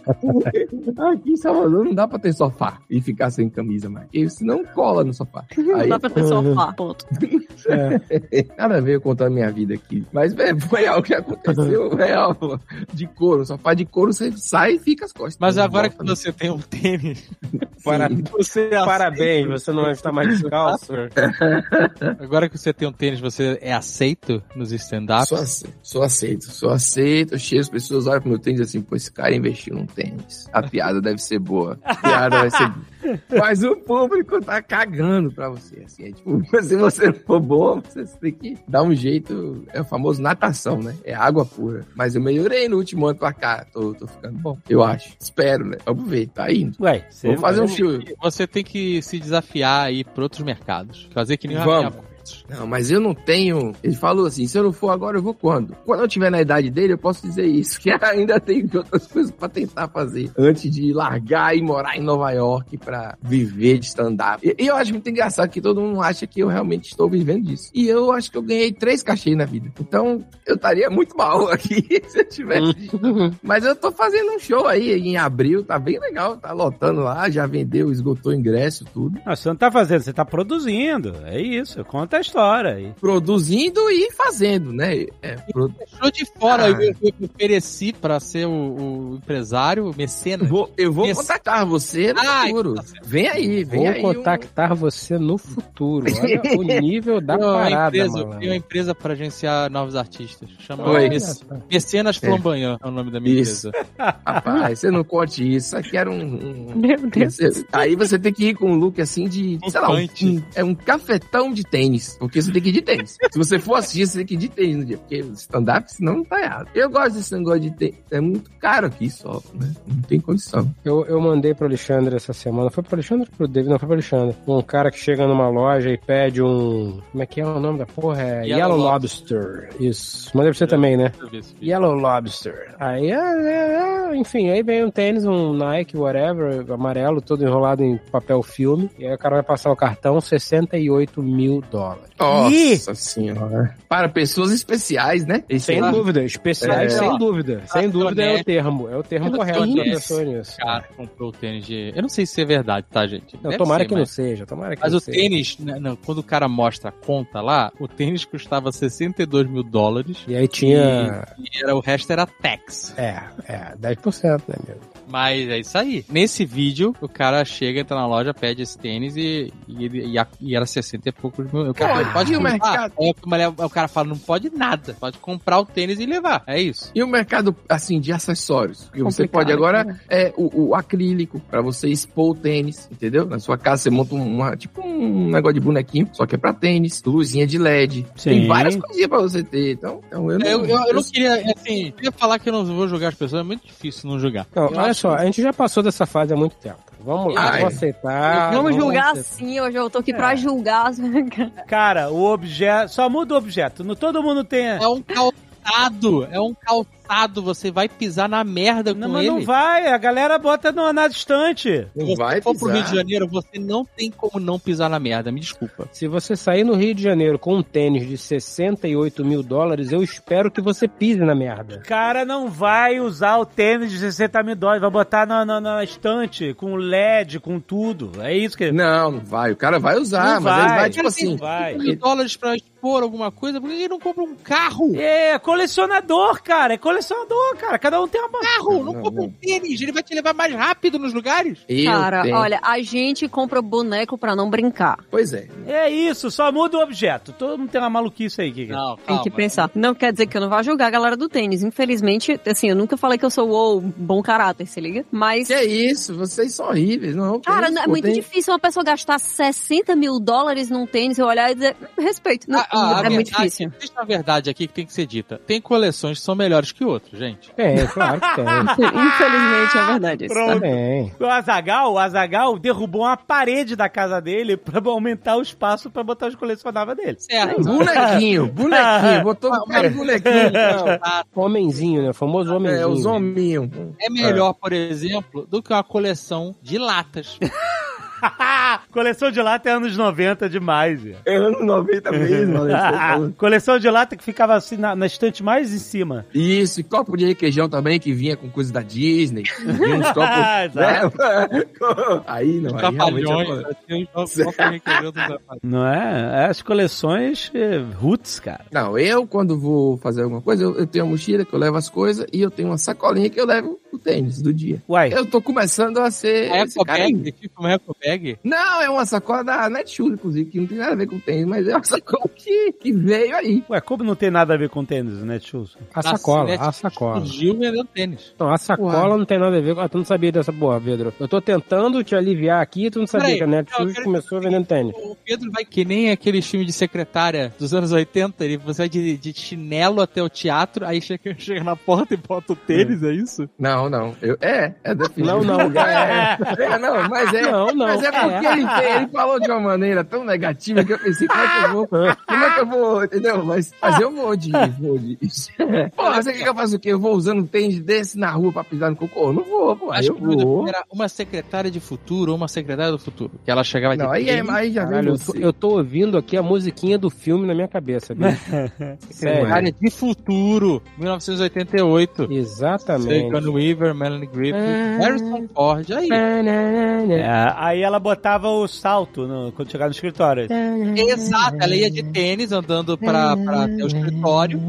Aqui em Salvador não dá pra ter sofá e ficar sem camisa mais. E senão cola no sofá.
Não
Aí,
dá pra ter sofá, ponto.
nada a ver eu contar a minha vida aqui. Mas é, foi algo que aconteceu, real. De couro. Sofá de couro, você sai e fica as costas.
Mas
Não
agora que
volta, né?
você tem um tênis,
Para-
Sim.
você
Parabéns, você não vai estar mais descalço.
Agora que você tem um tênis, você é aceito nos stand-ups?
Só aceito, só aceito, só aceito. Eu chego, as pessoas olham pro meu tênis e dizem assim, pô, esse cara investiu num tênis. A piada deve ser boa. A piada vai ser Mas o público tá cagando pra você. Assim, é tipo, se você não for bom, você tem que dar um jeito. É o famoso natação, né? É água pura. Mas eu melhorei no último ano pra cá. Tô, tô ficando bom, eu acho. Espero, né? Vamos ver, tá indo.
Ué, você
Vamos fazer um show.
Você tem que se desafiar e ir pra outros mercados. Fazer que nem o
Vamos.
Rafael Cortes.
Não, mas eu não tenho. Ele falou assim: se eu não for agora, eu vou quando? Quando eu tiver na idade dele, eu posso dizer isso. Que ainda tem outras coisas pra tentar fazer antes de largar e morar em Nova York pra viver de stand-up. E, e eu acho muito engraçado que todo mundo acha que eu realmente estou vivendo disso. E eu acho que eu ganhei três cachês na vida. Então eu estaria muito mal aqui se eu tivesse. Mas eu tô fazendo um show aí em abril, tá bem legal, tá lotando lá, já vendeu, esgotou ingresso, tudo.
Não, você não tá fazendo, você tá produzindo. É isso, conta a história aí.
Produzindo e fazendo, né? É, pro-
Deixou de fora,
Ah.
eu, eu me ofereci pra ser o, o empresário, o mecenas.
Vou- eu vou
Esse-
contactar você no
Ah,
futuro.
tá certo.
Vem aí, vem
Vou
aí. um-
contactar você no futuro. Olha o nível da
Tem uma
é
parada,
empresa,
mano.
tem uma empresa pra agenciar novos artistas. Chama
Oi.
Mec- Mecenas Flamboyant, é o nome da minha
Isso.
empresa.
Rapaz, você não conte isso. Isso aqui era um. um-
Meu Deus.
Você- aí você tem que ir com um look assim de,
Um
sei lá, um-
punch.
é um cafetão de tênis, porque você tem que ir de tênis. Se você for assistir, você tem que ir de tênis no dia, porque stand-up senão não tá errado. Eu gosto desse negócio de tênis, é muito caro aqui só, né? Não tem condição.
Eu, eu mandei pro Alexandre essa semana. Foi pro Alexandre ou pro David? Não, foi pro Alexandre. Um cara que chega numa loja e pede um. Como é que é o nome da porra? É Yellow,
Yellow
Lobster. Isso. Mandei pra você também, né? Yellow Lobster. Aí, é, é, é, enfim, aí vem um tênis, um Nike, whatever, amarelo, todo enrolado em papel filme. E aí o cara vai passar o cartão, 68 mil dólares.
Nossa
Ih!
senhora. Para pessoas especiais, né?
Sem dúvida, especiais,
É.
sem dúvida. Sem dúvida é o termo. É o termo
Cartão
correto da
honesto.
pessoa nisso.
cara comprou o tênis de. Eu não sei se é verdade, tá, gente?
Não,
Deve
tomara
ser,
que não
mas...
seja, tomara que
Mas
não
o
seja.
tênis, né, não, quando o cara mostra a conta lá, o tênis custava 62 mil dólares
E aí tinha.
e era, o resto era tax.
É, é, 10%, né, meu?
Mas é isso aí. Nesse vídeo, o cara chega, entra na loja, pede esse tênis e, e, ele- e, a- e era 60 e poucos mil. O cara
Pode,
falou, pode
e o
comprar.
mercado?
Aí a mulher- o cara fala, não pode nada. Pode comprar o tênis e levar. É isso.
E o mercado, assim, de acessórios. Porque você
Complicado,
pode agora
né?
é o, o acrílico pra você expor o tênis, entendeu? Na sua casa você monta um- uma, tipo um negócio de bonequinho, só que é pra tênis, luzinha de LED.
Sim.
Tem várias coisinhas pra você ter. Então, então eu não.
Eu, eu, eu não queria, assim, eu queria falar que eu não vou julgar as pessoas, é muito difícil não julgar.
Não,
Eu
Então, olha
acho
só, a gente já passou dessa fase há muito tempo. Vamos lá,
Ai.
vamos aceitar.
Vamos É. julgar
aceitar.
sim, hoje eu tô aqui pra julgar.
Cara, o objeto. Só muda o objeto. Não, todo mundo tem.
É um calçado, é um calçado, você vai pisar na merda
Não,
com
mas
ele.
não vai, a galera bota no, na distante.
Não
Se
vai
você for pro
pisar.
Rio de Janeiro, você não tem como não pisar na merda, me desculpa.
Se você sair no Rio de Janeiro com um tênis de 68 mil dólares, eu espero que você pise na merda.
O cara não vai usar o tênis de 60 mil dólares, vai botar na, na- na estante, com LED, com tudo. É isso que.
Não, não vai. O cara vai usar,
Não
mas ele
vai.
vai, tipo
Não
assim.
vai.
Mil dólares pra expor alguma coisa, por que ele não compra um carro?
É colecionador, cara. É colecionador, cara. Cada um tem uma.
Carro, não,
Não,
compra
não.
um tênis, ele vai te levar mais rápido nos lugares.
Eu
Cara,
tenho.
olha, a gente compra boneco pra não brincar.
Pois é.
É isso, só muda o objeto. Todo mundo tem uma maluquice aí, Kiki.
Não,
Tem que pensar. Não quer dizer que eu não vá julgar a galera do tênis. Infelizmente, assim, eu nunca falei que eu sou wow, bom caráter, se liga. Mas.
Que é isso? Vocês são horríveis. Não,
Cara,
que isso,
é
pô,
muito
tem-
difícil uma pessoa gastar 60 mil dólares num tênis e eu olhar e dizer, "Hum, respeito. Não,
Ah, ah, a
é muito
verdade-
difícil.
Existe uma verdade aqui que tem que ser dita. Tem coleções que são melhores que outras, gente.
É, claro que tem.
Infelizmente, é verdade. Isso, tá?
Também.
O Azagal, o Azagal derrubou uma parede da casa dele pra aumentar o espaço pra botar os colecionáveis dele.
Certo.
Bonequinho, bonequinho. Botou
Ah,
um bonequinho. Não.
Homenzinho, né? Famoso homenzinho.
É, os hominhos.
É melhor, por exemplo, do que uma coleção de latas.
Coleção de lata é anos 90 demais. velho.
É ano 90 mesmo, Alexandre.
Coleção de lata que ficava assim na, na estante mais em cima.
Isso, e copo de requeijão também, que vinha com coisa da Disney. Vinha uns copos. né? aí
Um
não, aí realmente. é
Trapalhões.
foda.
assim, só- só pra quem quer ver dos Trapalhões.
Não é? As coleções eh, roots, cara.
Não, eu quando vou fazer alguma coisa, eu, eu tenho uma mochila que eu levo as coisas e eu tenho uma sacolinha que eu levo o tênis do dia.
Uai,
Eu tô começando a ser.
É
esse cara aí.
Ecobag? Tipo uma Ecobag?
Não, é uma sacola da Netshoes, inclusive, que não tem nada a ver com tênis, mas é uma sacola que, que veio aí.
ué, como não tem nada a ver com tênis, né, Tchulso?
A sacola,
Silete
a sacola.
Surgiu vendendo tênis.
Não, a sacola não tem nada a ver com. Ah, tu não sabia dessa porra, Pedro. Eu tô tentando te aliviar aqui, tu não sabia
Peraí,
que a
não, eu
Netshoes
quero-
começou vendendo tênis.
O Pedro vai que nem aquele filme de secretária dos anos 80, ele você vai de, de chinelo até o teatro, aí chega, chega na porta e bota o tênis, é isso?
Não, não. Eu, é, é definido.
Não, não.
É, é, não, mas é.
Não, não.
Mas é porque ele, fez- ele falou de uma maneira tão negativa que eu pensei, como é que eu vou. Como é que eu vou. Entendeu? Mas, mas eu vou de. Vou de. Porra, você quer que eu faça o quê? Eu vou usando um tênis desse na rua pra pisar no cocô? Eu não vou, pô. Aí
Acho
eu
que o é Pedro
vou.
era uma secretária de futuro ou uma secretária do futuro. Que ela chegava e
Não, aí, é, aí já
Caralho,
veio
eu tô,
você.
eu tô ouvindo aqui a musiquinha do filme na minha cabeça, bicho. Sério.
secretária é, de futuro, 1988.
É
Exatamente.
Sagan Weaver, Melanie Griffith,
Ah.
Harrison Ford, aí.
É, aí ela botava o salto no- quando chegava no escritório.
É.
Exato, ela ia de tênis andando pra, pra até o escritório.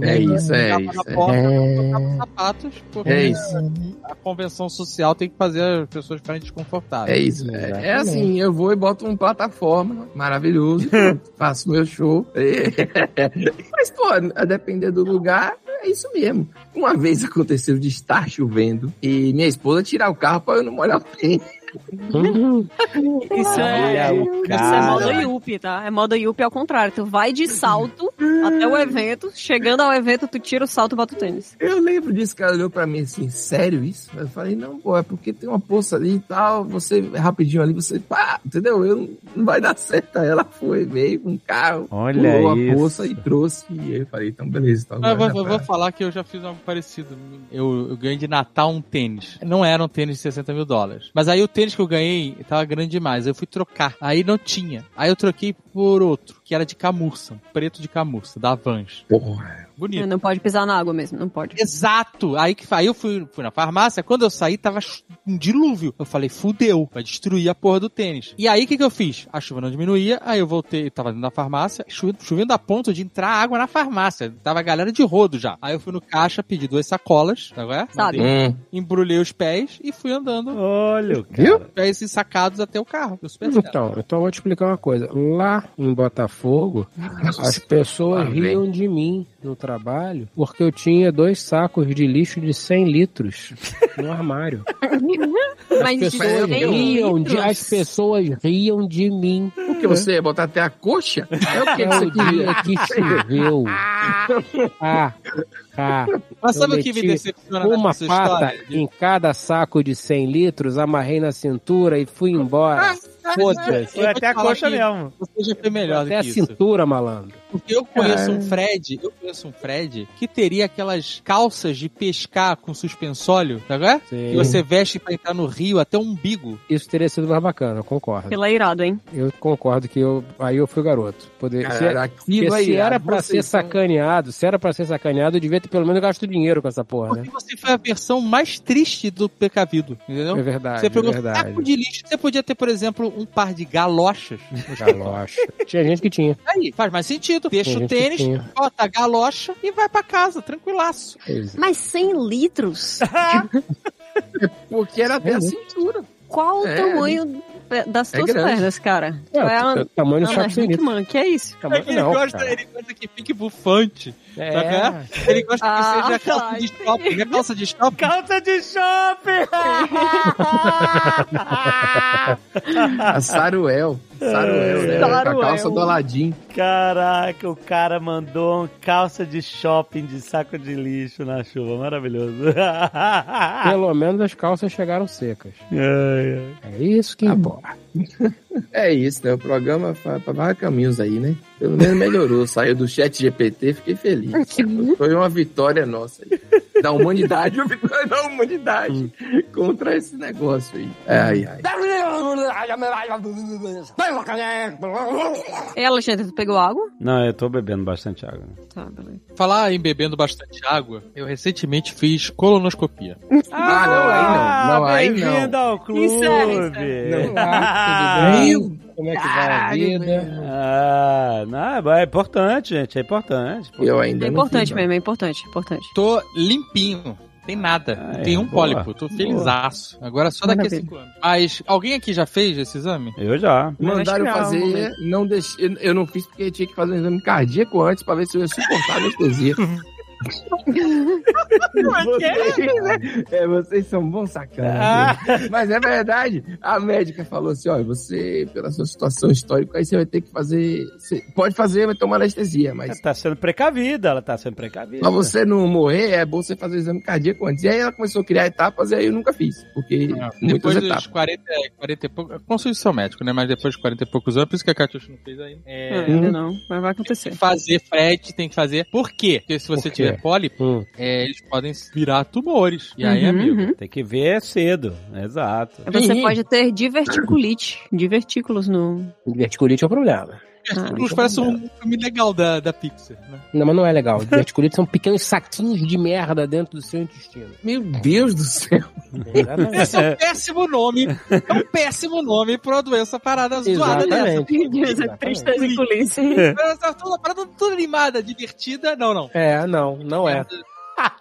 É isso, é
ficava
isso.
na
é.
porta, colocava os sapatos, porque
É isso.
a convenção social tem que fazer as pessoas ficarem desconfortáveis.
É isso. É, é assim, eu vou e boto um plataforma maravilhoso, e pronto, faço meu show. Mas, pô, a depender do lugar, é isso mesmo. Uma vez aconteceu de estar chovendo e minha esposa tirar o carro pra eu não molhar o pé.
Isso é.
Olha o
Isso é moda
cara.
Yuppie, tá? É moda Yuppie ao contrário. Tu vai de salto até o evento. Chegando ao evento, tu tira o salto e bota o tênis.
Eu lembro disso, cara olhou pra mim assim, sério isso? Eu falei, não, pô, é porque tem uma poça ali e tal, você rapidinho ali, você pá, entendeu? Eu, não vai dar certo. Aí ela foi, veio com o carro.
Olha
pulou a
isso.
poça e trouxe. E eu falei, então beleza, então
Mas eu vou,
dá
eu
pra-
vou falar que eu já fiz algo parecido. Eu, eu ganhei de Natal um tênis. Não era um tênis de 60 mil dólares. Mas aí o tênis que eu ganhei tava grande demais. Eu fui trocar. Aí não tinha. Aí eu troquei por outro, que era de camurça. Um preto de camurça, da Vans.
Porra.
Bonito.
Não pode pisar na água mesmo, não pode.
Exato! Aí que aí eu fui, fui na farmácia, quando eu saí, tava chu- um dilúvio. Eu falei, fudeu, vai destruir a porra do tênis. E aí o que, que eu fiz? A chuva não diminuía, aí eu voltei, tava dentro da farmácia, chu- chovendo a ponto de entrar água na farmácia. Tava a galera de rodo já. Aí eu fui no caixa, pedi duas sacolas, tá vendo?
Sabe.
Hum.
Embrulhei os pés e fui andando.
Olha o cara.
Viu?
os Pés sacados até o carro. Eu super certo.
Então, então eu vou te explicar uma coisa. Lá em Botafogo, as pessoas
Lá vem.
riam de mim no trabalho porque eu tinha dois sacos de lixo de 100 litros no armário. As
Mas de
pessoas
cem
riam um de,
litros?
as pessoas riam de mim.
Porque você ia botar até a coxa? É o que,
É
que você
o
tá
dia
queria?
que choveu. Ah, ah.
Mas
eu
sabe o que me
meti
decepciona
Uma
nessa história? né?
pata em cada saco de 100 litros, amarrei na cintura e fui
Ah,
embora. Foda-se.
Foi até a coxa
mesmo.
mesmo.
Você já foi melhor do
Até
que
a
isso.
cintura, malandro.
Porque eu conheço um Fred, eu conheço um Fred que teria aquelas calças de pescar com suspensório, tá vendo?
Sim.
Que você veste pra entrar no rio até o umbigo.
Isso teria sido mais bacana, eu concordo.
Pela irado, hein?
Eu concordo que eu, aí eu fui garoto. Poder, se- é-
Cara,
porque
aquilo
se
aí,
era
ah,
pra ser
vocês
então.
são-
sacaneado, se era pra ser sacaneado, eu devia ter pelo menos gasto dinheiro com essa porra, né?
Porque você foi a versão mais triste do precavido,
É
entendeu?
verdade,
Você pegou
é
um
verdade.
saco de lixo, você podia ter, por exemplo, um par de galochas.
Galocha. Tinha gente que tinha.
Aí, faz mais sentido. Deixa
Tem
o
gente que
tênis,
tinha.
bota a galocha e vai pra casa, tranquilaço.
é.
Mas 100 litros?
Porque era até a
É,
cintura.
Qual o
É,
tamanho pe- das
é
tuas
grande.
pernas, cara?
É,
Qual é a-
o tamanho do
Ana
saco sem litro.
Hickman, que é isso?
Tamanho não, cara.
ele gosta que fique bufante.
É.
Ele gosta
que Ah, seja
que
tá,
seja calça de shopping. Não é calça de shopping?
Calça de shopping!
A Saruel. Saruel, né?
Saruel.
A calça do Aladim.
Caraca, o cara mandou um calça de shopping de saco de lixo na chuva. Maravilhoso. Ah.
Pelo menos as calças chegaram secas.
Ai, ai.
É isso que
Tá
importa.
É isso, né? O programa fa- pra vários caminhos aí, né? Pelo menos melhorou. Saiu do chat GPT, fiquei feliz. Foi uma vitória nossa aí. da humanidade, o Vitória da humanidade
Hum.
contra esse negócio aí. Ai, ai.
Ah,
E Alexandre, tu pegou água?
Não, eu tô bebendo bastante água.
Tá, beleza.
Falar em bebendo bastante água, eu recentemente fiz colonoscopia.
Ah, não, aí não. é, Não, aí
Bem-vindo
não.
ao clube!
Não,
Ah,
Meu
Como é que vai a
Caralho,
vida?
Ah, não, mas é importante, gente, é importante.
Eu ainda
É
não
importante
fiz,
mesmo, é importante, importante.
Tô limpinho. não Tem nada.
Ah,
não
é,
tem um
boa,
pólipo. Tô felizaço. Agora só daqui a
Maravilha.
cinco anos. Mas alguém aqui já fez esse exame?
Eu já.
não. Mandaram
Mas acho que não,
fazer, não deixei, eu não fiz porque tinha que fazer um exame cardíaco antes pra ver se eu ia suportar a anestesia. vocês, né? É, vocês são bons sacanas. Mas é verdade. A médica falou assim: olha, você, pela sua situação histórica, aí você vai ter que fazer. Você pode fazer, vai tomar anestesia, mas
Ela tá sendo precavida, ela tá sendo precavida.
Pra você não morrer, é bom você fazer o exame cardíaco antes. E aí ela começou a criar etapas e aí eu nunca fiz. Porque muitas
Ah, Depois
etapas.
dos 40, 40 e poucos. Consulta seu médico, né? Mas depois de 40 e poucos anos, por isso que a Catiuxa não fez ainda.
É,
É,
ainda não, mas vai
tem
acontecer.
que fazer frete, tem que fazer. Por quê? Porque se você
quê?
tiver pólipo,
Hum.
é, eles podem virar tumores. E aí,
Uhum,
amigo.
uhum.
Tem que ver cedo, exato.
Você
Sim.
pode ter diverticulite, divertículos no...
Diverticulite é o problema.
Ah,
Tumores parece um filme legal da, da Pixar, né?
Não, mas não é legal. Diverticulite são pequenos saquinhos de merda dentro do seu intestino.
Meu Deus do céu.
Esse é um péssimo nome. É um péssimo nome pra uma doença parada zoada dessa.
Exatamente.
Meu Deus, é tristeza e culícia.
Essa toda parada toda animada, divertida. Não, não.
É, não, não é.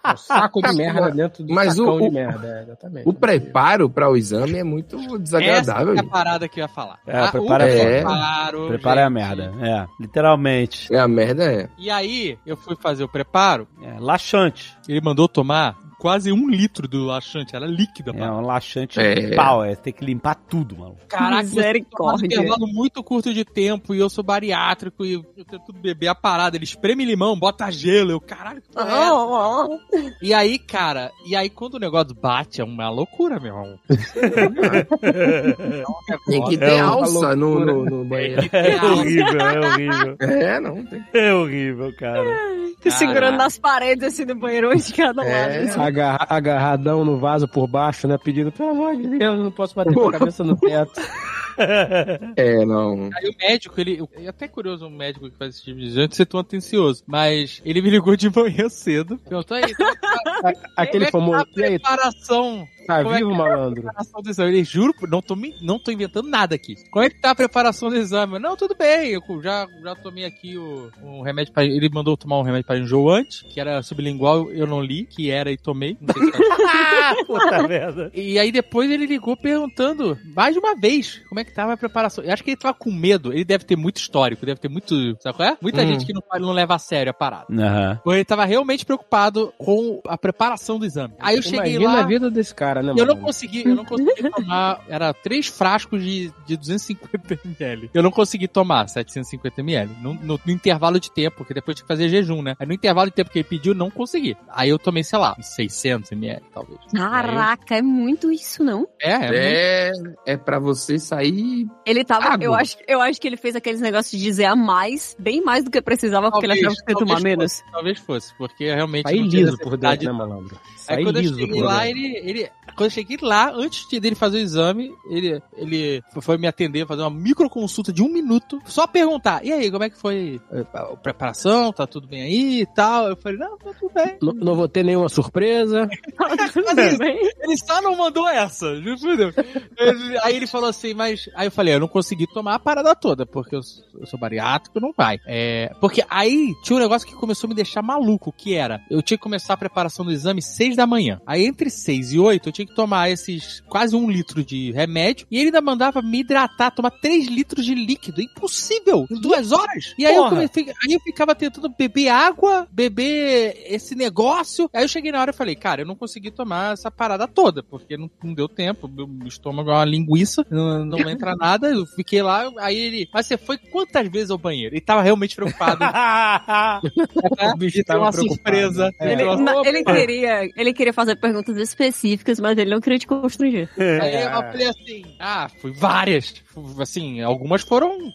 É um saco de merda dentro do
Mas o-
sacão
o-
de merda. é, Exatamente.
O preparo pra o exame é muito
Essa
desagradável.
é a
gente.
parada que eu ia falar.
É,
Ah, o
prepara
a merda.
preparo.
Prepara a
gente.
merda, é, literalmente.
É, a merda é.
E aí, eu fui fazer o preparo.
É, laxante.
Ele mandou tomar quase um litro do laxante. Era líquida,
É
mano.
um laxante
É.
pau, é, tem que limpar tudo, maluco.
tá
Caraca, um
Misericórdia.
intervalo muito curto de tempo e eu sou bariátrico e eu tento beber a parada. Ele espreme limão, bota gelo. Eu, caralho, que porra é essa? E aí, cara, e aí quando o negócio bate, é uma loucura, meu irmão.
Tem que ter alça no, no, no banheiro.
É horrível, é horrível.
É, não. Tem.
É horrível, cara.
Tô segurando nas paredes, assim, do banheiro, um de cada
É.
lado. assim.
Agarra- agarradão no vaso por baixo, né? Pedindo, pelo amor de Deus, eu não posso bater com a cabeça no teto.
É, não.
Aí o médico, ele. eu- É até curioso um médico que faz esse tipo de exame, ser tão atencioso. Mas ele me ligou de manhã cedo. Perguntou aí, tá
Aquele famoso.
é a
E aí,
preparação.
tá
Como é que
vivo, malandro?
preparação do exame. Ele juro, não tô, men- não tô inventando nada aqui. Como é que tá a preparação do exame? Eu, Não, tudo bem, eu já, já tomei aqui o, um remédio pra. Ele mandou eu tomar um remédio pra enjoo antes, que era sublingual, eu não li, que era e tomei. Não sei se tá
Puta merda.
E aí depois ele ligou perguntando mais de uma vez como é que tava a preparação. Eu acho que ele tava com medo. Ele deve ter muito histórico, deve ter muito. Sabe qual é? Muita
Hum.
gente que não, fala- não leva a sério a parada.
Aham.
Ou ele tava realmente preocupado com a preparação do exame. Aí eu cheguei
Imagina
lá.
a vida desse cara, né,
E eu não
mano?
consegui, eu não consegui tomar. Era três frascos de, de 250 ml. Eu não consegui tomar 750 ml. No, no- no intervalo de tempo, porque depois tinha que fazer jejum, né? Aí no intervalo de tempo que ele pediu, eu não consegui. Aí eu tomei, sei lá, uns 600 ml, talvez.
Caraca, é muito isso, não?
É, é, muito.
É, é pra você sair.
Ele tava.
Água.
Eu acho, eu acho que ele fez aqueles negócios de dizer a mais, bem mais do que precisava, porque ele achava que ia tomar
talvez
menos.
fosse, Talvez fosse, porque realmente.
Sair
não tinha
liso por
necessidade.
dentro, né, malandro? Sair
Aí quando eu
liso
cheguei
por
lá,
dentro.
ele, ele. Quando eu cheguei lá, antes de- dele fazer o exame, ele, ele foi me atender, fazer uma microconsulta de um minuto, só perguntar: e aí, como é que foi eh, a preparação? Tá tudo bem aí e tal? Eu falei: não, tá tudo bem. Tipo assim,
Não, não vou ter nenhuma surpresa.
Tá Tudo bem?
Ele só não mandou essa, juro por Deus. Ele- Aí ele falou assim, mas. Aí eu falei, eu não consegui tomar a parada toda, porque eu, s- eu sou bariátrico, não vai. É, porque aí tinha um negócio que começou a me deixar maluco, que era: eu tinha que começar a preparação do exame às 6 da manhã. Aí entre 6 e 8 eu tinha que tomar esses quase um litro de remédio, e ele ainda mandava me hidratar, tomar 3 litros de líquido. Impossível! Em duas horas! E aí eu,
Porra.
comecei, aí eu ficava tentando beber água, beber esse negócio. Aí eu cheguei na hora e falei, cara, eu não consegui tomar essa parada toda, porque não, não deu tempo. Meu estômago é uma linguiça, não, não entra nada. Eu fiquei lá, aí ele. Mas você foi quantas vezes ao banheiro? Ele tava realmente preocupado.
O bicho
Ele tava uma
preocupado.
surpresa. é.
É.
Ele,
Na- Ele queria, ele queria fazer perguntas específicas, mas ele não queria te constranger.
Aí
É.
eu falei assim, ah, fui várias. Fui- Assim, algumas foram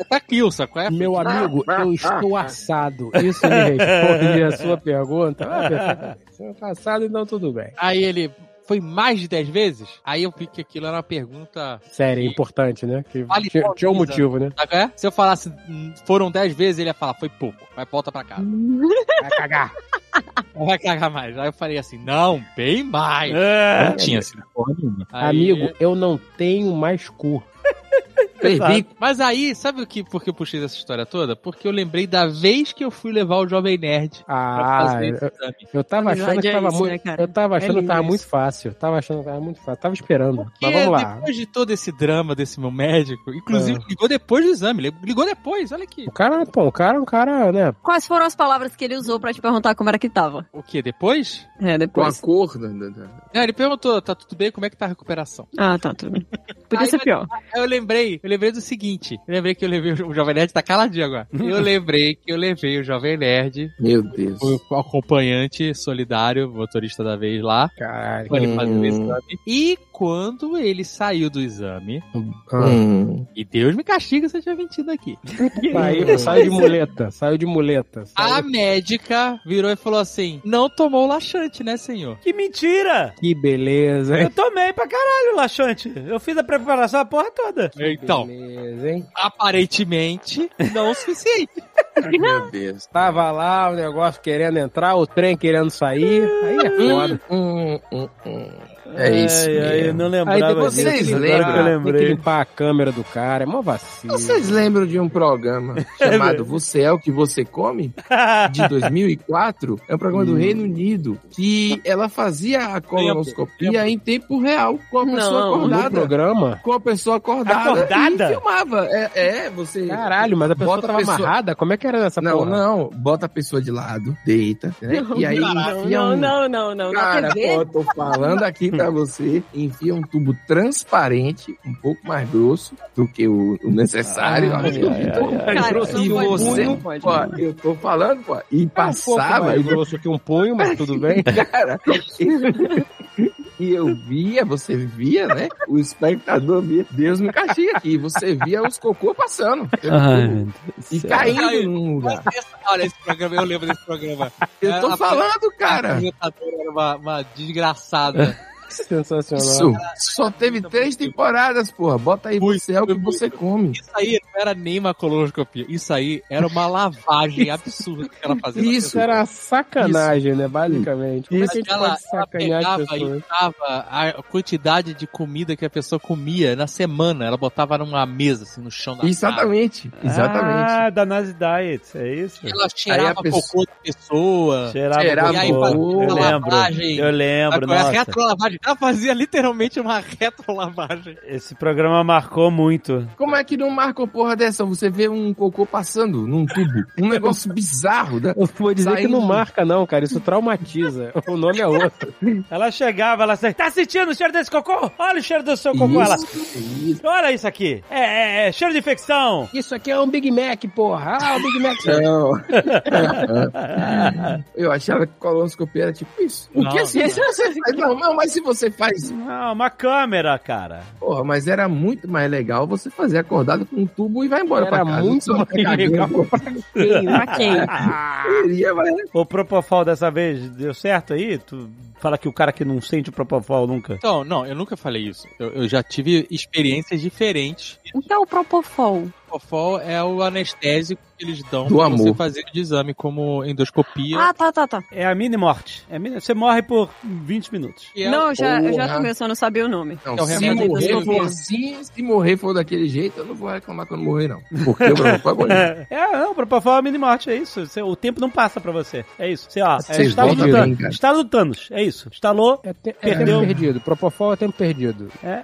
até kill, sacou? É,
Meu amigo, eu estou assado. Isso me responde a sua pergunta. Ah, perfeitamente. Se eu tô assado, então tudo bem.
Aí ele, foi mais de 10 vezes? Aí eu vi que aquilo era uma pergunta...
Sério, é importante, né? Que
Vale
tinha, tinha um
tudo,
motivo, né?
Sabe qual é? Se eu falasse, "Hum, foram 10 vezes, ele ia falar, foi pouco. Vai, volta pra casa.
Vai cagar.
Não vai cagar mais. Aí eu falei assim, não, bem
É.
mais.
É.
Não tinha sido porra nenhuma. Aí-
É.
é
Amigo, eu não tenho mais cu.
Perdi
Mas aí, sabe o que, por que eu puxei essa história toda? Porque eu lembrei da vez que eu fui levar o Jovem Nerd pra
Ah,
fazer esse
eu,
exame.
eu tava achando
Amizade
que
é
tava
isso, né,
muito.
cara?
eu tava achando
lindo
que tava
isso.
muito fácil. Tava achando que tava muito fácil. Tava esperando. Mas
Porque
vamos lá. É.
depois de todo esse drama desse meu médico, inclusive ligou depois do exame, lig- ligou depois, olha aqui.
O cara, pô, o cara é um cara, né?
Quais foram as palavras que ele usou pra te perguntar como era que tava?
O que, depois?
É,
com a né,
depois.
cor. da- da- da-
Não, ele perguntou, tá tudo bem, como é que tá a recuperação?
Ah, tá, tudo bem. Podia
Aí
ser
vai-
pior.
Aí eu lembrei, eu lembrei do seguinte, eu lembrei que eu levei, o Jovem Nerd tá caladinho agora. Eu lembrei que eu levei o Jovem Nerd,
Meu Deus.
o acompanhante solidário, motorista da vez lá,
Cara,
pra ele fazer o
Hum.
exame. E quando ele saiu do exame,
Hum.
E Deus me castiga se eu tiver mentido aqui.
Ah, saiu, saiu de muleta. Saiu de muleta. Saiu-
Ah.
A médica virou e falou assim: Não tomou o laxante, né, senhor?
Que mentira!
Que beleza, hein?
Eu tomei pra caralho, laxante. Eu fiz a preparação a porra toda.
Então,
Beleza, hein?
aparentemente, não o suficiente.
Meu Deus.
Tava lá o negócio querendo entrar, o trem querendo sair. Aí é foda.
Hum, hum, hum. É isso.
Ai, ai, eu
mesmo.
não lembrava
depois
disso.
vocês
Agora que eu
Tem
lembram?
que
lembrei.
limpar a câmera do cara. É mó vacilo.
Vocês lembram de um programa chamado Você é o que você come? De 2004? É um programa do Reino Unido que ela fazia a colonoscopia em tempo real com a pessoa
Não.
No
acordada.
programa?
Com a pessoa acordada,
Acordada?
e filmava. É, é, você...
Caralho, mas a pessoa
Bota a
tava
pessoa-
amarrada? Como é que era essa
não,
porra?
não. Bota a pessoa de lado, deita, né? e aí
não,
enfia
não,
um...
não, não, não.
Cara,
Na TV?
pô, eu tô falando aqui pra você. Enfia um tubo transparente, um pouco mais grosso do que o, o necessário.
Ai,
Olha,
ai, ai, ai.
Cara,
grosso
não
e
pode,
assim, você-
não pode.
Ó, eu tô falando, pô. E
É um pouco
passava,
mais grosso que um punho, mas tudo bem.
cara. E eu via, você via, né? O espectador via. Deus me castiga aqui. Você via os cocô passando.
Ai, meu Deus
e
do céu.
caindo num lugar.
Mas essa- Olha, esse programa, eu lembro desse programa.
Eu tô falando,
A
cara.
apresentadora era uma, uma desgraçada.
Sensacional.
Isso. Só teve três temporadas, porra. Bota aí
Muito,
você é o que
muito.
você come.
Isso aí não era nem uma colonoscopia. Isso aí era uma lavagem absurda que ela fazia. na
Isso era sacanagem, né? Basicamente. Como é
Mas
que a gente
ela,
pode
ela
sacanear as
pegava e
pessoas?
tava a quantidade de comida que a pessoa comia na semana. Ela botava numa mesa, assim, no chão da casa.
Exatamente, exatamente.
Ah, da Nazi Diet, é isso?
Ela cheirava
Aí a pessoa-
cocô da pessoa.
Cheirava
Cheirava
cocô.
e aí
bom.
eu
fazia uma
lembro,
lavagem.
eu lembro,
Agora,
nossa.
retrolavagem. Ela fazia literalmente uma retrolavagem.
Esse programa marcou muito.
Como é que não marca uma porra dessa? Você vê um cocô passando num tubo. Um negócio bizarro. né? Da...
Eu vou dizer que não
Saindo-
marca, não, cara. Isso traumatiza. O nome é outro.
Ela chegava, ela dizia, tá sentindo o cheiro desse cocô? Olha o cheiro do seu cocô, ela...
Isso.
Olha isso aqui, é, é, é cheiro de infecção.
Isso aqui é um Big Mac, porra. Ah, o Big Mac.
Não. Eu achava que colonoscopia era tipo isso.
Não,
Porque assim,
não.
se você faz normal, mas se você faz.
Ah, uma câmera, cara.
Porra, mas era muito mais legal você fazer acordado com um tubo e vai embora
Era
pra casa.
muito
Só
mais
ficar
legal.
cagando.
Pra quem?
Seria, mas-
O Propofol dessa vez deu certo aí? Tu fala que o cara que não sente o Propofol nunca.
Então, não, eu nunca falei isso. Eu, eu já tive experiências diferentes.
O que é o Propofol?
O Fofol é o anestésico que eles dão
Do
pra você
amor.
fazer de exame, como endoscopia.
Ah, tá, tá, tá.
É a mini morte. É a mini- Você morre por 20 minutos.
que é
não, eu já, eu já
Porra.
tomei, eu só não sabia o nome.
Não,
É o
se
remédio
morrer
do
for
governo.
assim, se morrer for daquele jeito, eu não vou reclamar quando morrer, não. Porque eu não vou agonia.
É, não, o Propofol é a mini morte, é isso. Você- o tempo não passa pra você. É isso. Você, ó, é
Vocês
estalo
voltam
do,
bem,
Thanos,
cara.
estalo do Thanos. É isso. Estalou.
É, te- é
Perdeu.
tempo perdido. Propofol é tempo perdido.
É,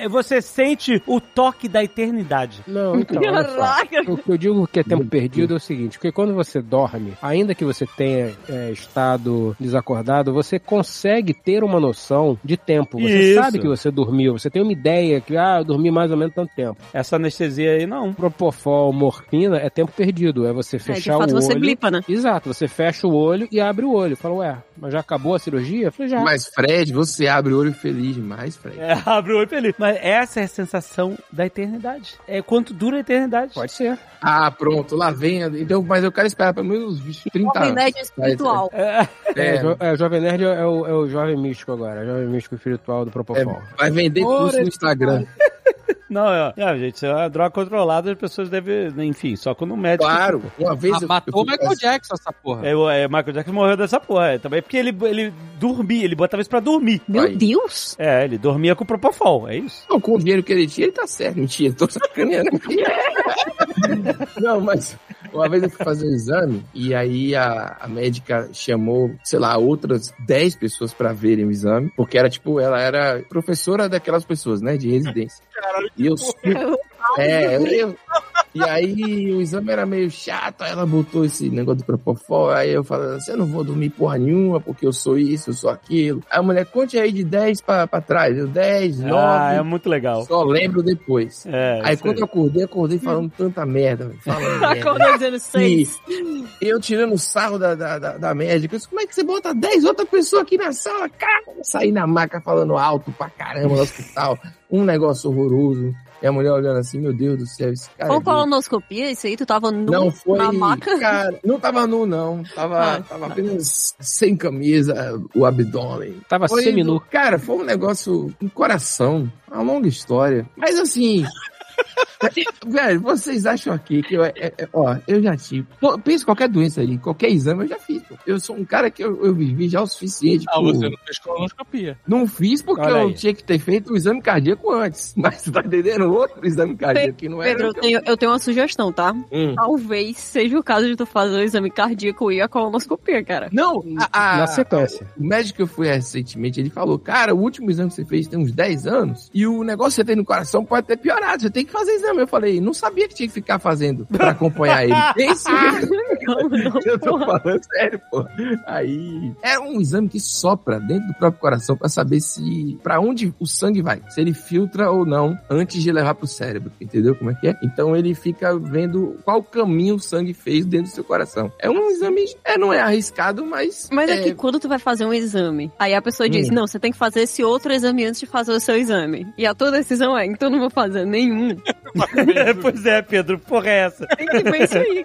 é- é- você sente o toque da eternidade.
Não, então, olha só.
Caraca!
O que eu digo que é tempo perdido é o seguinte, porque quando você dorme, ainda que você tenha é, estado desacordado, você consegue ter uma noção de tempo. Você
Isso.
sabe que você dormiu, você tem uma ideia que, ah, eu dormi mais ou menos tanto tempo.
Essa anestesia aí, não.
Propofol, morfina, é tempo perdido, é você
É, de
fechar
fato
o olho.
você blipa, né?
Exato, você fecha o olho e abre o olho. Fala, ué, mas já acabou a cirurgia? Eu falei, já.
Mas, Fred, você abre o olho feliz demais, Fred.
É, abre o olho feliz. Mas essa é a sensação da eternidade. É quanto dura a eternidade.
Pode ser.
Ah, pronto, lá vem. a- Então, mas eu quero esperar pelo menos uns 20, 30
Jovem
anos.
Nerd espiritual.
É,
É,
É,
o jo- é, o Jovem Nerd é o, é o jovem místico agora, é o jovem místico espiritual do Propofol.
é, vai vender curso no
é
Instagram.
tipo,
não, é, é, gente, isso é uma droga controlada, as pessoas devem. Enfim, só quando o médico.
Claro, uma vez
Ah, matou o Michael Jackson essa porra.
É, o é, Michael Jackson morreu dessa porra. É, também porque ele, ele dormia, ele botava isso pra dormir.
Meu
Aí.
Deus!
É, ele dormia com o Propofol, é isso.
Não, com o dinheiro que ele tinha, ele tá certo. Mentira, tô sacaneando. Não, mas uma vez eu fui fazer um exame e aí a, a médica chamou, sei lá, outras 10 pessoas pra verem o exame, porque era tipo, ela era professora daquelas pessoas, né, de residência. e eu É, eu, eu- E aí o exame era meio chato, aí ela botou esse negócio do Propofol, aí eu falando assim, eu não vou dormir porra nenhuma, porque eu sou isso, eu sou aquilo. Aí a mulher, conte aí de 10 pra, pra trás, eu 10, 9,
Ah, é muito legal.
só lembro depois.
É,
aí
isso
quando eu acordei, acordei falando tanta merda, velho, falando
Tá
merda.
Acordou dizendo
E
seis.
eu tirando sarro da, da, da, da médica, eu disse, como é que você bota 10 outras pessoas aqui na sala? Cara, saí na maca falando alto pra caramba no hospital, um negócio horroroso. E a mulher olhando assim, meu Deus do céu, esse cara. é
Foi
doido."
colonoscopia, isso aí? Tu tava nu
Não foi.
na maca?
Cara, não tava nu, não. Tava,
Ah,
tava
tá.
apenas sem camisa, o abdômen.
Tava
Foi,
seminu.
Cara, foi um negócio um coração. Uma longa história. Mas assim. Velho, vocês acham aqui que eu, é- é- ó, eu já tive. Pô, Pensa em qualquer doença aí, qualquer exame eu já fiz. pô. Eu sou um cara que eu, eu vivi já o suficiente.
Ah,
pô.
você não fez colonoscopia.
Não fiz porque
Olha
eu
aí.
tinha que ter feito o exame cardíaco antes. Mas tá entendendo? Outro exame cardíaco que não era. o
Pedro, eu
que eu-
tenho, eu tenho uma sugestão, tá?
Hum.
Talvez seja o caso de tu fazer o exame cardíaco e a colonoscopia, cara.
Não, a, a-
Na sequência.
O médico que eu fui recentemente, ele falou, cara, o último exame que você fez tem uns 10 anos e o negócio que você tem no coração pode ter piorado, você tem que fazer exame. Eu falei, não sabia que tinha que ficar fazendo pra acompanhar ele. Esse
Não, não,
eu tô
porra.
falando sério, pô. Aí, é um exame que sopra dentro do próprio coração pra saber se, pra onde o sangue vai, se ele filtra ou não antes de levar pro cérebro, entendeu como é que é? Então ele fica vendo qual caminho o sangue fez dentro do seu coração. É um exame, é, não é arriscado, mas...
Mas é que quando tu vai fazer um exame, aí a pessoa
Hum.
diz, não, você tem que fazer esse outro exame antes de fazer o seu exame. E a tua decisão é, então não vou fazer nenhum.
pois é, Pedro, porra é essa?
Tem que ver isso aí,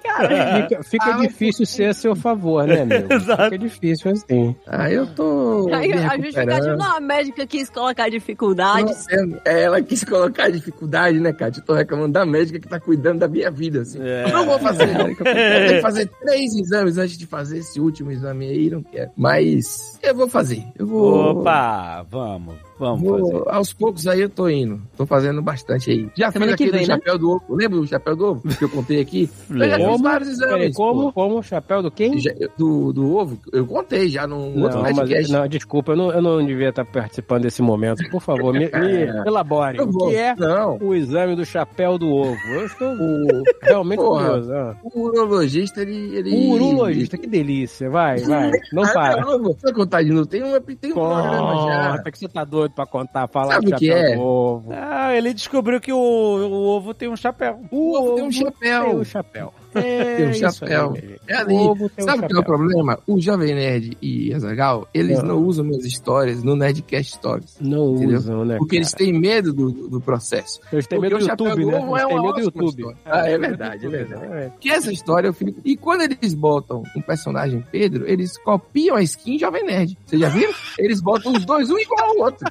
cara.
Fica, fica
Ah, mas-
difícil ser a seu favor, né, amigo?
Exato.
Fica difícil assim.
Ah, eu tô.
Aí
me
a tá justificativa,
recuperando.
não, a médica quis colocar
Não,
dificuldade.
é, Ela quis colocar dificuldade, né, Cátia? Eu tô reclamando da médica que tá cuidando da minha vida, assim.
É.
Eu Não vou fazer. né? Eu tenho que fazer três exames antes de fazer esse último exame aí, não quero. Mas eu vou fazer. Eu vou.
Opa, vamos, vamos
vou-
fazer.
Aos poucos aí eu tô indo. Tô fazendo bastante aí. Já
Semana
fiz
que
aquele
vem, né?
chapéu do ovo. Lembra do chapéu do ovo que eu contei aqui? Eu já fiz
Como?
vários
Peraí,
exames.
como?
pô.
É Como? Chapéu do quem?
Já- do, do ovo, eu contei já num outro
Não, mas,
podcast.
não, desculpa, eu não, eu não devia estar participando desse momento. Por favor, me, me elabore.
Eu
O
vou.
que é
Não.
o exame do chapéu do ovo? Eu estou
O,
realmente
Porra.
curioso. ah.
o urologista, ele. ele
O urologista, que delícia. Vai, vai. Não
Ah,
para.
Não, não vou contar de novo. Tem um, tem um programa já.
Conta que você tá doido pra contar, falar
Sabe
do
o que
chapéu
é?
do ovo.
Ah, ele descobriu que o, o ovo tem um chapéu.
O ovo tem um
Tem
chapéu.
um chapéu. É,
Tem um
isso
chapéu.
aí, gente.
É ali.
O ovo tem um
Sabe o que é o
chapéu. Ah.
problema? O Jovem Nerd e Azagal, eles não usam minhas histórias no Nerdcast Stories.
Não
Entendeu?
usam, né?
Porque eles têm medo do, do- do processo.
Eles têm medo do
Porque o
YouTube,
chapéu
né?
do ovo
Eles
é
têm
uma
medo do
ótima
YouTube. né?
história. Ah, é verdade, é verdade. Que essa história eu fico. E quando eles botam um personagem Pedro, eles copiam a skin Jovem Nerd. Vocês já viram? Eles botam os dois, um igual ao outro.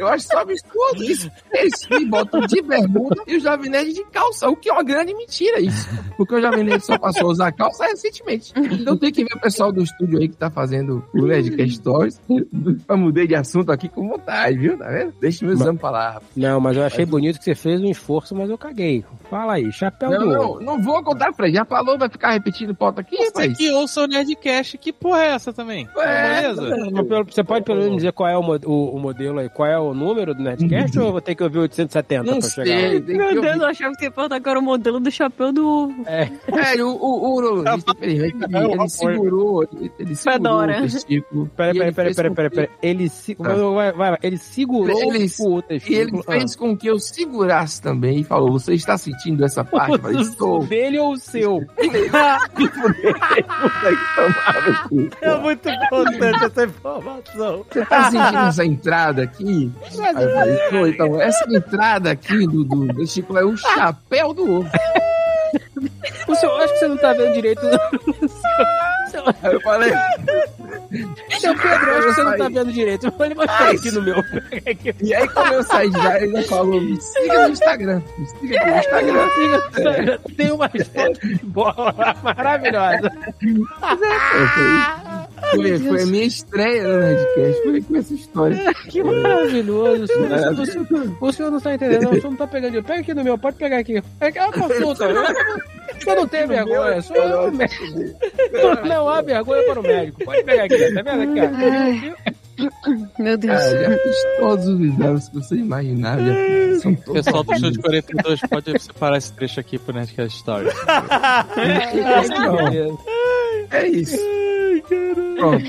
Eu acho só absurdo isso. Eles me botam de bermuda e o Jovem Nerd de calça, o que é uma grande mentira isso. Porque o Jovem Nerd só passou a usar calça recentemente. Então tem que ver o pessoal do estúdio aí que tá fazendo o Nerdcast Stories. Eu mudei de assunto aqui com vontade, viu? Tá vendo? Deixa meus
Mas-
exames pra lá.
Não, mas eu achei bonito que você fez um esforço, mas eu caguei. Fala aí, chapéu
Não,
do ovo.
não, não vou contar pra ele. Já falou, vai ficar repetindo pauta aqui,
Você
rapaz.
que ouça o Nerdcast, que porra é essa também?
É,
Beleza?
Mas pelo- Você pode pelo menos dizer qual é o, mo- o- o modelo aí, qual é o número do Nerdcast ou eu vou ter que ouvir 870
Não
pra chegar?
Uhum. sei.
lá?
tem que
Meu
ouvir.
Deus, eu achava que ia perguntar agora o modelo do chapéu do ovo.
É,
É, o, o, o urologista, infelizmente, ele,
É, o
ele
rapor.
segurou, ele, ele segurou
Fedora.
o testículo. e
Peraí, peraí,
ele
peraí,
fez
peraí,
com
peraí,
que- Tá.
peraí. Ele se. Vai, vai, vai. Ele segurou o
Ele- E ele
testículo. Ah.
fez com que eu segurasse também e falou: Você está sentindo essa parte? Eu falei,
Ah,
Estou. "Ah,
dele ou o seu?
É muito importante essa informação.
Você tá sentindo essa entrada aqui? Aí eu falei, "Tô, então, essa entrada aqui do, do, do Chico é o chapéu do ovo.
O seu, acho que você não tá vendo direito.
Aí eu falei,
Seu é Pedro, acho que você não tá vendo direito. Eu Vou lhe mostrar
Ai,
aqui no meu.
e aí quando eu saí de lá, ele ainda falou, me siga no Instagram, me siga no Instagram.
Tem umas fotos de bola maravilhosa.
Eu falei, foi, foi a minha estreia no Nerdcast, foi com essa história.
Que maravilhoso. O senhor, o senhor- o senhor não tá entendendo, não. O senhor não tá pegando. Pega aqui no meu, pode pegar aqui. É que é uma consulta. Eu, eu não tenho vergonha. Sou eu o médico. Não há vergonha para o médico. Pode pegar aqui, tá vendo aqui? ó?
Meu Deus.
Cara, Ah, já fiz todos os exames que você imaginar, já fiz, são
O
todos.
pessoal do Show de 42 pode separar esse trecho aqui pro Nerdcast Story.
É isso. Pronto.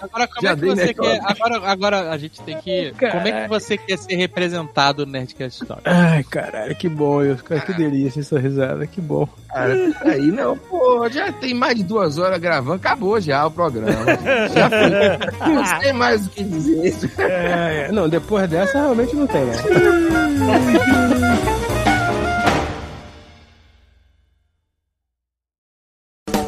Agora, como
Já
é que
dei
você
nerdcast.
quer. Agora, agora a gente tem que. Como é que você quer ser representado no Nerdcast então? Story?
Ai, caralho, que bom. Eu, que delícia essa risada, que bom.
Cara, aí não, pô, já tem mais de duas horas gravando, acabou já o programa. Já foi. Não tem mais o que dizer.
É, não, depois dessa realmente não tem, né?